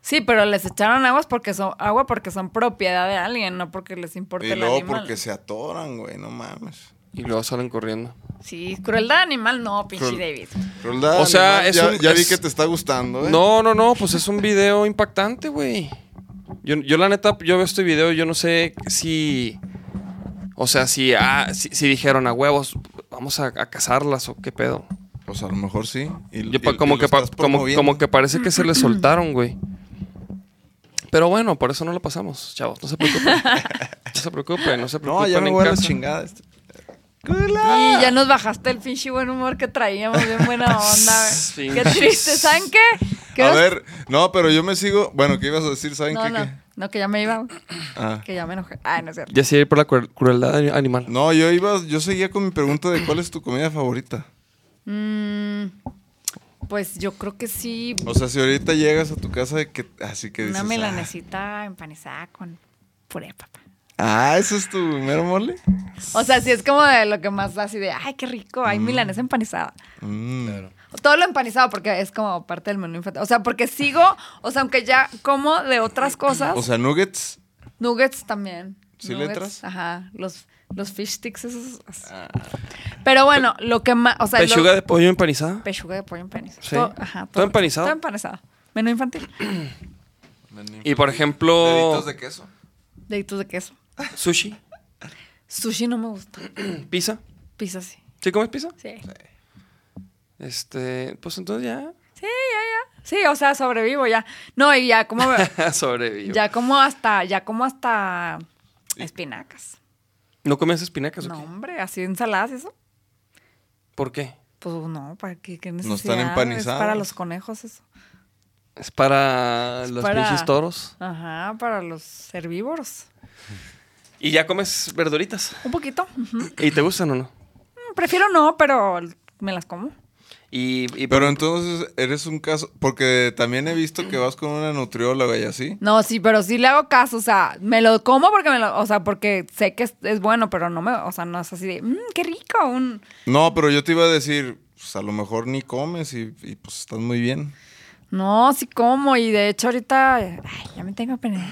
Sí, pero les echaron aguas porque son, agua porque son propiedad de alguien, no porque les importa Y el luego animal. porque se atoran, güey. No mames. Y luego salen corriendo. Sí, crueldad animal no, pinche Cruel- David. Crueldad O sea, animal. es ya, un- ya vi es- que te está gustando, ¿eh? No, no, no, pues es un video impactante, güey. Yo, yo la neta, yo veo este video, yo no sé si... O sea, si, ah, si, si dijeron a huevos, vamos a, a cazarlas o qué pedo. Pues a lo mejor sí. Y, Yo pa- y- como, y lo que pa- estás como, promoviendo. como que parece que se les soltaron, güey. Pero bueno, por eso no lo pasamos, chavos. No se preocupen. No se preocupen, no se preocupen. No, ya me en voy a la casa. chingada. este. Y ya nos bajaste el pinche buen humor que traíamos, bien buena onda. güey. Sí. Qué triste, ¿saben qué? Que A nos- ver, no, pero yo me sigo. Bueno, ¿qué ibas a decir? ¿Saben No, qué? no, qué? no, que ya me iba, güey, Ah. que ya me enojé. Ay, no es cierto. Ya sí, por la cruel- crueldad ani- animal. No, yo iba, yo seguía con mi pregunta de cuál es tu comida favorita. Mm, Pues yo creo que sí. O sea, si ahorita llegas a tu casa de que así que dices. una ah, melanecita empanizada con puré, papá. Ah, ¿eso es tu mero mole? O sea, sí es como de lo que más da así de, ay, qué rico, Mm. hay milanesa empanizada. Claro. Todo lo empanizado porque es como parte del menú infantil. O sea, porque sigo, o sea, aunque ya como de otras cosas, O sea, nuggets. nuggets también. ¿Sí le nuggets, entras? Ajá, los, los fish sticks esos. Pero bueno, lo que más, o sea, lo- Ah. ¿Pechuga de pollo empanizada? pechuga de pollo empanizado. Sí. Todo, ajá, Todo empanizado. Todo empanizado. Menú infantil. Y por ejemplo, Deditos de queso. Deditos de queso. sushi, Sushi no me gusta. pizza. Pizza sí. ¿Sí comes pizza? Sí. Este, pues entonces ya Sí, ya, ya. Sí, o sea, sobrevivo ya. No, y ya como sobrevivo. ya como hasta, ya como hasta espinacas. ¿No comes espinacas o No, qué? hombre, así ensaladas y eso. ¿Por qué? Pues no, ¿para qué, qué están necesidad? Es empanizadas. para los conejos eso. Es para los para- pinches toros. Ajá, para los herbívoros. Y ya comes verduritas. Un poquito. ujú. ¿Y te gustan o no? Prefiero no, pero me las como. Y, y por- Pero entonces eres un caso, porque también he visto que vas con una nutrióloga y así. No, sí, pero sí le hago caso, o sea, me lo como porque me lo, o sea, porque sé que es, es bueno, pero no me, o sea, no es así de, mmm, qué rico, un, No, pero yo te iba a decir, pues a lo mejor ni comes y, y, pues estás muy bien. No, sí como, y de hecho ahorita, ay, ya me tengo pena.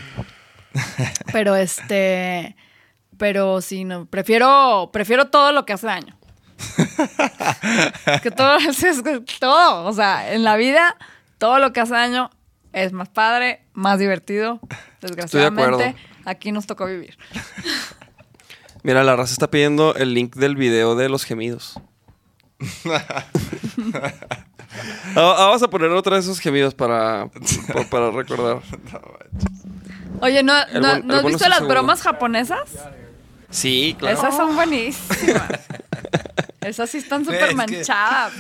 Pero este, pero sí, no, prefiero, prefiero todo lo que hace daño. Es que todo, es que todo, o sea, en la vida, todo lo que hace daño es más padre, más divertido, desgraciadamente. Aquí nos tocó vivir. mira, la raza está pidiendo el link del video de los gemidos. Ah, ah, vamos a poner otra de esos gemidos para, pa- para recordar. Oye, ¿no, El no- buen- ¿no el has bueno visto está las seguro. bromas japonesas? Sí, claro. Esas son buenísimas. Esas sí están es súper que- manchadas.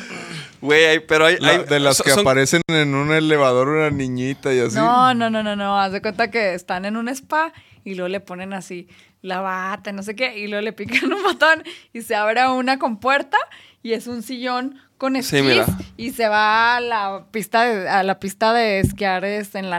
Güey, hay- pero hay, La- hay- de las son- que son- aparecen en un elevador una niñita y así. No, no, no, no, no. Haz de cuenta que están en un spa y luego le ponen así la bata, no sé qué, y luego le pican un botón y se abre una compuerta y es un sillón con Sí, esquís mira. y se va a la pista de, a la pista de esquiar es, en la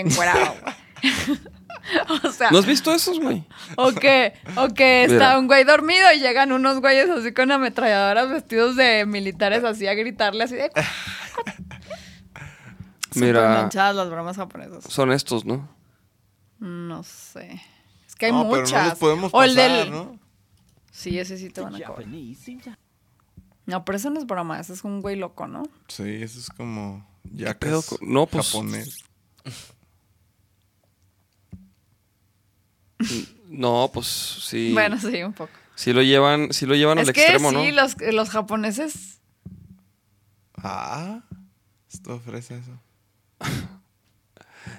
encuerado. o sea, ¿No has visto esos, güey? o que, o que Mira. está un güey dormido y llegan unos güeyes así con ametralladoras vestidos de militares así a gritarle así de... Súper Mira, manchadas las bromas japonesas. son estos, ¿no? No sé. Es que hay No, muchas. pero no los podemos O pasar, el del- ¿no? Sí, ese sí te van a cobrar. No, pero eso no es broma, ese es un güey loco, ¿no? Sí, eso es como pedo yacas con- no, pues- japonés. No, pues sí. Bueno, sí, un poco. Sí lo llevan, sí lo llevan es al que extremo, sí, ¿no? los, los japoneses. Ah, esto ofrece eso.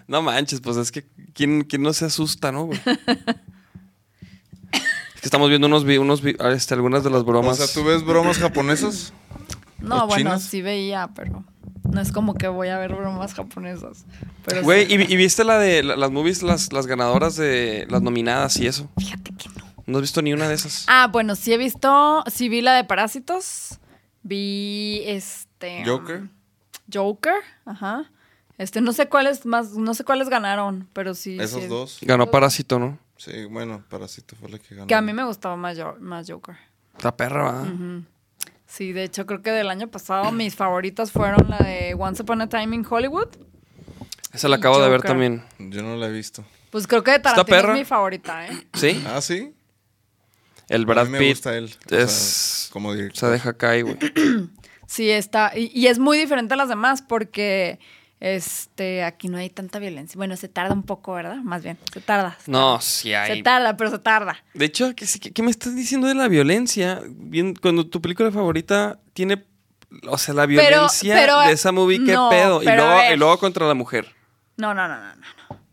No manches, pues es que ¿quién, quién no se asusta, no, güey? es que estamos viendo unos, vi- unos vi- ah, este, algunas de las O bromas. sea, ¿tú ves bromas japonesas? No, ¿O bueno, chinas? sí veía, pero no es como que voy a ver bromas japonesas. Pero sí. Güey, ¿y, vi- y viste la de la- las movies, las, las ganadoras de las nominadas y eso? Fíjate que no. No has visto ni una de esas. Ah, bueno, sí he visto. Sí vi la de Parásitos. Vi este. Joker. Joker, ajá. Este, no sé cuáles más, no sé cuáles ganaron, pero sí. Esos sí- dos. Ganó Parásito, ¿no? Sí, bueno, Parásito fue la que ganó. Que a mí me gustaba más, Jo- más Joker. La perra, ¿verdad? Sí, de hecho creo que del año pasado mis favoritas fueron la de Once Upon a Time in Hollywood. Esa la Y acabo de ver Joker. también. Yo no la he visto. Pues creo que de Tarantino perra. es mi favorita, ¿eh? ¿Sí? Ah, sí. El Brad a mí me Pitt gusta él. o es... sea, como director. se deja caer, güey. Sí, está. Y, y es muy diferente a las demás porque este aquí no hay tanta violencia. Bueno, se tarda un poco, ¿verdad? Más bien, se tarda. se No, sí tarda. hay. Se tarda, pero se tarda. De hecho, ¿qué, sí- qué- qué me estás diciendo de la violencia? Bien, cuando tu película favorita tiene, o sea, la violencia pero, de esa movie, qué no, pedo. Y pero a luego, ver. y luego contra la mujer. No, no, no, no, no. no.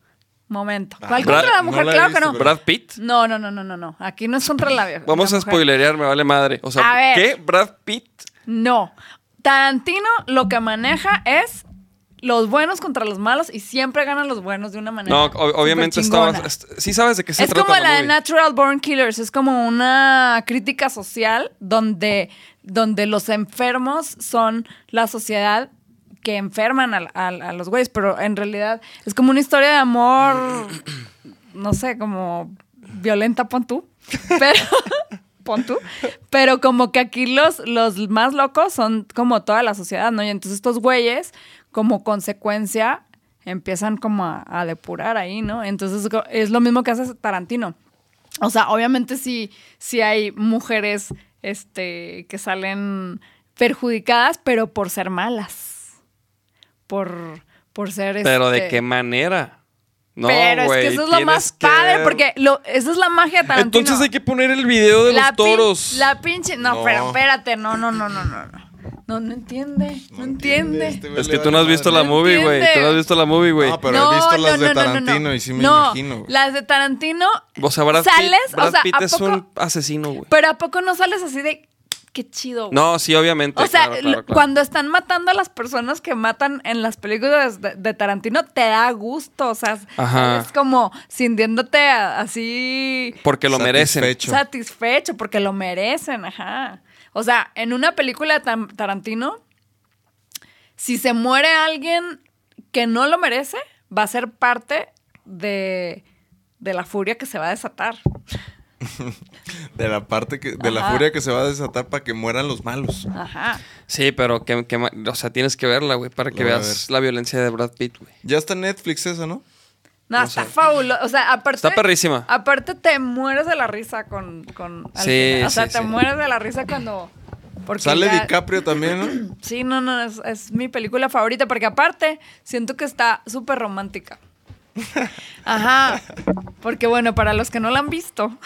Momento. ¿Cuál Ah, Brad- contra la no mujer? la he claro que visto, no. pero- Brad Pitt. No, no, no, no, no, no. Aquí no es contra la violencia. Vamos a spoilerear, me vale madre. O sea, A ver. ¿qué? Brad Pitt. No. Tarantino lo que maneja es los buenos contra los malos y siempre ganan los buenos de una manera. No, o- obviamente superchingona. estabas. est- sí sabes de qué se es trata. como la de movie. Natural Born Killers, es como una crítica social donde, donde los enfermos son la sociedad que enferman a, a- a los güeyes, pero en realidad es como una historia de amor, no sé, como violenta, pon tú. Pero, pon tú. Pero como que aquí los, los más locos son como toda la sociedad, ¿no? Y entonces estos güeyes, como consecuencia, empiezan como a, a depurar ahí, ¿no? Entonces es lo mismo que hace Tarantino. O sea, obviamente sí, sí hay mujeres este, que salen perjudicadas, pero por ser malas. Por, por ser... Pero de este, qué manera. No, pero güey, es que eso es lo tienes más que- padre, porque lo, esa es la magia de Tarantino. Entonces hay que poner el video de los pin- toros. la pinche. No, No. pero espérate, no, no, no, no, no. no. No, no entiende, no, entiende. Es que tú no has visto la movie, güey. Tú no has visto la movie, güey. No, pero he visto las de Tarantino y sí me No, imagino. güey. las de Tarantino, O sea, Brad ¿Sales? Pitt, O Brad sea, Pitt ¿a es poco? un asesino, güey. pero ¿a poco no sales así de qué chido, güey? No, sí, obviamente. O sea, claro, lo- claro, claro. cuando están matando a las personas que matan en las películas de, de Tarantino, te da gusto. O sea, Ajá. es como sintiéndote a- así Porque lo merecen. satisfecho porque lo merecen, ajá. O sea, en una película de Tam- Tarantino, si se muere alguien que no lo merece, va a ser parte de, de la furia que se va a desatar. De la parte que, de la Ajá. furia que se va a desatar para que mueran los malos. Ajá. Sí, pero que, que ma- o sea, tienes que verla, güey, para que La voy a veas la violencia de Brad Pitt, güey. Ya está en Netflix esa, ¿no? No, está fabuloso. O sea, aparte. Está perrísima. Aparte, te mueres de la risa con. con al Sí, final. O sea, sí, te sí. mueres de la risa cuando. Porque Sale ya- DiCaprio también, ¿no? Sí, no, no, es, es mi película favorita, porque aparte siento que está súper romántica. Ajá, porque bueno, para los que no la han visto,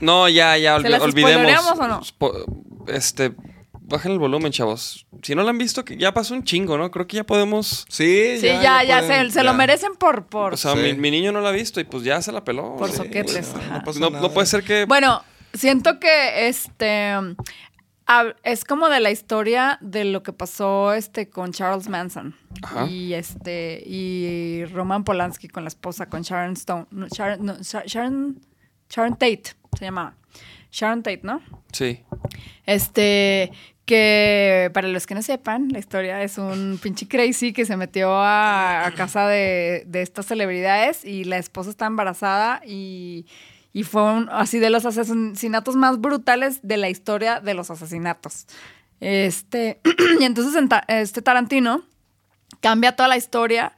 No, ya, ya, ¿Se olvi- las olvidemos. spoilereamos o no? Spo- Este, bajen el volumen, chavos. Si no la han visto, que ya pasó un chingo, ¿no? Creo que ya podemos. Sí, sí, ya, ya, se, se lo merecen por... por O sea, mi, mi niño no la ha visto y pues ya se la peló. Por Sí, soquetes, o sea, ajá. No, no puede ser que. Bueno, siento que este hab- es como de la historia de lo que pasó este con Charles Manson Ajá. y este y Roman Polanski con la esposa con Sharon Stone, no, Sharon, no, Sha- Sharon Sharon Tate se llamaba. Sharon Tate, ¿no? Sí. Este, que para los que no sepan, la historia es un pinche crazy que se metió a, a casa de, de estas celebridades y la esposa está embarazada y, y fue un- así de los asesinatos más brutales de la historia de los asesinatos. Este, y entonces en Ta- este Tarantino cambia toda la historia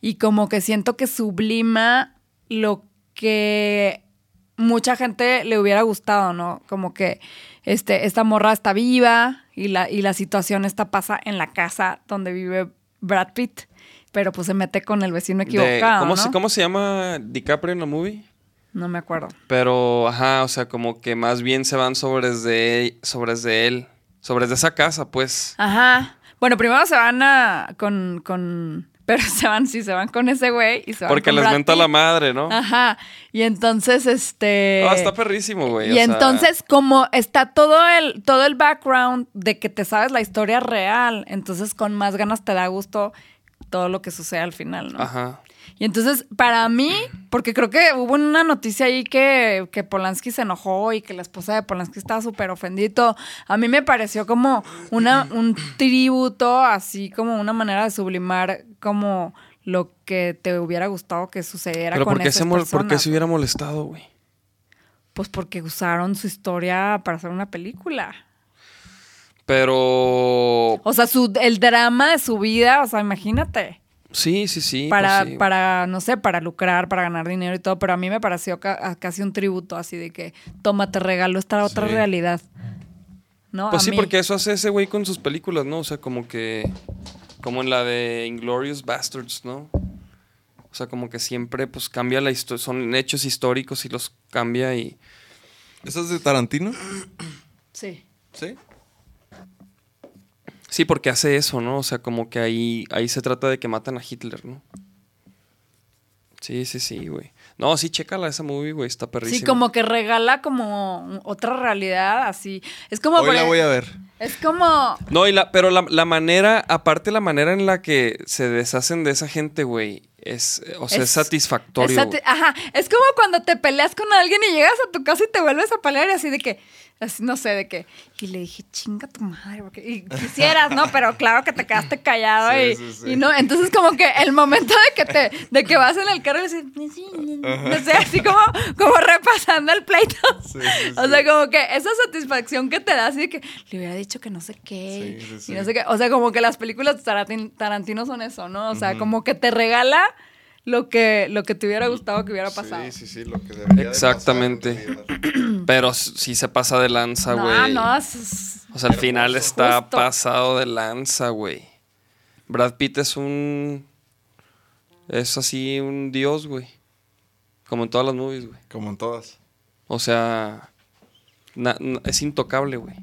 y como que siento que sublima lo que mucha gente le hubiera gustado, ¿no? Como que este, esta morra está viva y la, y la situación está pasa en la casa donde vive Brad Pitt, pero pues se mete con el vecino De- equivocado. ¿cómo, ¿no? se, ¿Cómo se llama DiCaprio en la movie? no me acuerdo. Pero, ajá, o sea, como que más bien se van sobres de, sobres de él, sobres de esa casa, pues. Ajá. Bueno, primero se van a, con, con, pero se van, sí, se van con ese güey y se van Porque con les Brad mentó Pitt. Ah, la madre, ¿no? Ajá. Y entonces, este. Ah, está perrísimo, güey. o Y sea, entonces, como está todo el, todo el background de que te sabes la historia real, entonces con más ganas te da gusto todo lo que sucede al final, ¿no? Ajá. Y entonces, para mí, porque creo que hubo una noticia ahí que, que Polanski se enojó y que la esposa de Polanski estaba súper ofendito. A mí me pareció como una, un tributo, así como una manera de sublimar como lo que te hubiera gustado que sucediera Pero con ¿por qué, esas se mol- por qué personas. se hubiera molestado, güey? Pues porque usaron su historia para hacer una película. Pero. O sea, su, el drama de su vida, o sea, imagínate. Sí, sí, sí. para, pues sí. para, no sé, para lucrar, para ganar dinero y todo, pero a mí me pareció ca- a- casi un tributo así de que, toma, te regalo esta otra Sí. realidad. ¿No? Pues A sí, mí. porque eso hace ese güey con sus películas, ¿no? O sea, como que. Como en la de Inglorious Bastards, ¿no? O sea, como que siempre, pues cambia la historia. Son hechos históricos y los cambia y. ¿Esa es de Tarantino? Sí. Sí. Sí, porque hace eso, ¿no? O sea, como que ahí, ahí se trata de que matan a Hitler, ¿no? Sí, sí, sí, güey. No, sí, chécala esa movie, güey. Está perrísima. Sí, como que regala como otra realidad así. Es como... Hoy la por- voy a ver. Es como... No, y la, pero la, la manera, aparte la manera en la que se deshacen de esa gente, güey, es, eh, o sea, es, Es- satisfactorio. Exacto, güey. Ajá, es como cuando te peleas con alguien y llegas a tu casa y te vuelves a pelear y así de que, así, no sé de qué. Y le dije, chinga tu madre, porque y quisieras, ¿no? Pero claro que te quedaste callado Sí, y, sí, sí. y no. Entonces, como que el momento de que te, de que vas en el carro y dices, "Sí, no sé, así como, como repasando el pleito. O sea, como que esa satisfacción que te da, así de que le hubiera dicho que no sé qué. Sí, sí, y sí. no sé qué. O sea, como que las películas de Tarantin- Tarantino son eso, ¿no? O sea, como que te regala lo que, lo que te hubiera gustado que hubiera pasado. Sí, sí, sí, lo que debería de Exactamente. Pero s- sí se pasa de lanza, no, güey. no, es- es- O sea, al final está Justo. pasado de lanza, güey. Brad Pitt es un. Es así un dios, güey. Como en todas las movies, güey. pasar, Como en todas. O sea. na- na- es intocable, güey.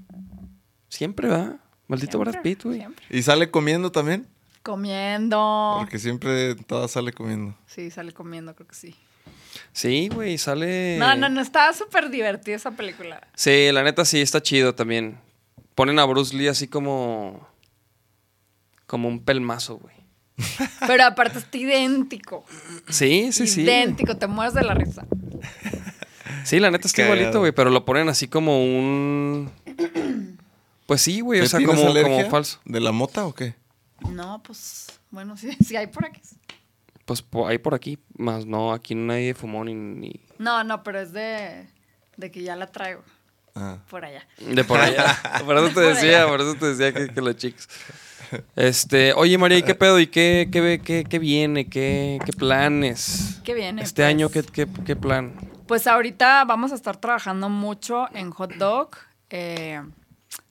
Siempre va. Maldito Siempre, Brad Pitt, güey. ¿Y sale comiendo también? comiendo. Porque siempre en todas sale comiendo. Sí, sale comiendo, creo que sí. Sí, güey, sale. No, no, no, estaba súper divertida esa película. Sí, la neta sí, está chido también. Ponen a Bruce Lee así como. Como un pelmazo, güey. Pero aparte está idéntico. Sí, sí, sí. idéntico, te mueres de la risa. Sí, la neta está Cagado. igualito, güey, pero lo ponen así como un. Pues sí, güey, o ¿Te sea, tienes como, alergia como falso. ¿De la mota o qué? No, pues, bueno, sí, sí hay por aquí. Pues po- ahí por aquí, más no, aquí nadie fumó ni, ni- No, no, pero es de, de que ya la traigo Ah. por allá. de por allá. por eso te Por decía, allá. por eso te decía que, que los chicos. Este, oye María, ¿y qué pedo? ¿Y qué, qué, qué, qué viene? ¿Qué, qué planes? ¿Qué viene, Este pues? año, ¿qué, qué, qué plan? Pues ahorita vamos a estar trabajando mucho en Hot Dog. Eh,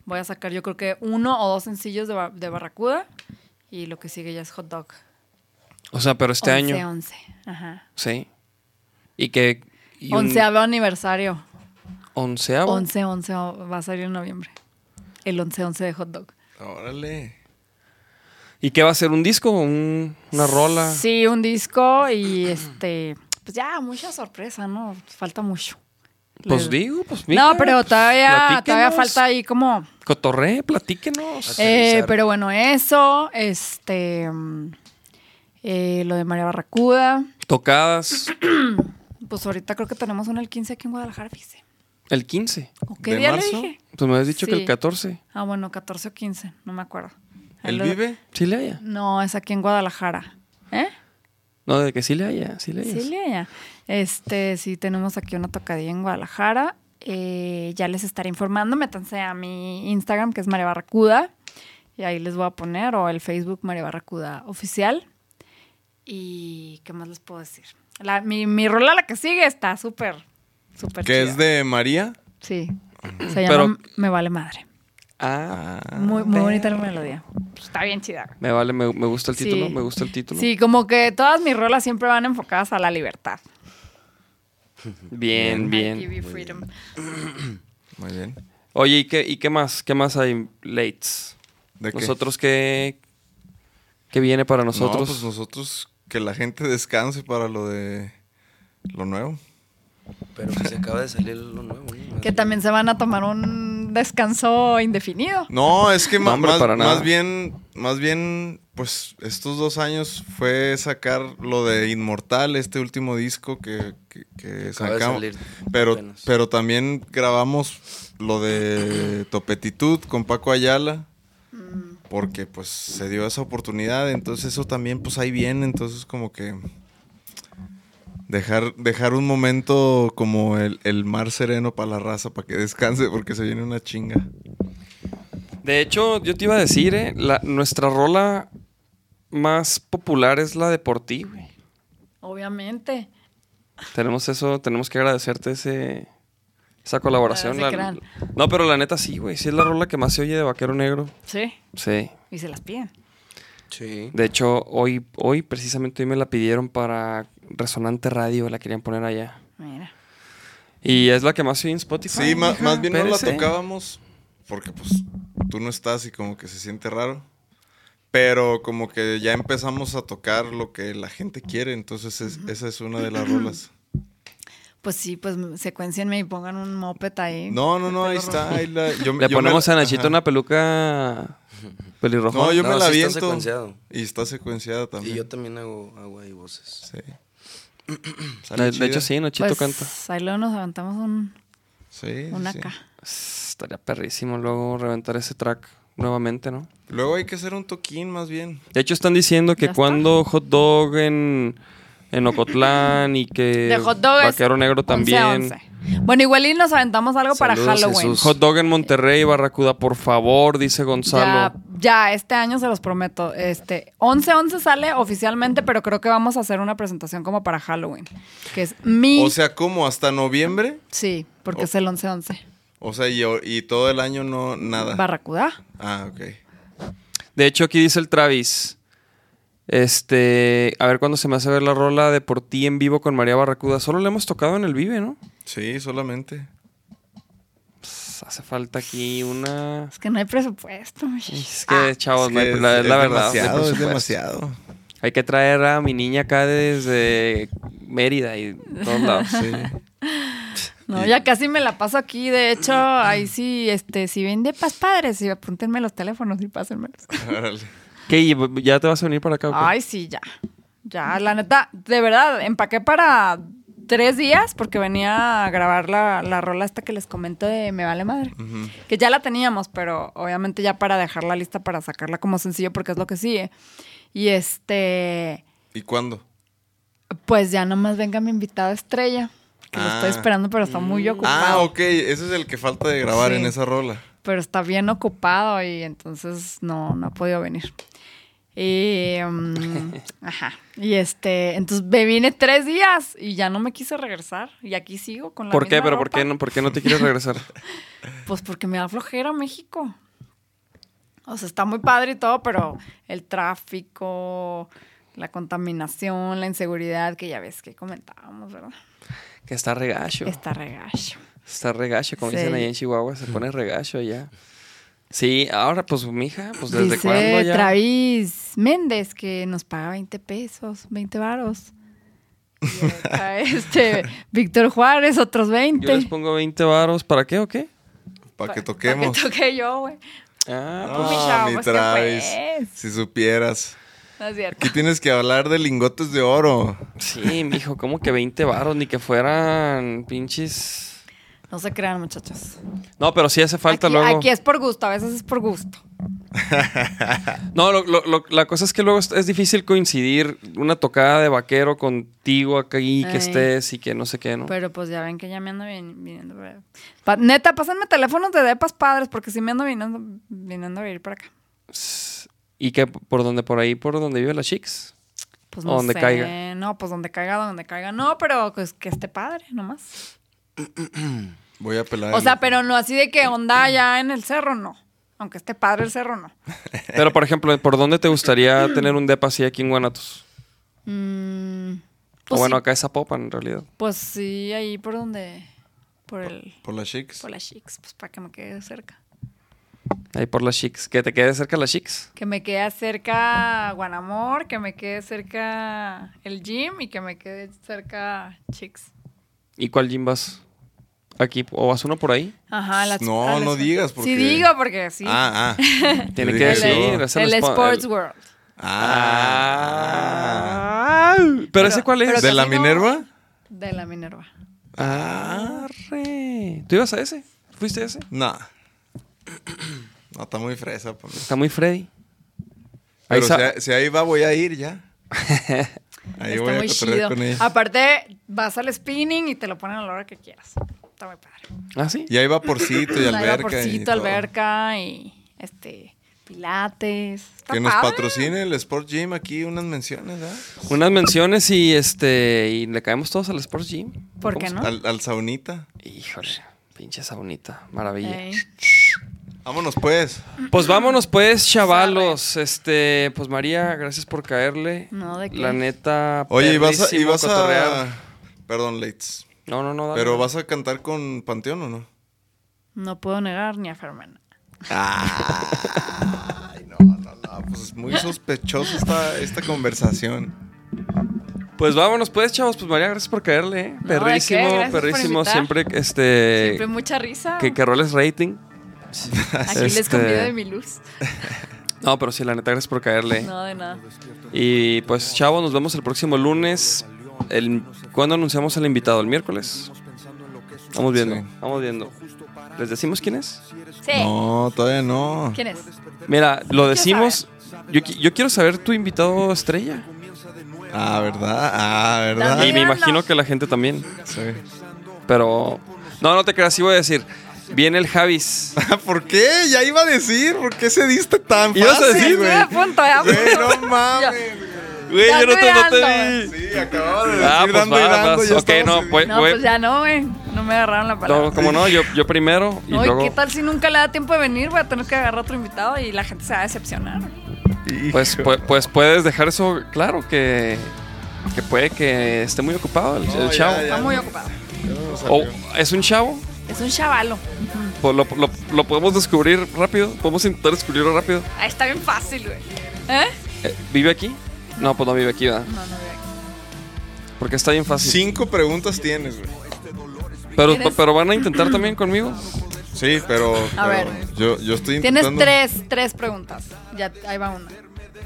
voy a sacar yo creo que uno o dos sencillos de, Ba- de Barracuda. Y lo que sigue ya es Hot Dog. O sea, pero este 11, año. 11, ajá. Sí. Y que. y un- Onceavo aniversario. Onceavo. 11, 11 o- va a salir en noviembre. El 11, 11 de Hot Dog. Órale. ¿Y qué va a ser? ¿Un disco? ¿Un- ¿Una rola? Sí, un disco y este... Pues ya, mucha sorpresa, ¿no? Falta mucho. Pues Le- digo, pues no, mija, pero pues, todavía, todavía platíquenos. falta ahí como... Cotorré, platíquenos. Pues Eh, pero bueno, eso, este, mm, eh, lo de María Barracuda, Tocadas pues ahorita creo que tenemos una el 15 aquí en Guadalajara, fíjese. el 15. ¿O qué ¿De día marzo? le dije? Pues me habías dicho que el Sí. 14. Ah, bueno, 14 o 15, no me acuerdo. Ahí ¿El lo- vive? Sí le haya. No, es aquí en Guadalajara. ¿Eh? No, de que sí le haya, sí le haya. Sí, Leia. Este, sí, tenemos aquí una tocadilla en Guadalajara. Eh, ya les estaré informando. Métanse a mi Instagram, que es María Barracuda. Y ahí les voy a poner, o el Facebook María Barracuda Oficial. Y, ¿qué más les puedo decir? La- mi, mi rola, la que sigue, está súper, súper Que chida. es de María. Sí. Se Pero- llama Me Vale Madre. Ah, Muy, muy bonita la melodía. Está bien chida. me vale, me, me gusta el Sí. título, me gusta el título. Sí, como que todas mis rolas siempre van enfocadas a la libertad. Bien, I give bien. you freedom. Muy bien. Oye, ¿y qué, y qué más? ¿Qué más hay, Lates? ¿De qué? ¿Nosotros qué, qué viene para Nosotros. nosotros? pues nosotros que la gente descanse para lo de lo nuevo. Pero pues acaba de salir lo nuevo. ¿no? Que también se van a tomar un descanso indefinido. No, es que No, ma- hombre, más, para nada. más bien, más bien, pues estos dos años fue sacar lo de Inmortal, este último disco que, que- que Acaba de sacamos. salir Pero, apenas. pero también grabamos lo de Topetitud con Paco Ayala. Porque pues se dio esa oportunidad. Entonces eso también pues ahí viene. Entonces como que dejar, dejar un momento como el, el mar sereno para la raza, para que descanse, porque se viene una chinga. De hecho, yo te iba a decir, eh, la- nuestra rola más popular es la de por ti, güey. Obviamente. Tenemos eso, tenemos que agradecerte ese, esa colaboración. Ah, se La- crean. no, pero la neta sí, güey. Sí es la rola que más se oye de Vaquero Negro. Sí. Sí. Y se las piden. Sí. De hecho, hoy, hoy precisamente hoy me la pidieron para Resonante Radio, la querían poner allá. Mira. Y es la que más se oye en Spotify. Sí, ma- mija, más bien no la espérese. tocábamos porque pues tú no estás y como que se siente raro. Pero como que ya empezamos a tocar lo que la gente quiere, entonces es- esa es una de las rolas. Pues sí, pues secuencienme y pongan un moped ahí. No, no, no, ahí está. ahí la- yo- Le yo me ponemos la- a Nachito ajá. una peluca pelirroja. No, yo No, me la sí está viento. secuenciado. Y está secuenciada Y también. yo también hago agua y voces. Sí. Sale de, de chida. hecho, sí, Nachito pues, canta. Ahí luego nos levantamos un, Sí. Una sí. acá. Estaría perrísimo luego reventar ese track nuevamente, ¿no? Luego hay que hacer un toquín más bien. De hecho, están diciendo que Ya está. cuando hot dog en, en Ocotlán y que De hot dog es Eh, Vaquero Negro 11, también. 11. Bueno, igual y nos aventamos algo para Saludos, Halloween. Jesús. Hot dog en Monterrey, Barracuda, por favor, dice Gonzalo. Ya, ya, este año se los prometo. Este 11-11 sale oficialmente, pero creo que vamos a hacer una presentación como para Halloween. Que es mi. O sea, ¿cómo? ¿Hasta noviembre? sí, porque es el 11-11. O sea, y, y todo el año no nada. Barracuda. Ah, ok. De hecho, aquí dice el Travis. Este, a ver cuándo se me hace ver la rola de por ti en vivo con María Barracuda. Solo la hemos tocado en el Vive, ¿no? Sí, solamente. Pues, hace falta aquí una. Es que no hay presupuesto. muchachos. Es que, chavos, Es no hay- que la, es- la verdad. es no hay demasiado, es presupuesto. demasiado. Hay que traer a mi niña acá desde Mérida y todos lados. No, ya casi me la paso aquí. De hecho, ahí sí, este, si vende paz padres, sí, apúntenme los teléfonos y pásenmelos. Órale. ¿Qué? ¿Y ¿Ya te vas a venir para acá? o qué? Ay, sí, ya. Ya, la neta, de verdad, empaqué para tres días porque venía a grabar la, la rola esta que les comento de Me Vale Madre. Que ya la teníamos, pero obviamente ya para dejarla lista para sacarla como sencillo porque es lo que sigue. Y este, ¿Y cuándo? pues ya nomás venga mi invitado estrella, que lo estoy Ah. esperando, pero está muy Ah, ocupado. ok. Ese es el que falta de grabar Sí. en esa rola. pero está bien ocupado y entonces no, no ha podido venir. Y, mm, ajá. Y este, entonces me vine tres días y ya no me quise regresar. Y aquí sigo con la ¿Por qué? misma ¿Pero por ropa. qué, no, por qué no te quieres regresar? Pues porque me da flojera México. O sea, está muy padre y todo, pero el tráfico, la contaminación, la inseguridad, que ya ves que comentábamos, ¿verdad? que está regacho. Está regacho. Está regacho, como Sí. dicen allá en Chihuahua, se pone regacho allá. Sí, ahora pues mija, pues desde Dice cuándo ya. Travis Méndez que nos paga 20 pesos, 20 varos. Y acá, este Víctor Juárez, otros Yo les 20. pongo 20 varos, ¿para qué o qué? Para que Para que toquemos. toqué yo, güey. Ah, pues, mi Ah, chavo, mi pues, ¿qué Travis. pues? Si supieras. No es cierto. Aquí tienes que hablar de lingotes de oro. pues, sí, mijo, como que 20 varos, ni que fueran pinches. No se crean, muchachos. No, pero sí hace falta aquí, luego. aquí es por gusto, a veces es por gusto. No, lo- lo- lo- la cosa es que luego es, es difícil coincidir una tocada de vaquero contigo aquí, Ay. que estés y que no sé qué, ¿no? Pero pues ya ven que ya me ando vin- viniendo. para- Pa- neta, pásenme teléfonos de depas padres porque si me ando viniendo, viniendo a vivir para acá. Y que por donde, por ahí, por donde vive las chicas. Pues O no donde sé. caiga. No, pues donde caiga, donde caiga. No, pero pues que esté padre, nomás. Voy a pelar. O el- sea, pero no así de que onda ya en el cerro, no. Aunque esté padre el cerro, no. Pero, por ejemplo, ¿por dónde te gustaría tener un depa así aquí en Guanatos? Mm, o pues, bueno, sí, acá es Zapopan, en realidad. pues sí, ahí por donde. Por el. Por las chicas. Por las chicas, pues para que me quede cerca. Ahí por las chicas. Que te quede cerca las chicas. Que me quede cerca Guanamor, que me quede cerca el gym y que me quede cerca Chicks. ¿Y cuál gym vas? ¿Aquí? ¿O vas uno por ahí? Ajá, las No, a las- no digas, porque- Sí, digo porque sí. Ah, ah. Eh, Yo Tiene que dije, el, decir. no. es el el spa- Sports el- World. Ah. Ah, pero, ese cuál es? pero ¿De la casi no- Minerva? De la Minerva. Arre. ¿Tú ibas a ese? ¿Fuiste a ese? No. No, está muy fresa. pa' mí. Está muy Freddy. Ahí Pero sa- si, a- si ahí va, voy a ir ya. Ahí Está voy a muy cotorrear chido. con ella. Aparte, vas al spinning y te lo ponen a la hora que quieras. Está muy padre. ¿Ah, sí? Y ahí va porcito y Hay alberca. y vaporcito, todo. alberca y este pilates. Está Que nos padre. patrocine el Sport Gym aquí unas menciones, ¿ah? Unas menciones y este y le caemos todos al Sports Gym. ¿Por qué no? Al, al saunita. Híjole, pinche saunita, maravilla. Ey. Vámonos pues. Pues vámonos pues, chavalos. Este, pues María, gracias por caerle. No, ¿de qué? La neta, Oye, y vas a... y perrísimo vas a- cotorrear. Perdón, Leitz. No, no, no. dale, Pero dale. vas a cantar con Panteón o no? No puedo negar ni a Fermana. Ay, no, no, no. Pues es muy sospechosa esta, esta conversación. Pues vámonos pues, chavos. Pues María, gracias por caerle. eh. No, ¿de qué? Perrísimo, Gracias por perrísimo. invitar. Siempre, este, Siempre mucha risa. que, que roles rating. Aquí les este- convido de mi luz. No, pero sí, la neta, gracias por caerle. eh. No, de nada. Y pues, chavos, nos vemos el próximo lunes. El, ¿Cuándo anunciamos al invitado? ¿El miércoles? Vamos viendo, vamos viendo. ¿Les decimos quién es? Sí. No, todavía no. ¿Quién es? Mira, lo decimos. Yo, qui- yo quiero saber tu invitado estrella. Ah, ¿verdad? Ah, ¿verdad? Y me Díganlo. imagino que la gente también. Pero. No, no te creas, sí voy a decir. Viene el Javis. ¿Por qué? Ya iba a decir. ¿Por qué se diste tan fácil, ¿Ibas a decir? güey? Estoy a punto, ya. Güey, no mames. Güey, Ya yo no estoy te, no te dando. vi. Sí, acababa de decir Ah, pues dando y va, dando. vas. ya Ok, estamos no, en- pues- No, Güey. pues ya no, güey. No me agarraron la palabra. No, como no, yo, yo primero y Ay, luego. ¿qué tal si nunca le da tiempo de venir? Voy a tener que agarrar otro invitado y la gente se va a decepcionar. Pues, pu- pues puedes dejar eso claro que, que puede que esté muy ocupado el, el ya, chavo. ya. Está muy ocupado. O es un chavo, Es un chavalo. pues lo, lo- lo podemos descubrir rápido, podemos intentar descubrirlo rápido. Ah, está bien fácil, güey. ¿Eh? Eh, ¿Vive aquí? No, pues no vive aquí, ¿verdad? No, no, güey. Porque está bien fácil. Cinco preguntas tienes, güey. Pero, ¿Quieres? pero van a intentar también conmigo. Sí, pero. A pero ver. Yo, yo estoy Tienes intentando. tres, tres preguntas. Ya, ahí va una.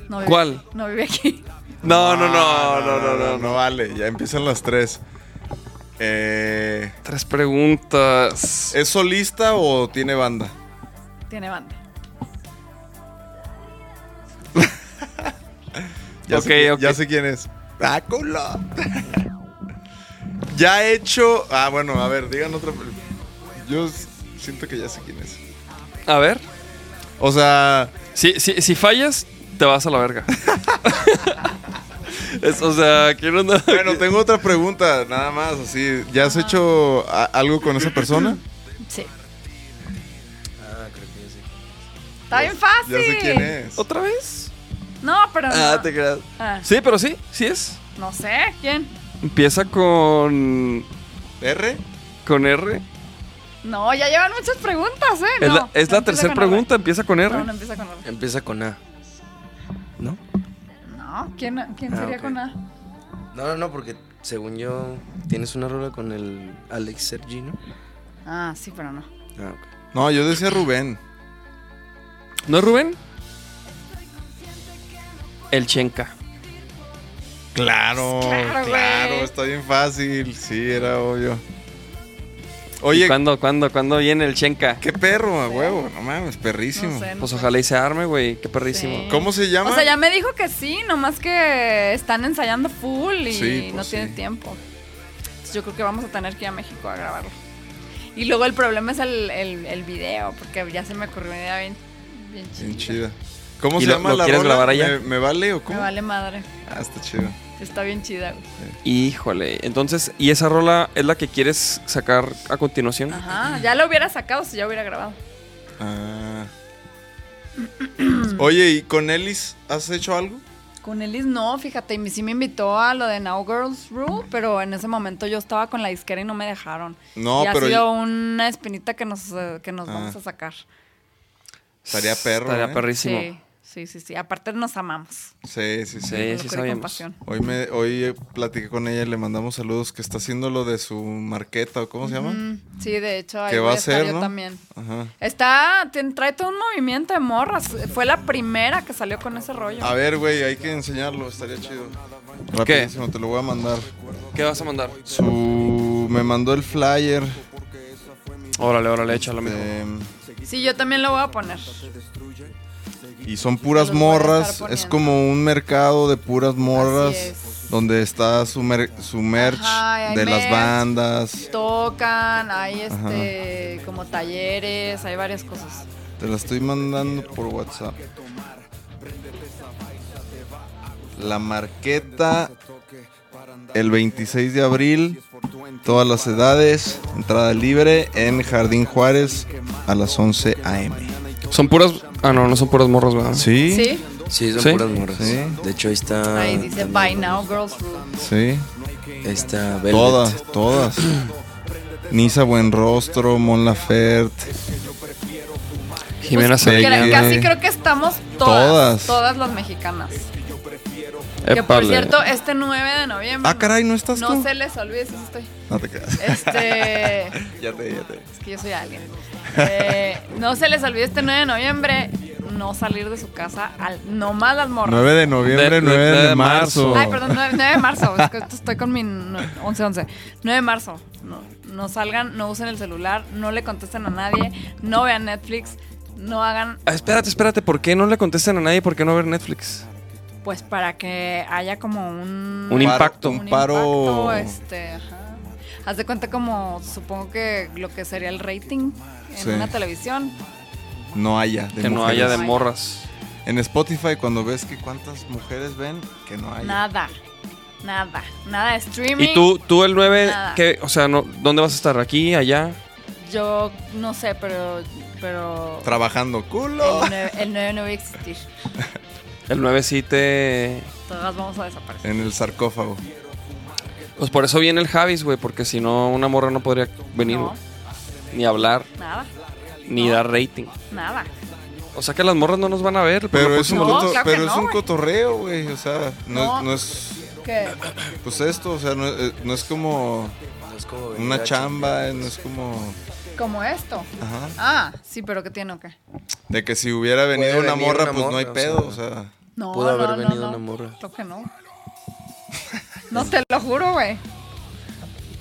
No vive- ¿Cuál? No vive aquí. No, no, no, no, no, no. no, no vale. Ya empiezan las tres. Eh, Tres preguntas. ¿Es solista o tiene banda? Tiene banda. Ya, Ok, sé, qui- ok. ya sé quién es. ¡Ah, culo! ya he hecho. Ah, bueno, a ver, digan otra. Yo s- siento que ya sé quién es. A ver, O sea, si, si, si fallas, te vas a la verga. Es- o sea, ¿quién onda? bueno, tengo otra pregunta, nada más, así. ¿Ya has hecho a- algo con esa persona? Sí. Está bien fácil. Ya sé quién es. ¿Otra vez? No, pero. no. creas. Ah, Sí, pero sí, sí es. no sé, ¿quién? Empieza con. ¿R? con R. No, ya llevan muchas preguntas, ¿eh? es No, la, es no la empieza tercera con R. pregunta, empieza con R. No, no empieza con R. Empieza con A. ¿No? No, ¿quién, quién Ah, sería ok. con A? No, no, no, porque según yo, tienes una rola con el Alex Sergi, ¿no? Ah, sí, pero no. Ah, ok. No, yo decía Rubén. ¿No es Rubén? El Chenca. Claro, Claro, claro, güey. está bien fácil. Sí, era obvio. Oye, ¿Y ¿Cuándo, cuándo, cuándo viene el Chenca? qué perro, a huevo. No mames, perrísimo. No sé. Pues ojalá y se arme, güey. Qué perrísimo. Sí. ¿Cómo se llama? O sea, ya me dijo que sí, nomás que están ensayando full y Sí, no pues tienen sí. tiempo. Entonces, yo creo que vamos a tener que ir a México a grabarlo. Y luego el problema es el, el- el video, porque ya se me ocurrió una idea bien, bien chida. Bien chida. ¿Cómo ¿Y se lo- llama lo la quieres rola? grabar allá? ¿Me, me vale o Me cómo? vale madre. Ah, está chido. Está bien chida, güey. Híjole. Entonces, ¿y esa rola es la que quieres sacar a continuación? Ajá, ya lo hubiera sacado si ya hubiera grabado. Ah. Oye, ¿y con Ellis has hecho algo? Con Ellis no, fíjate, y sí me invitó a lo de Now Girls Rule, pero en ese momento yo estaba con la disquera y no me dejaron. No, y pero- Ah. ha sido una espinita que nos, eh, que nos vamos a sacar. Estaría perro, Estaría ¿eh? perrísimo. Sí, sí, sí, sí. Aparte nos amamos. Sí, Sí, sí, sí. Lo sí juro con sabíamos. pasión. Hoy, me, hoy eh, platiqué con ella y le mandamos saludos que está haciendo lo de su marqueta o cómo se llama. Mm, sí, de hecho, ahí ¿Qué voy va a a estar ser, yo no? también. Ajá. Está, tien- trae todo un movimiento de morras. Fue la primera que salió con ese rollo. A ver, güey, hay que enseñarlo, estaría chido. Rapidísimo, te lo voy a mandar. ¿Qué vas a mandar? Su me mandó el flyer. Órale, órale, échalo, mijo. em, Sí, yo también lo voy a poner. y son puras Los voy a estar morras, es poniendo. como un mercado de puras morras Así es. donde está su mer- su merch Ajá, hay de las merch. bandas. Tocan, hay este, como talleres, hay varias cosas. Te la estoy mandando por WhatsApp. La marqueta el 26 de abril, todas las edades, entrada libre en Jardín Juárez a las 11 a.m. Son puras. Ah, no, no son puras morros, ¿verdad? Sí, Sí, son ¿Sí? puras morras. Sí. De hecho, ahí Ah. está. ahí dice By Now Girls Rule. Sí, Ahí está Velvet. todas, todas. Nisa Buenrostro, Mon Lafert, Jimena Pues, cre- Sariñana. Casi creo que estamos Todas. todas, todas, las mexicanas. Que por Épale. cierto, este 9 de noviembre. Ah, caray, ¿no estás No tú? se les olvide, sí sí estoy. No te creas. Este. Ya te, ya te. Es que yo soy alguien. Eh, no se les olvide este 9 de noviembre no salir de su casa al nomás las morras. 9 de noviembre, De- de- 9 de, de marzo. marzo. Ay, perdón, 9, de marzo. Es que estoy con mi 11-11. 9 de marzo. No, no salgan, no usen el celular, no le contesten a nadie, no vean Netflix, no hagan, Ah, espérate, espérate, ¿por qué no le contestan a nadie? ¿Por qué no ver Netflix? pues para que haya como un... Un impacto. Un Un paro- impacto, este, ajá. Haz de cuenta como, supongo que lo que sería el rating en Sí. una televisión. No haya. de Que no mujeres. haya de morras. En Spotify, cuando ves que cuántas mujeres ven, que no haya. Nada, nada, nada de streaming. Y tú, tú el 9, Nada. ¿qué? O sea, no, ¿dónde vas a estar? ¿Aquí? ¿Allá? Yo no sé, pero... pero Trabajando cool. el 9, el nueve no va a existir. El 9 sí te... Todas vamos a desaparecer. En el sarcófago. Pues por eso viene el Javis, güey, porque si no, una morra no podría venir, No. güey. Ni hablar, Nada, ni dar rating. nada. O sea que las morras no nos van a ver. pues, por Pero lo es un, próximo. pues No, coto- claro que pero no, es un güey. cotorreo, güey. O sea, no, No. es- no es. ¿Qué? Pues esto, o sea, no, eh, no es como No es como venir una a chamba, eh, no es como. Como esto. Ajá. Ah, sí, pero ¿qué tiene o qué? De que si hubiera venido Puede una venir morra, una pues no hay morra, o pedo, o sea. sea. No, Pudo haber no, no, venido no. una morra. Creo que no. No te lo juro, güey.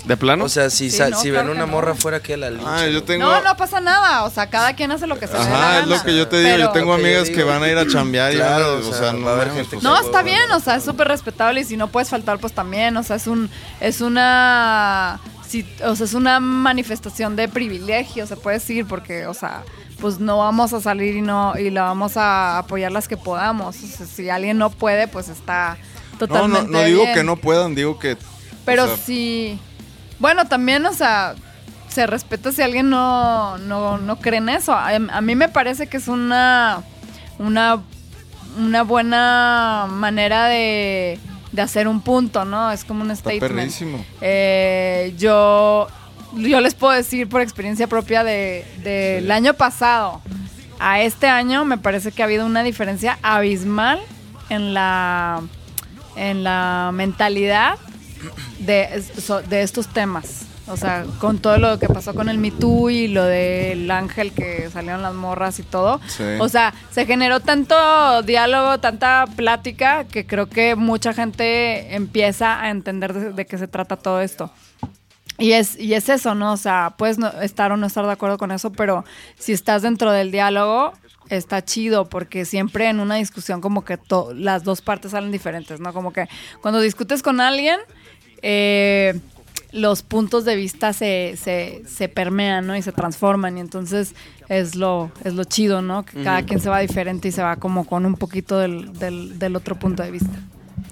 ¿De plano? O sea, si, Sí, sa- no, si claro ven que una no. morra fuera aquí a la lincha. Ah, yo güey. tengo. No, no pasa nada. O sea, cada quien hace lo que se le dé la Ajá, es gana. lo que yo te digo. Pero- Yo tengo Lo que yo amigas que digo. van a ir a chambear y Claro, van a- o sea, no va a haber mames, gente pues, que No, Sí, está bueno. bien, o sea, es súper respetable y si no puedes faltar, pues también, o sea, es un, es una, si- o sea, es una manifestación de privilegio, se puede decir, porque, o sea, pues no vamos a salir y no, y la vamos a apoyar las que podamos, o sea, si alguien no puede, pues está No, no, totalmente no digo bien. que no puedan, digo que. Pero o sea, sí, bueno, también, o sea, se respeta si alguien no, no, no cree en eso. A, a mí me parece que es una, una, una buena manera de, de hacer un punto, ¿no? Es como un Está statement. perrísimo. Eh, yo, yo les puedo decir por experiencia propia de- del año pasado a este año, me parece que ha habido una diferencia abismal en la, en la mentalidad de, es- so- de estos temas. O sea, con todo lo que pasó con el Me Too y lo del ángel que salieron las morras y todo. Sí. O sea, se generó tanto diálogo, tanta plática, que creo que mucha gente empieza a entender de, de qué se trata todo esto. Y es, y es eso, ¿no? O sea, puedes no- estar o no estar de acuerdo con eso, pero si estás dentro del diálogo, está chido, porque siempre en una discusión como que to- las dos partes salen diferentes, ¿no? Como que cuando discutes con alguien, eh, los puntos de vista se, se, se permean, ¿no? Y se transforman. Y entonces es lo, es lo chido, ¿no? Que cada quien se va diferente y se va como con un poquito del, del, del otro punto de vista.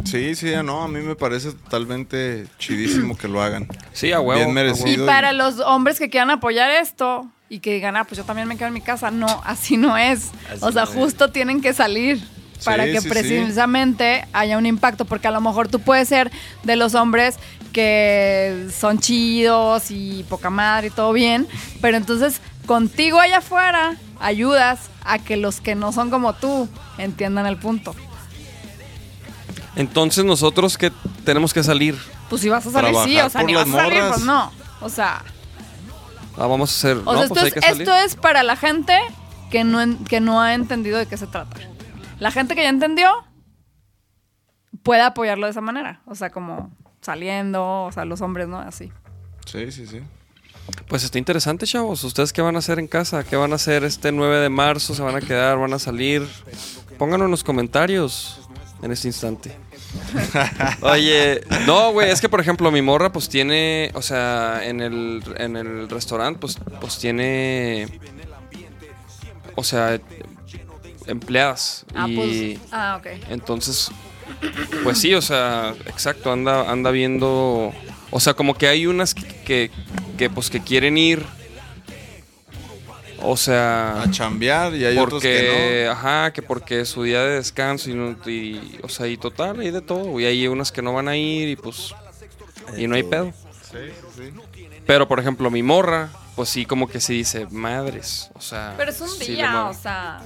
Sí, sí, no, a mí me parece totalmente chidísimo que lo hagan. Sí, a huevo. Bien a merecido. huevo. Y para los hombres que quieran apoyar esto y que digan, ah, pues yo también me quedo en mi casa. No, así no es. Así o sea, no es. justo tienen que salir para Sí, que sí, sí. precisamente haya un impacto, porque a lo mejor tú puedes ser de los hombres que son chidos y poca madre y todo bien, pero entonces contigo allá afuera ayudas a que los que no son como tú entiendan el punto. Entonces nosotros que tenemos que salir. Pues si vas a salir, sí, Trabajar o sea, por ni las vas a salir, morras. pues no. O sea, Ah, vamos a hacer. O no, sea, pues hay que esto, es, salir. esto es para la gente que no, en- que no ha entendido de qué se trata. La gente que ya entendió puede apoyarlo de esa manera. O sea, como saliendo, o sea, los hombres, ¿no? Así. Sí, sí, sí. Pues está interesante, chavos. ¿Ustedes qué van a hacer en casa? ¿Qué van a hacer este 9 de marzo? ¿Se van a quedar? ¿Van a salir? Pónganlo en los comentarios en este instante. Oye, no, güey, es que por ejemplo mi morra pues tiene, o sea, en el, en el restaurante pues, pues tiene, o sea, empleadas. Ah, y pues. Ah, ok. entonces, pues sí, o sea, exacto, anda, anda viendo. O sea, como que hay unas que, que, que, pues que quieren ir. O sea, A chambear Ah, y hay otros porque, que ajá, que porque es su día de descanso y, no- y, o sea, y total, hay de todo. Y hay unas que no van a ir y pues, y no hay pedo. Pero, por ejemplo, mi morra, pues sí, como que sí dice, madres, o sea. Pero es un sí le día, mueve. o sea,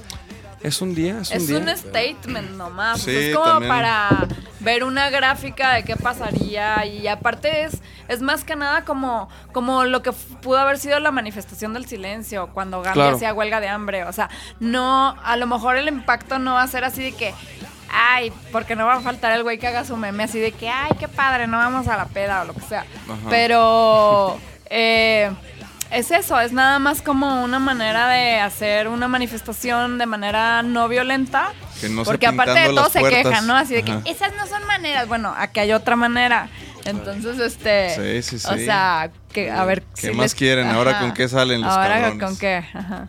Es un día, es un es día. un statement nomás. Sí, O sea, es como también. para ver una gráfica de qué pasaría. Y aparte es, es más que nada como, como lo que f- pudo haber sido la manifestación del silencio, cuando Gandhi Claro. hacía huelga de hambre. O sea, no, a lo mejor el impacto no va a ser así de que. Ay, porque no va a faltar el güey que haga su meme así de que, ay, qué padre, no vamos a la peda o lo que sea. Pero eh, es eso, es nada más como una manera de hacer una manifestación de manera no violenta. Que no se porque aparte de pintando todo las se puertas. quejan, ¿no? Así de que Ajá. esas no son maneras. Bueno, aquí hay otra manera. Entonces, este. Sí, sí, O sí. sea, que, a ver. ¿Qué más quieren? ¿Ahora con qué salen los Ahora cabrones? con qué. Ajá.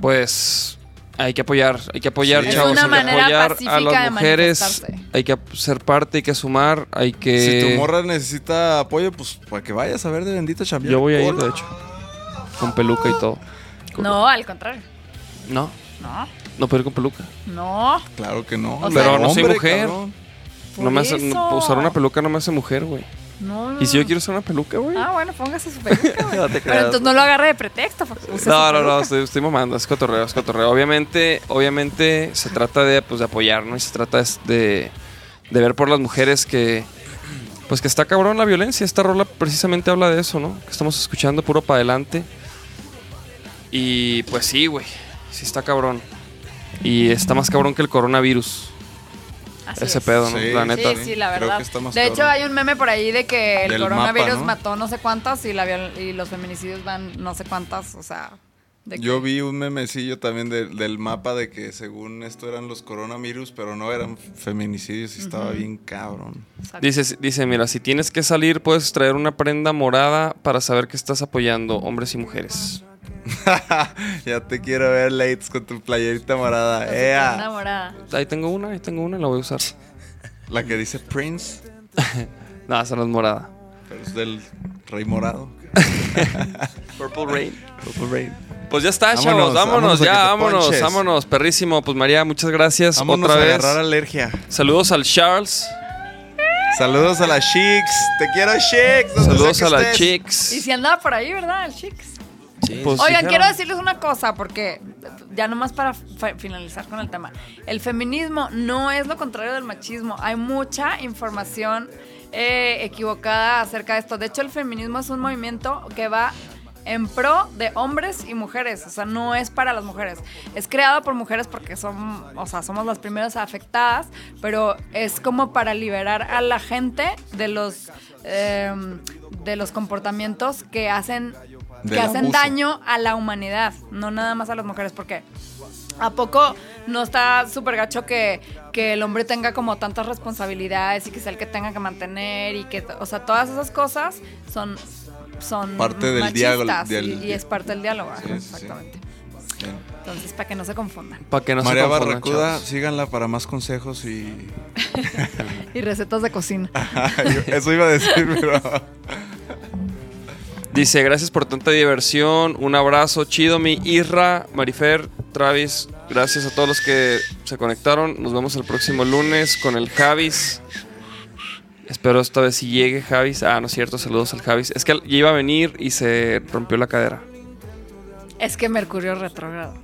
Pues hay que apoyar, hay que apoyar, Sí. Es chavos, una hay que manera apoyar a pacífica de las mujeres, manifestarse. hay que ser parte, hay que sumar, hay que... Si tu morra necesita apoyo, pues para que vayas a ver de bendito champion. Yo voy a ir, de hecho, con peluca y todo. No, al contrario. No, No, no puedo ir con peluca. no. Claro que no. O sea, Pero no soy hombre, mujer. cabrón. No me hace- Por no- eso. usar una peluca no me hace mujer, güey. No, no, Y si no. yo quiero usar una peluca, güey. Ah, bueno, póngase su peluca. güey. No te Pero creas. entonces no lo agarre de pretexto. porque use No, su no, no, peluca. estoy, estoy mamando, es cotorreo, es cotorreo. Obviamente, obviamente se trata de, pues, de apoyar, ¿no? Y se trata es de, de ver por las mujeres que, pues, que está cabrón la violencia. Esta rola precisamente habla de eso, ¿no? Que estamos escuchando puro para adelante. Y pues sí, güey, sí está cabrón. Y está más cabrón que el coronavirus. Así ese es. pedo, ¿no? Sí, la neta. Sí, sí, la Creo verdad. que está más de hecho, cabrón. hay un meme por ahí de que el Del coronavirus mapa, ¿no? mató no sé cuántas y, la viol- y los feminicidios van no sé cuántas, o sea... de Yo vi un memecillo también del- del mapa de que según esto eran los coronavirus, pero no eran feminicidios y estaba bien cabrón. que- Dice, dice, mira, si tienes que salir, puedes traer una prenda morada para saber que estás apoyando hombres y mujeres. ya te quiero ver, Lates, con tu playerita morada. Entonces, estoy ¡Ea! enamorada. Ahí tengo una, ahí tengo una, la voy a usar. La que dice Prince, No, esa no es morada. pero es del Rey Morado. Purple Rain. Purple Rain. Pues ya está, Vámonos, chavos, vámonos, vámonos a que ya, te vámonos, ponches. vámonos, perrísimo. Pues María, muchas gracias Vámonos otra a vez. agarrar alergia. Saludos al Charles, Saludos a las chicks. Te quiero, chicks. donde saludos sea a que las estés. Y chicas. si andaba por ahí, ¿verdad, el chicks? Sí, Pues, Oigan, sí, quiero claro. decirles una cosa, porque ya nomás para fa- finalizar con el tema. El feminismo no es lo contrario del machismo. Hay mucha información eh, equivocada acerca de esto. De hecho, el feminismo es un movimiento que va en pro de hombres y mujeres, o sea, no es para las mujeres. Es creado por mujeres porque son, o sea, somos las primeras afectadas, pero es como para liberar a la gente de los em, de los comportamientos que hacen que Del hacen abuso. daño a la humanidad, no nada más a las mujeres, porque ¿A poco no está súper gacho que, que el hombre tenga como tantas responsabilidades y que sea el que tenga que mantener y que, o sea, todas esas cosas son, son Parte del diálogo- machistas y- del- y, es parte del diálogo, ajá, Sí, sí, sí. exactamente. Bien. Entonces, para que no se confundan. Para que no María se confundan, Barracuda, chavos. síganla para más consejos y. Y recetas de cocina. Ah. Eso iba a decir, pero. Dice, gracias por tanta diversión, un abrazo, chido mi Irra, Marifer, Travis, gracias a todos los que se conectaron. Nos vemos el próximo lunes con el Javis. Espero esta vez si llegue Javis. Ah, no es cierto, saludos al Javis. Es que ya iba a venir y se rompió la cadera. Es que Mercurio retrógrado.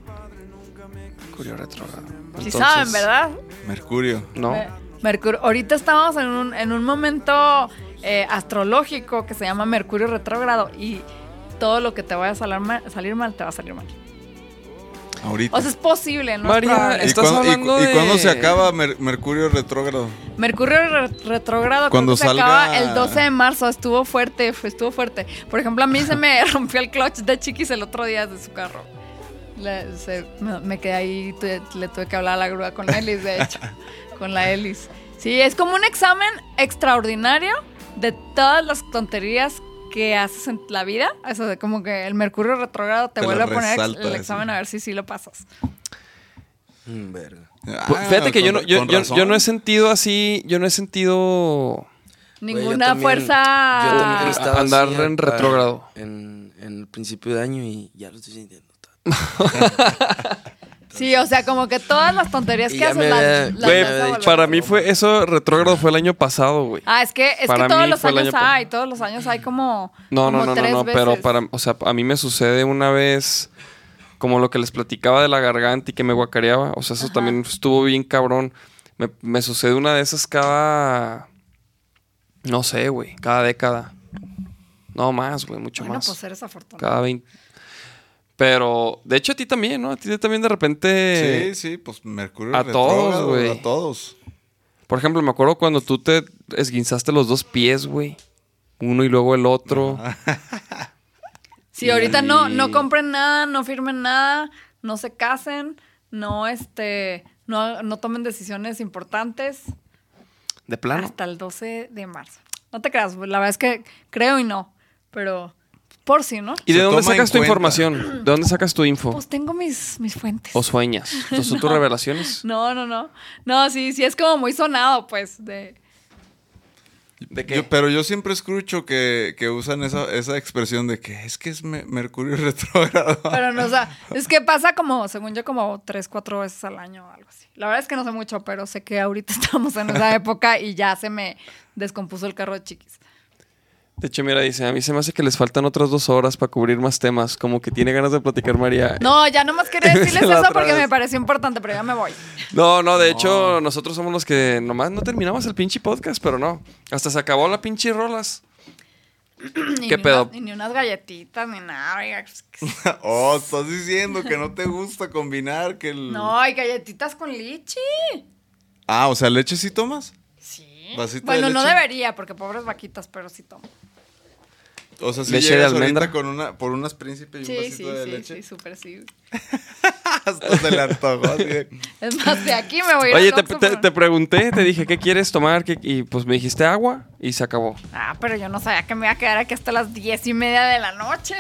Mercurio retrógrado. Sí Entonces, saben, ¿verdad? Mercurio. No. Me- Mercurio. Ahorita estamos en un, en un momento eh, astrológico que se llama Mercurio retrógrado y todo lo que te vaya a salar ma- salir mal, te va a salir mal. Ahorita. O sea, es posible, ¿no? es María, probable. ¿Y, estás cuándo, y- hablando y de- cuándo se acaba Mer- Mercurio retrógrado? Mercurio re- retrogrado Cuando cuando se salga- acaba el 12 de marzo. Estuvo fuerte, fue, estuvo fuerte. Por ejemplo, a mí se me rompió el clutch de Chiquis el otro día de su carro. Le- se- me, me quedé ahí, tu- le tuve que hablar a la grúa con la hélice, de hecho. con la hélice. Sí, es como un examen extraordinario de todas las tonterías que haces en la vida. Eso de como que el Mercurio retrogrado te, Te lo vuelve a poner ex- resalta, el así. examen a ver si sí lo pasas. Mm, verga. Pues, Ah, Fíjate que yo no, con- yo, con yo- razón. yo no he sentido así, yo no he sentido... Güey, yo Ninguna también- fuerza. Yo también estaba Andar así, en acá, retrógrado. En, en el principio de año y ya lo estoy sintiendo. Sí, o sea, como que todas las tonterías Y que ya haces me las, había- las ya Güey, vas a había volver. dicho. para mí fue eso, retrógrado fue el año pasado, güey. Ah, es que, es para que todos mí los fue el años año pa- hay, todos los años hay como. No, no, como no, no, tres no, veces. pero para, o sea, a mí me sucede una vez como lo que les platicaba de la garganta y que me guacareaba, o sea, eso también estuvo bien cabrón. Me, me sucede una de esas cada no sé, güey, cada década. No más, güey, mucho Bueno, más. pues eres afortunado. cada 20. Pero de hecho a ti también, ¿no? A ti también de repente Sí, sí, pues Mercurio Eh, a retrógrado. todos, güey. A todos. Por ejemplo, me acuerdo cuando tú te esguinzaste los dos pies, güey. uno y luego el otro. Si ahorita no, no compren nada, no firmen nada, no se casen, no este, no, no tomen decisiones importantes De plano. hasta el 12 de marzo. No te creas, la verdad es que creo y no, pero por si, ¿no? ¿Y de Se dónde toma en sacas tu cuenta. información? ¿De dónde sacas tu info? Pues tengo mis, mis fuentes. ¿O sueñas? ¿Entonces son tus No. revelaciones? No, no, no. No, sí, sí es como muy sonado, pues, de ¿De Yo- pero yo siempre escucho que, que usan esa, esa expresión de que es que es me- Mercurio retrógrado. Pero no, o sea, es que pasa como, según yo, como tres, cuatro veces al año o algo así. La verdad es que no sé mucho, pero sé que ahorita estamos en esa época y ya se me descompuso el carro de chiquis. De hecho, mira, dice, a mí se me hace que les faltan otras dos horas para cubrir más temas. Como que tiene ganas de platicar María. No, ya nomás quería decirles La eso otra porque vez. me pareció importante, pero ya me voy. No, no, de hecho, nosotros somos los que nomás no terminamos el pinche podcast, pero no. Hasta se acabó la pinche rolas. Ni ¿Qué ni pedo? una- ni unas galletitas, ni nada. oiga. pues, oh, estás diciendo que no te gusta combinar que el... No, hay galletitas con lichi. Ah, o sea, leche sí tomas. Sí. Vasito de Bueno, no leche. debería, porque pobres vaquitas, pero sí tomo. O sea, si Leche de llegas ahorita almendra. con una, por unas príncipe y un Sí, vasito sí, de sí, leche. sí, súper sí. Hasta se le antojó. así de- Es más, de aquí me voy a ir Oye, al te, Oxxo te- por- te pregunté, te dije, ¿qué quieres tomar? ¿Qué- y pues me dijiste agua y se acabó. Ah, pero yo no sabía que me iba a quedar aquí hasta las diez y media de la noche.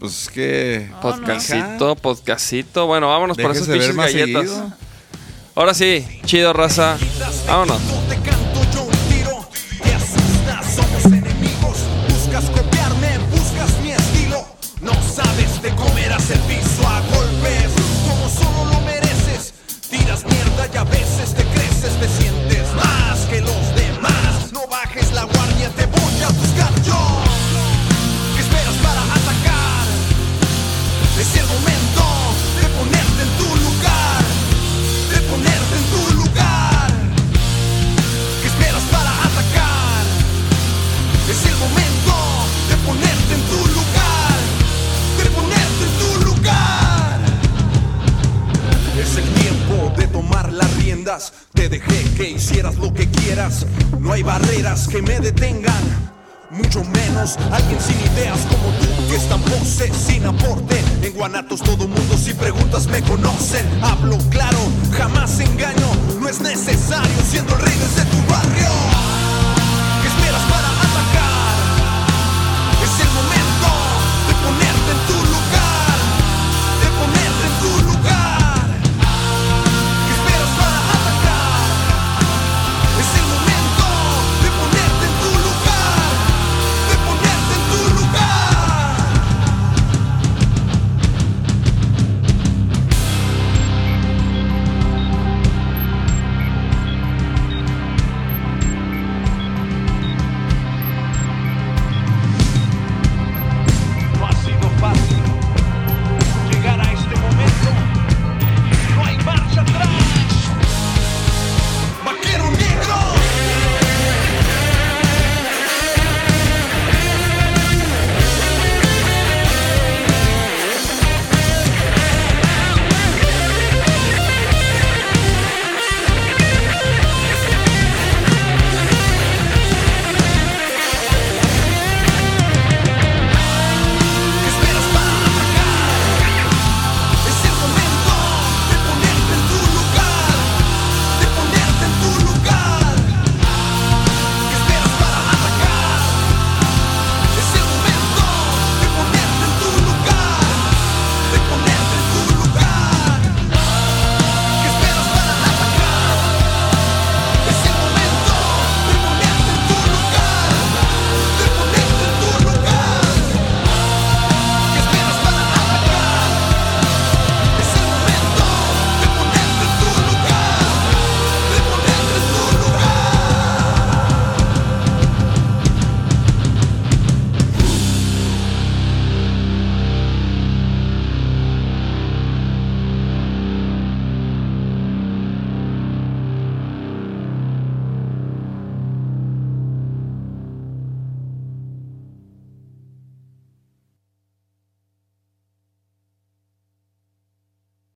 Pues es que... Podcastito, podcastito. Bueno, vámonos por esas Déjese ver pinches más galletas. seguido. Ahora sí, chido, raza. Vámonos. Te canto yo un tiro, te asustas, somos enemigos. Buscas copiarme, buscas mi estilo. No sabes, te comerás el piso a golpes, como solo lo mereces. Tiras mierda y a veces te creces, te sientes más que los demás. No bajes la guardia, te voy a buscar yo. ¿Qué esperas para atacar? Es el momento de ponerte en tu lugar, de ponerte en tu lugar. ¿Qué esperas para atacar? Es el momento de ponerte en tu lugar, de ponerte en tu lugar. Es el tiempo de tomar las riendas, te dejé que hicieras lo que quieras, no hay barreras que me detengan. Mucho menos alguien sin ideas como tú que es tan pose sin aporte. En Guanatos todo mundo si preguntas me conocen. Hablo claro, jamás engaño, no es necesario siendo el rey desde tu barrio. este é é é